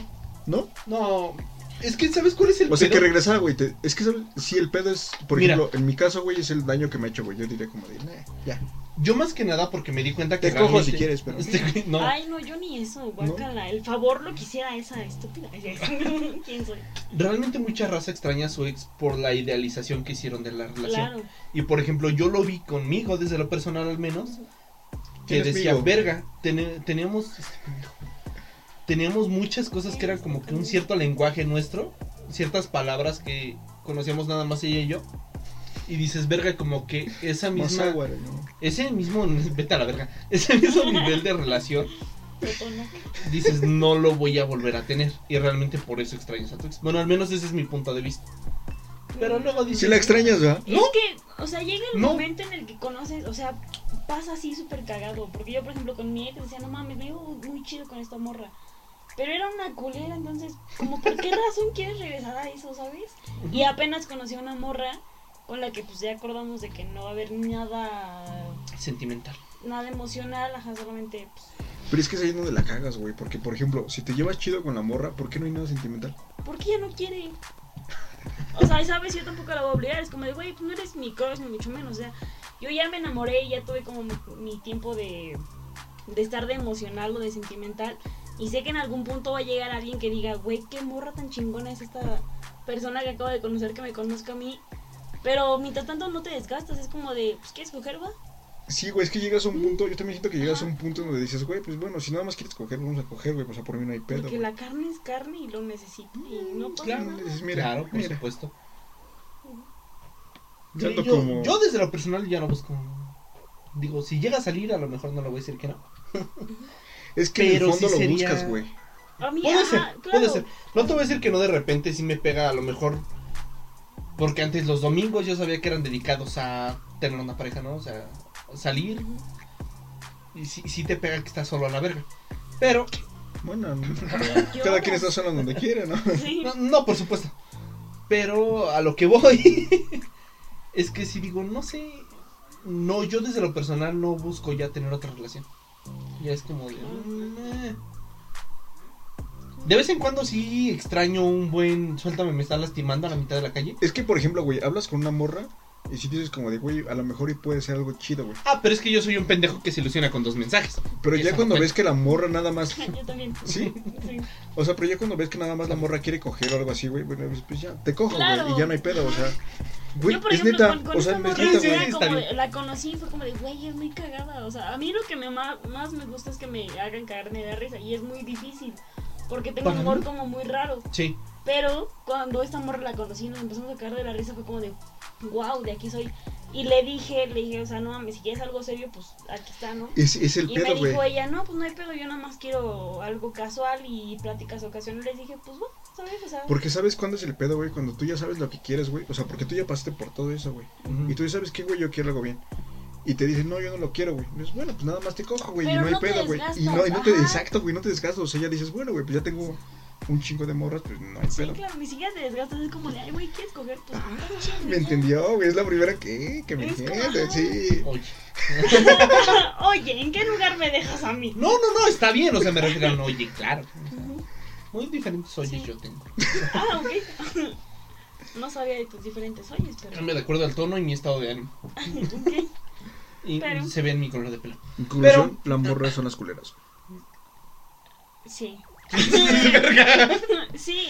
Speaker 2: ¿No?
Speaker 1: No. Es que, ¿sabes cuál es el
Speaker 2: O sea, que
Speaker 1: pedo?
Speaker 2: regresaba, güey. te- Es que, ¿sabes? Sí, el pedo es, por
Speaker 1: Mira.
Speaker 2: ejemplo, en mi caso, güey, es el daño que me ha hecho, güey. Yo diría como de, "Nah, ya.
Speaker 1: Yo más que nada porque me di cuenta que
Speaker 2: Te cojo
Speaker 1: realmente-
Speaker 2: si quieres, pero-
Speaker 1: Este güey, no.
Speaker 3: Ay, no, yo ni eso, guácala. El favor lo quisiera esa estúpida. ¿Quién soy?
Speaker 1: Realmente mucha raza extraña a su ex por la idealización que hicieron de la relación.
Speaker 3: Claro.
Speaker 1: Y por ejemplo, yo lo vi conmigo, desde lo personal al menos, que
Speaker 2: ¿Quién es
Speaker 1: decía,
Speaker 2: Migo?
Speaker 1: verga, tene- teníamos, teníamos muchas cosas que eran como que un cierto lenguaje nuestro, ciertas palabras que conocíamos nada más ella y yo. Y dices, verga, como que esa
Speaker 2: Más
Speaker 1: misma,
Speaker 2: agua, güey, ¿no?
Speaker 1: ese mismo, vete a la verga, ese mismo nivel de relación,
Speaker 3: Totonaje.
Speaker 1: dices, no lo voy a volver a tener. Y realmente por eso extrañas a tu ex. Bueno, al menos ese es mi punto de vista. Pero luego dices...
Speaker 2: Si la extrañas, ¿verdad?
Speaker 1: No.
Speaker 3: Es que, o sea, llega el
Speaker 1: No.
Speaker 3: momento en el que conoces, o sea, pasa así súper cagado. Porque yo, por ejemplo, con mi ex decía, no mames, me iba muy chido con esta morra. Pero era una culera, entonces, como, ¿por qué razón quieres regresar a eso, sabes? Y apenas conocí a una morra con la que, pues, ya acordamos de que no va a haber nada,
Speaker 1: Sentimental.
Speaker 3: nada emocional, ajá, solamente, pues,
Speaker 2: Pero es que es ahí donde la cagas, güey. Porque, por ejemplo, si te llevas chido con la morra, ¿por qué no hay nada sentimental?
Speaker 3: ¿por qué ya no quiere? O sea, sabes, yo tampoco la voy a obligar, es como de, güey, tú no eres mi crush, ni mucho menos, o sea, yo ya me enamoré y ya tuve como mi, mi tiempo de, de estar de emocional o de sentimental. Y sé que en algún punto va a llegar alguien que diga, güey, qué morra tan chingona es esta persona que acabo de conocer, que me conozca a mí. Pero mientras tanto no te desgastas, es como de, pues, ¿quieres coger, va?
Speaker 2: Sí, güey, es que llegas a un punto, yo también siento que llegas a
Speaker 3: Ajá.
Speaker 2: un punto donde dices, güey, pues bueno, si nada más quieres coger, vamos a coger, güey, pues a por mí no hay pedo.
Speaker 3: Porque
Speaker 2: güey.
Speaker 3: la carne es carne y lo necesita y no pasa
Speaker 1: Mm, claro,
Speaker 3: nada.
Speaker 2: Dices, mira,
Speaker 1: claro, por
Speaker 2: mira,
Speaker 1: supuesto.
Speaker 2: yo ando
Speaker 1: Sí, yo,
Speaker 2: como...
Speaker 1: yo desde lo personal ya no busco. Digo, si llega a salir, a lo mejor no le voy a decir que no.
Speaker 2: Es que en el
Speaker 1: pero
Speaker 2: fondo
Speaker 1: sí
Speaker 2: lo
Speaker 1: sería-
Speaker 2: buscas, güey.
Speaker 3: A mí,
Speaker 1: Puede
Speaker 3: ajá,
Speaker 1: ser,
Speaker 3: claro.
Speaker 1: puede ser. No te voy a decir que no de repente sí me pega a lo mejor. Porque antes los domingos yo sabía que eran dedicados a tener una pareja, ¿no? O sea, salir. güey. Y sí, sí te pega que estás solo a la verga. Pero,
Speaker 2: Bueno,
Speaker 3: Yo-
Speaker 2: cada quien está solo donde quiere, ¿no?
Speaker 3: Sí.
Speaker 1: no, no, por supuesto. Pero a lo que voy es que si digo, no sé, no, yo desde lo personal no busco ya tener otra relación. Ya es como de... mm, eh. De vez en cuando sí extraño un buen... Suéltame, me está lastimando a la mitad de la calle.
Speaker 2: Es que, por ejemplo, güey, hablas con una morra y si dices como de, güey, a lo mejor y puede ser algo chido, güey.
Speaker 1: Ah, pero es que yo soy un pendejo que se ilusiona con dos mensajes.
Speaker 2: Pero
Speaker 1: Esa
Speaker 2: ya
Speaker 1: no
Speaker 2: cuando
Speaker 1: cuenta.
Speaker 2: ves que la morra nada más...
Speaker 3: Ah, Yo también.
Speaker 2: Sí,
Speaker 3: Sí.
Speaker 2: o sea, pero ya cuando ves que nada más la morra quiere coger o algo así, güey, bueno, pues, pues ya, te cojo, güey,
Speaker 3: Claro.
Speaker 2: y ya no hay pedo, o sea... Güey,
Speaker 3: Yo, por
Speaker 2: es
Speaker 3: ejemplo,
Speaker 2: neta,
Speaker 3: con, con
Speaker 2: o sea,
Speaker 3: esta
Speaker 2: es
Speaker 3: morra
Speaker 2: neta,
Speaker 1: sí,
Speaker 3: era
Speaker 2: güey.
Speaker 1: está
Speaker 3: como
Speaker 1: bien.
Speaker 3: de- la conocí y fue como de, güey, es muy cagada. O sea, a mí lo que me ma- más me gusta es que me hagan cagarme de risa. Y es muy difícil. Porque tengo
Speaker 1: Para
Speaker 3: un humor
Speaker 1: mí.
Speaker 3: como muy raro.
Speaker 1: Sí.
Speaker 3: Pero cuando esta morra la conocí y nos empezamos a cagar de la risa, fue como de, wow, de aquí soy. Y le dije, le dije, o sea, no mames, si quieres algo serio, pues aquí está, ¿no?
Speaker 2: Es, es el
Speaker 3: y
Speaker 2: pedo,
Speaker 3: me dijo
Speaker 2: güey.
Speaker 3: ella, no, pues no hay pedo, yo nada más quiero algo casual y pláticas ocasionales. dije, pues bueno, ¿sabes? O sea,
Speaker 2: Porque sabes cuándo es el pedo, güey, cuando tú ya sabes lo que quieres, güey. O sea, porque tú ya pasaste por todo eso, güey.
Speaker 1: Ujú.
Speaker 2: Y tú ya sabes que, güey, yo quiero algo bien. Y te dicen, no, yo no lo quiero, güey. Y dices, bueno, pues nada más te cojo, güey. Y
Speaker 3: Pero
Speaker 2: no hay
Speaker 3: no te
Speaker 2: pedo, güey. Y
Speaker 3: desgastas,
Speaker 2: no, y no te,
Speaker 3: ajá.
Speaker 2: exacto, güey, no te desgastas. O sea, ya dices, bueno, güey, pues ya tengo un chingo de morras, pues no hay
Speaker 3: sí,
Speaker 2: pedo.
Speaker 3: claro, ni siquiera te desgastas, es como de, ay, güey, ¿quieres coger? Pues,
Speaker 2: Ah, Me entendió, güey, es la primera que, que me
Speaker 3: Es como,
Speaker 2: entiende,
Speaker 3: ajá.
Speaker 2: sí.
Speaker 1: Oye.
Speaker 3: Oye, ¿en qué lugar me dejas a mí?
Speaker 1: No, no, no, está bien. O sea, me refiero a oye, claro. Muy diferentes oyes
Speaker 3: Sí.
Speaker 1: yo tengo.
Speaker 3: Ah, ok. No sabía de tus diferentes oyes,
Speaker 2: Em,
Speaker 3: pero.
Speaker 1: Cambia de acuerdo al tono y mi estado de ánimo.
Speaker 3: Ok.
Speaker 1: Y
Speaker 3: Pero-
Speaker 1: se ve en mi color de pelo.
Speaker 2: Conclusión, las morras son las culeras.
Speaker 3: Sí. sí,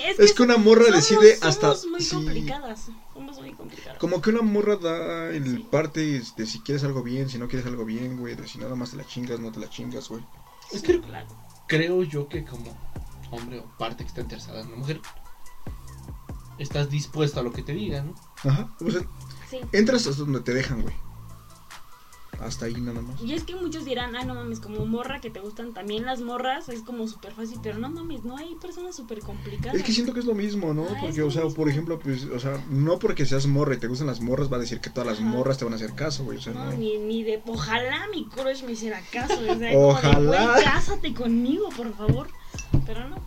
Speaker 3: es que.
Speaker 2: Es que una morra
Speaker 3: somos-
Speaker 2: decide
Speaker 3: somos
Speaker 2: hasta.
Speaker 3: muy
Speaker 2: sí,
Speaker 3: complicadas. Somos muy complicadas.
Speaker 2: Como que una morra da el
Speaker 3: Sí.
Speaker 2: parte de si quieres algo bien, si no quieres algo bien, güey. De si nada más te la chingas, no te la chingas, güey.
Speaker 1: Es que
Speaker 3: Claro.
Speaker 1: creo yo que como hombre o parte que está interesada en una mujer, estás dispuesto a lo que te diga, ¿no?
Speaker 2: Ajá. O sea,
Speaker 3: Sí.
Speaker 2: entras hasta donde te dejan, güey. Hasta ahí nada más.
Speaker 3: Y es que muchos dirán, ah, no mames, como morra que te gustan también las morras, es como súper fácil, pero no mames, no hay personas súper complicadas.
Speaker 2: Es que siento que es lo mismo, ¿no?
Speaker 3: Ah, es
Speaker 2: Porque,
Speaker 3: lo
Speaker 2: o sea,
Speaker 3: mismo.
Speaker 2: por ejemplo, pues, o sea, no porque seas morra y te gustan las morras, va a decir que todas las
Speaker 3: Ajá.
Speaker 2: morras te van a hacer caso, güey. O sea,
Speaker 3: No,
Speaker 2: no.
Speaker 3: ni, ni de, ojalá mi crush me hiciera caso, o sea,
Speaker 2: Ojalá.
Speaker 3: como de, güey, cásate conmigo, por favor. Pero no,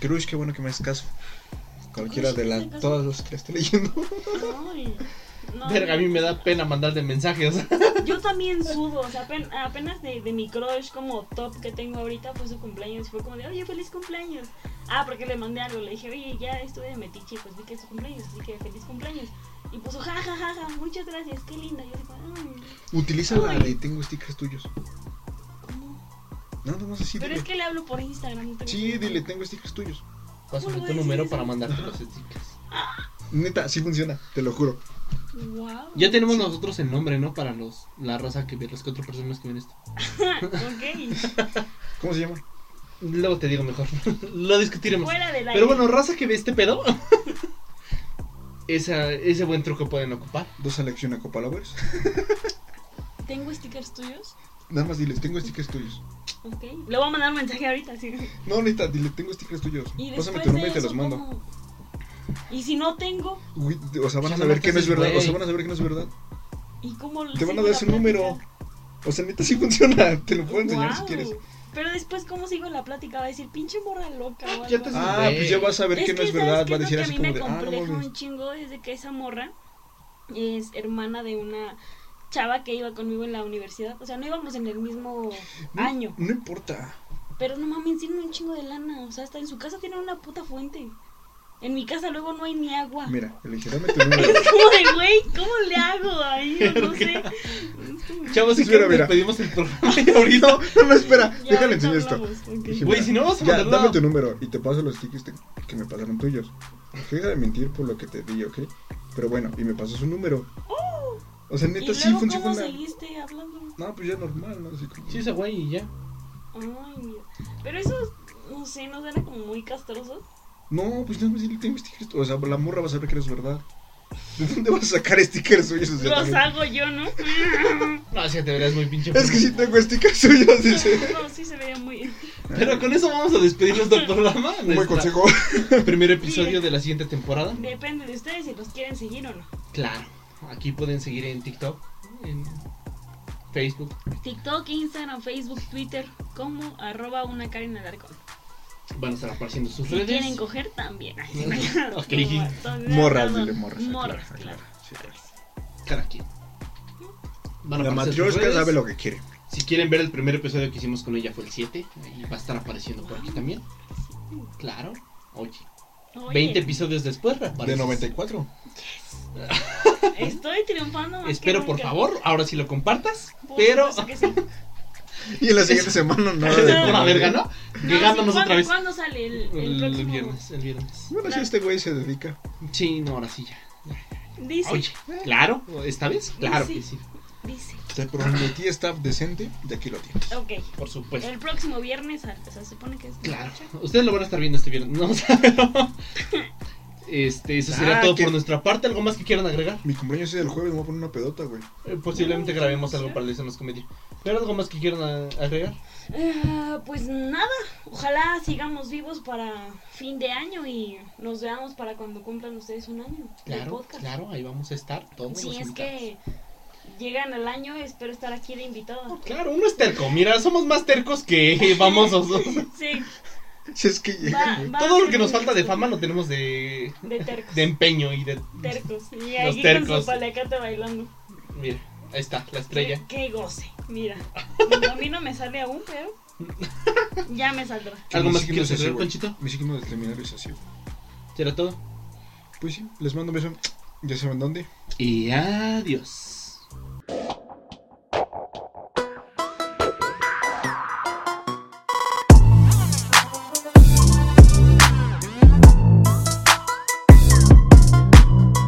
Speaker 2: Cruz, qué bueno que me haces caso. Cualquiera
Speaker 3: Cruz,
Speaker 2: de
Speaker 3: que me hace
Speaker 2: las,
Speaker 3: caso.
Speaker 2: todas las que estoy leyendo.
Speaker 3: no, y- no.
Speaker 1: Verga, a mí me da pena mandarte mensajes.
Speaker 3: Yo también subo, o sea, apen- apenas de, de mi crush como top que tengo ahorita fue su cumpleaños. Fue como de, oye, feliz cumpleaños. Ah, porque le mandé algo, le dije, oye, ya estuve de metiche, pues vi que es su cumpleaños, así que feliz cumpleaños. Y puso, ja, ja, ja, ja, muchas gracias, qué linda. Yo digo, ay,
Speaker 2: Utiliza la
Speaker 3: Ay.
Speaker 2: de tengo stickers tuyos.
Speaker 3: ¿cómo?
Speaker 2: Nada más así,
Speaker 3: Pero
Speaker 2: dile.
Speaker 3: es que le hablo por Instagram. no tengo
Speaker 2: Sí,
Speaker 3: que-
Speaker 2: dile, tengo stickers tuyos.
Speaker 1: Pásame
Speaker 3: No
Speaker 1: tu
Speaker 3: voy a
Speaker 1: número
Speaker 3: decir
Speaker 1: para
Speaker 3: eso.
Speaker 1: mandarte los stickers.
Speaker 2: Neta, sí funciona, te lo juro.
Speaker 3: Wow.
Speaker 1: Ya tenemos nosotros el nombre, ¿no? Para los la raza que ve, las cuatro personas que ven esto.
Speaker 3: ok,
Speaker 2: ¿Cómo se llama?
Speaker 1: Luego te digo mejor. Lo discutiremos.
Speaker 3: fuera del aire.
Speaker 1: Pero bueno, raza que ve este pedo. esa- ese buen truco pueden ocupar.
Speaker 2: Dos Alexion a Copa Lovers.
Speaker 3: ¿Tengo stickers tuyos?
Speaker 2: Nada más diles, tengo stickers tuyos.
Speaker 3: Ok. Le voy a mandar un mensaje ahorita, sí.
Speaker 2: No, neta, dile, tengo stickers tuyos.
Speaker 3: Y
Speaker 2: Pásame
Speaker 3: después
Speaker 2: tu número
Speaker 3: de
Speaker 2: y te
Speaker 3: eso,
Speaker 2: los mando.
Speaker 3: ¿cómo? Y si no tengo,
Speaker 2: Güey, o sea, van
Speaker 1: Ya
Speaker 2: a
Speaker 1: no
Speaker 2: saber que no
Speaker 1: mates
Speaker 2: es verdad.
Speaker 1: güey.
Speaker 2: O sea, van a saber que no es verdad.
Speaker 3: ¿y cómo
Speaker 2: Te van a
Speaker 3: sigo
Speaker 2: dar
Speaker 3: la
Speaker 2: su número.
Speaker 3: plática?
Speaker 2: O sea, neta, sí funciona. Te lo puedo enseñar si
Speaker 3: Guau.
Speaker 2: quieres.
Speaker 3: Pero después, ¿cómo sigo la plática? Va a decir, pinche morra loca. o
Speaker 1: Ya
Speaker 3: algo
Speaker 1: te-
Speaker 3: así.
Speaker 2: Ah,
Speaker 1: Güey.
Speaker 2: pues ya vas a ver que no es
Speaker 3: ¿sabes
Speaker 2: verdad.
Speaker 3: qué
Speaker 2: Va a
Speaker 3: es lo
Speaker 2: decir
Speaker 3: que
Speaker 2: así
Speaker 3: mí
Speaker 2: como
Speaker 3: me
Speaker 2: de, ah, no
Speaker 3: compleja
Speaker 2: mames.
Speaker 3: un chingo es de que esa morra es hermana de una chava que iba conmigo en la universidad. O sea, no íbamos en el mismo
Speaker 2: No-
Speaker 3: año.
Speaker 2: No importa.
Speaker 3: Pero no mames, tienen un chingo de lana. O sea, hasta en su casa tienen una puta fuente. En mi casa luego no hay ni agua.
Speaker 2: Mira, le dije, dame tu número.
Speaker 3: ¿Cómo de güey? ¿Cómo le hago ahí? Yo no sé.
Speaker 1: Chavos, si
Speaker 2: Espera,
Speaker 1: quieren,
Speaker 2: mira.
Speaker 1: despedimos el programa y ahorita.
Speaker 2: No, no, no, espera.
Speaker 3: Ya,
Speaker 2: Déjale
Speaker 3: ahorita
Speaker 2: enseñar esto.
Speaker 3: hablamos, ok.
Speaker 2: Dije,
Speaker 1: Güey,
Speaker 2: mira,
Speaker 1: si no vas a
Speaker 2: Ya,
Speaker 1: mandar
Speaker 2: dame
Speaker 1: nada-
Speaker 2: tu número y te paso los stickers te- que me pasaron tuyos. Deja de mentir por lo que te di, ¿ok? Pero bueno, y me pasó su número. O sea,
Speaker 3: Oh, ¿Y
Speaker 2: neta,
Speaker 3: luego
Speaker 2: sí
Speaker 3: cómo
Speaker 2: funciona.
Speaker 3: seguiste hablando?
Speaker 2: No, pues ya normal, ¿no? Así como-
Speaker 1: Sí, ese güey y ya.
Speaker 3: Ay, mira. Pero eso, no sé, ¿no suena como muy castroso?
Speaker 2: No, pues no, si tengo stickers. O sea, la morra va a saber que no es verdad. ¿De dónde vas a sacar stickers suyos? O sea,
Speaker 3: Los
Speaker 2: también-
Speaker 3: hago yo, ¿no?
Speaker 1: No, si te verás muy pinche.
Speaker 2: Es que sí tengo stickers suyos, dice.
Speaker 3: No, sí se veía muy...
Speaker 1: Pero con eso vamos a despedirnos del programa.
Speaker 2: Un buen
Speaker 1: Nuestra-
Speaker 2: consejo.
Speaker 1: Primer episodio de la siguiente temporada.
Speaker 3: Depende de ustedes si los quieren seguir o no.
Speaker 1: Claro, aquí pueden seguir en TikTok, en Facebook.
Speaker 3: TikTok, Instagram, Facebook, Twitter, como arroba una Karen Alarcón.
Speaker 1: Van a estar apareciendo sus
Speaker 3: Si
Speaker 1: redes.
Speaker 3: quieren coger, también. Ay, sí, no,
Speaker 1: Ok.
Speaker 3: no, todavía
Speaker 2: Morras,
Speaker 3: no,
Speaker 2: dile morras.
Speaker 3: Morras,
Speaker 2: aclara,
Speaker 3: claro.
Speaker 2: aclara, sí, claro.
Speaker 1: Cada quien. Van
Speaker 2: La
Speaker 1: aparecer sus
Speaker 2: matrioshka
Speaker 1: redes.
Speaker 2: sabe lo que quiere.
Speaker 1: Si quieren ver el primer episodio que hicimos con ella fue el 7. Y va a estar apareciendo por aquí también. Claro. Oye.
Speaker 3: Oye,
Speaker 1: 20 episodios después
Speaker 2: De
Speaker 1: reapareces.
Speaker 2: 94.
Speaker 3: Estoy triunfando. más que
Speaker 1: Espero, por
Speaker 3: nunca.
Speaker 1: favor, ahora sí lo compartas.
Speaker 3: Por
Speaker 1: Pero
Speaker 3: supuesto que sí.
Speaker 2: Y en la siguiente semana nada de
Speaker 1: por haber ganado,
Speaker 3: No,
Speaker 1: llegándonos
Speaker 3: sí,
Speaker 1: otra
Speaker 3: ¿cuándo-
Speaker 1: vez.
Speaker 3: ¿Cuándo sale el, el
Speaker 1: El,
Speaker 3: próximo?
Speaker 1: viernes, el viernes.
Speaker 2: Bueno, si este güey se dedica.
Speaker 1: Sí, no, ahora sí ya.
Speaker 3: Dice,
Speaker 1: Oye, claro, esta vez, claro
Speaker 3: Sí.
Speaker 1: que sí.
Speaker 3: dice.
Speaker 2: Te prometí staff decente y aquí lo tienes.
Speaker 3: Ok.
Speaker 1: Por supuesto.
Speaker 3: El próximo viernes, sale, o sea, se supone que es.
Speaker 1: Pues. Claro. Ustedes lo van a estar viendo este viernes. No, o sea, no. Este, eso sería
Speaker 2: Ah,
Speaker 1: todo
Speaker 2: que-
Speaker 1: por nuestra parte. ¿Algo más que quieran agregar?
Speaker 2: Mi cumpleaños es el jueves, me voy a poner una pedota, güey.
Speaker 1: Eh, Posiblemente
Speaker 3: No,
Speaker 1: grabemos
Speaker 3: sí.
Speaker 1: algo para el Decenas Comedia. ¿Pero algo más que quieran a- agregar?
Speaker 3: Ah, pues nada, ojalá sigamos vivos para fin de año y nos veamos para cuando cumplan ustedes un año. de
Speaker 1: Claro,
Speaker 3: podcast.
Speaker 1: claro, ahí vamos a estar todos. los
Speaker 3: Si es
Speaker 1: invitados.
Speaker 3: que llegan al año, espero estar aquí de invitada.
Speaker 1: Claro, uno es terco. Mira, somos más tercos que famosos.
Speaker 3: Sí,
Speaker 2: Si es que llega,
Speaker 3: va,
Speaker 2: güey.
Speaker 3: va a
Speaker 1: Todo lo
Speaker 3: ser
Speaker 1: que nos
Speaker 3: un
Speaker 1: falta de
Speaker 3: gusto.
Speaker 1: fama lo tenemos de,
Speaker 3: De tercos.
Speaker 1: de empeño y de.
Speaker 3: tercos. Y ahí con
Speaker 1: tercos.
Speaker 3: su palacata bailando.
Speaker 1: Mira, ahí está, la estrella.
Speaker 3: Qué, qué goce, mira. A mí no me sale aún, pero ya me saldrá.
Speaker 1: ¿Algo
Speaker 2: Mi
Speaker 1: más que
Speaker 2: signo
Speaker 1: quieras
Speaker 2: es así,
Speaker 1: agregar,
Speaker 2: güey.
Speaker 1: Panchito?
Speaker 2: Mi signo de terminar es así. güey.
Speaker 1: ¿Será todo?
Speaker 2: Pues sí, les mando un beso. Ya saben dónde.
Speaker 1: Y adiós.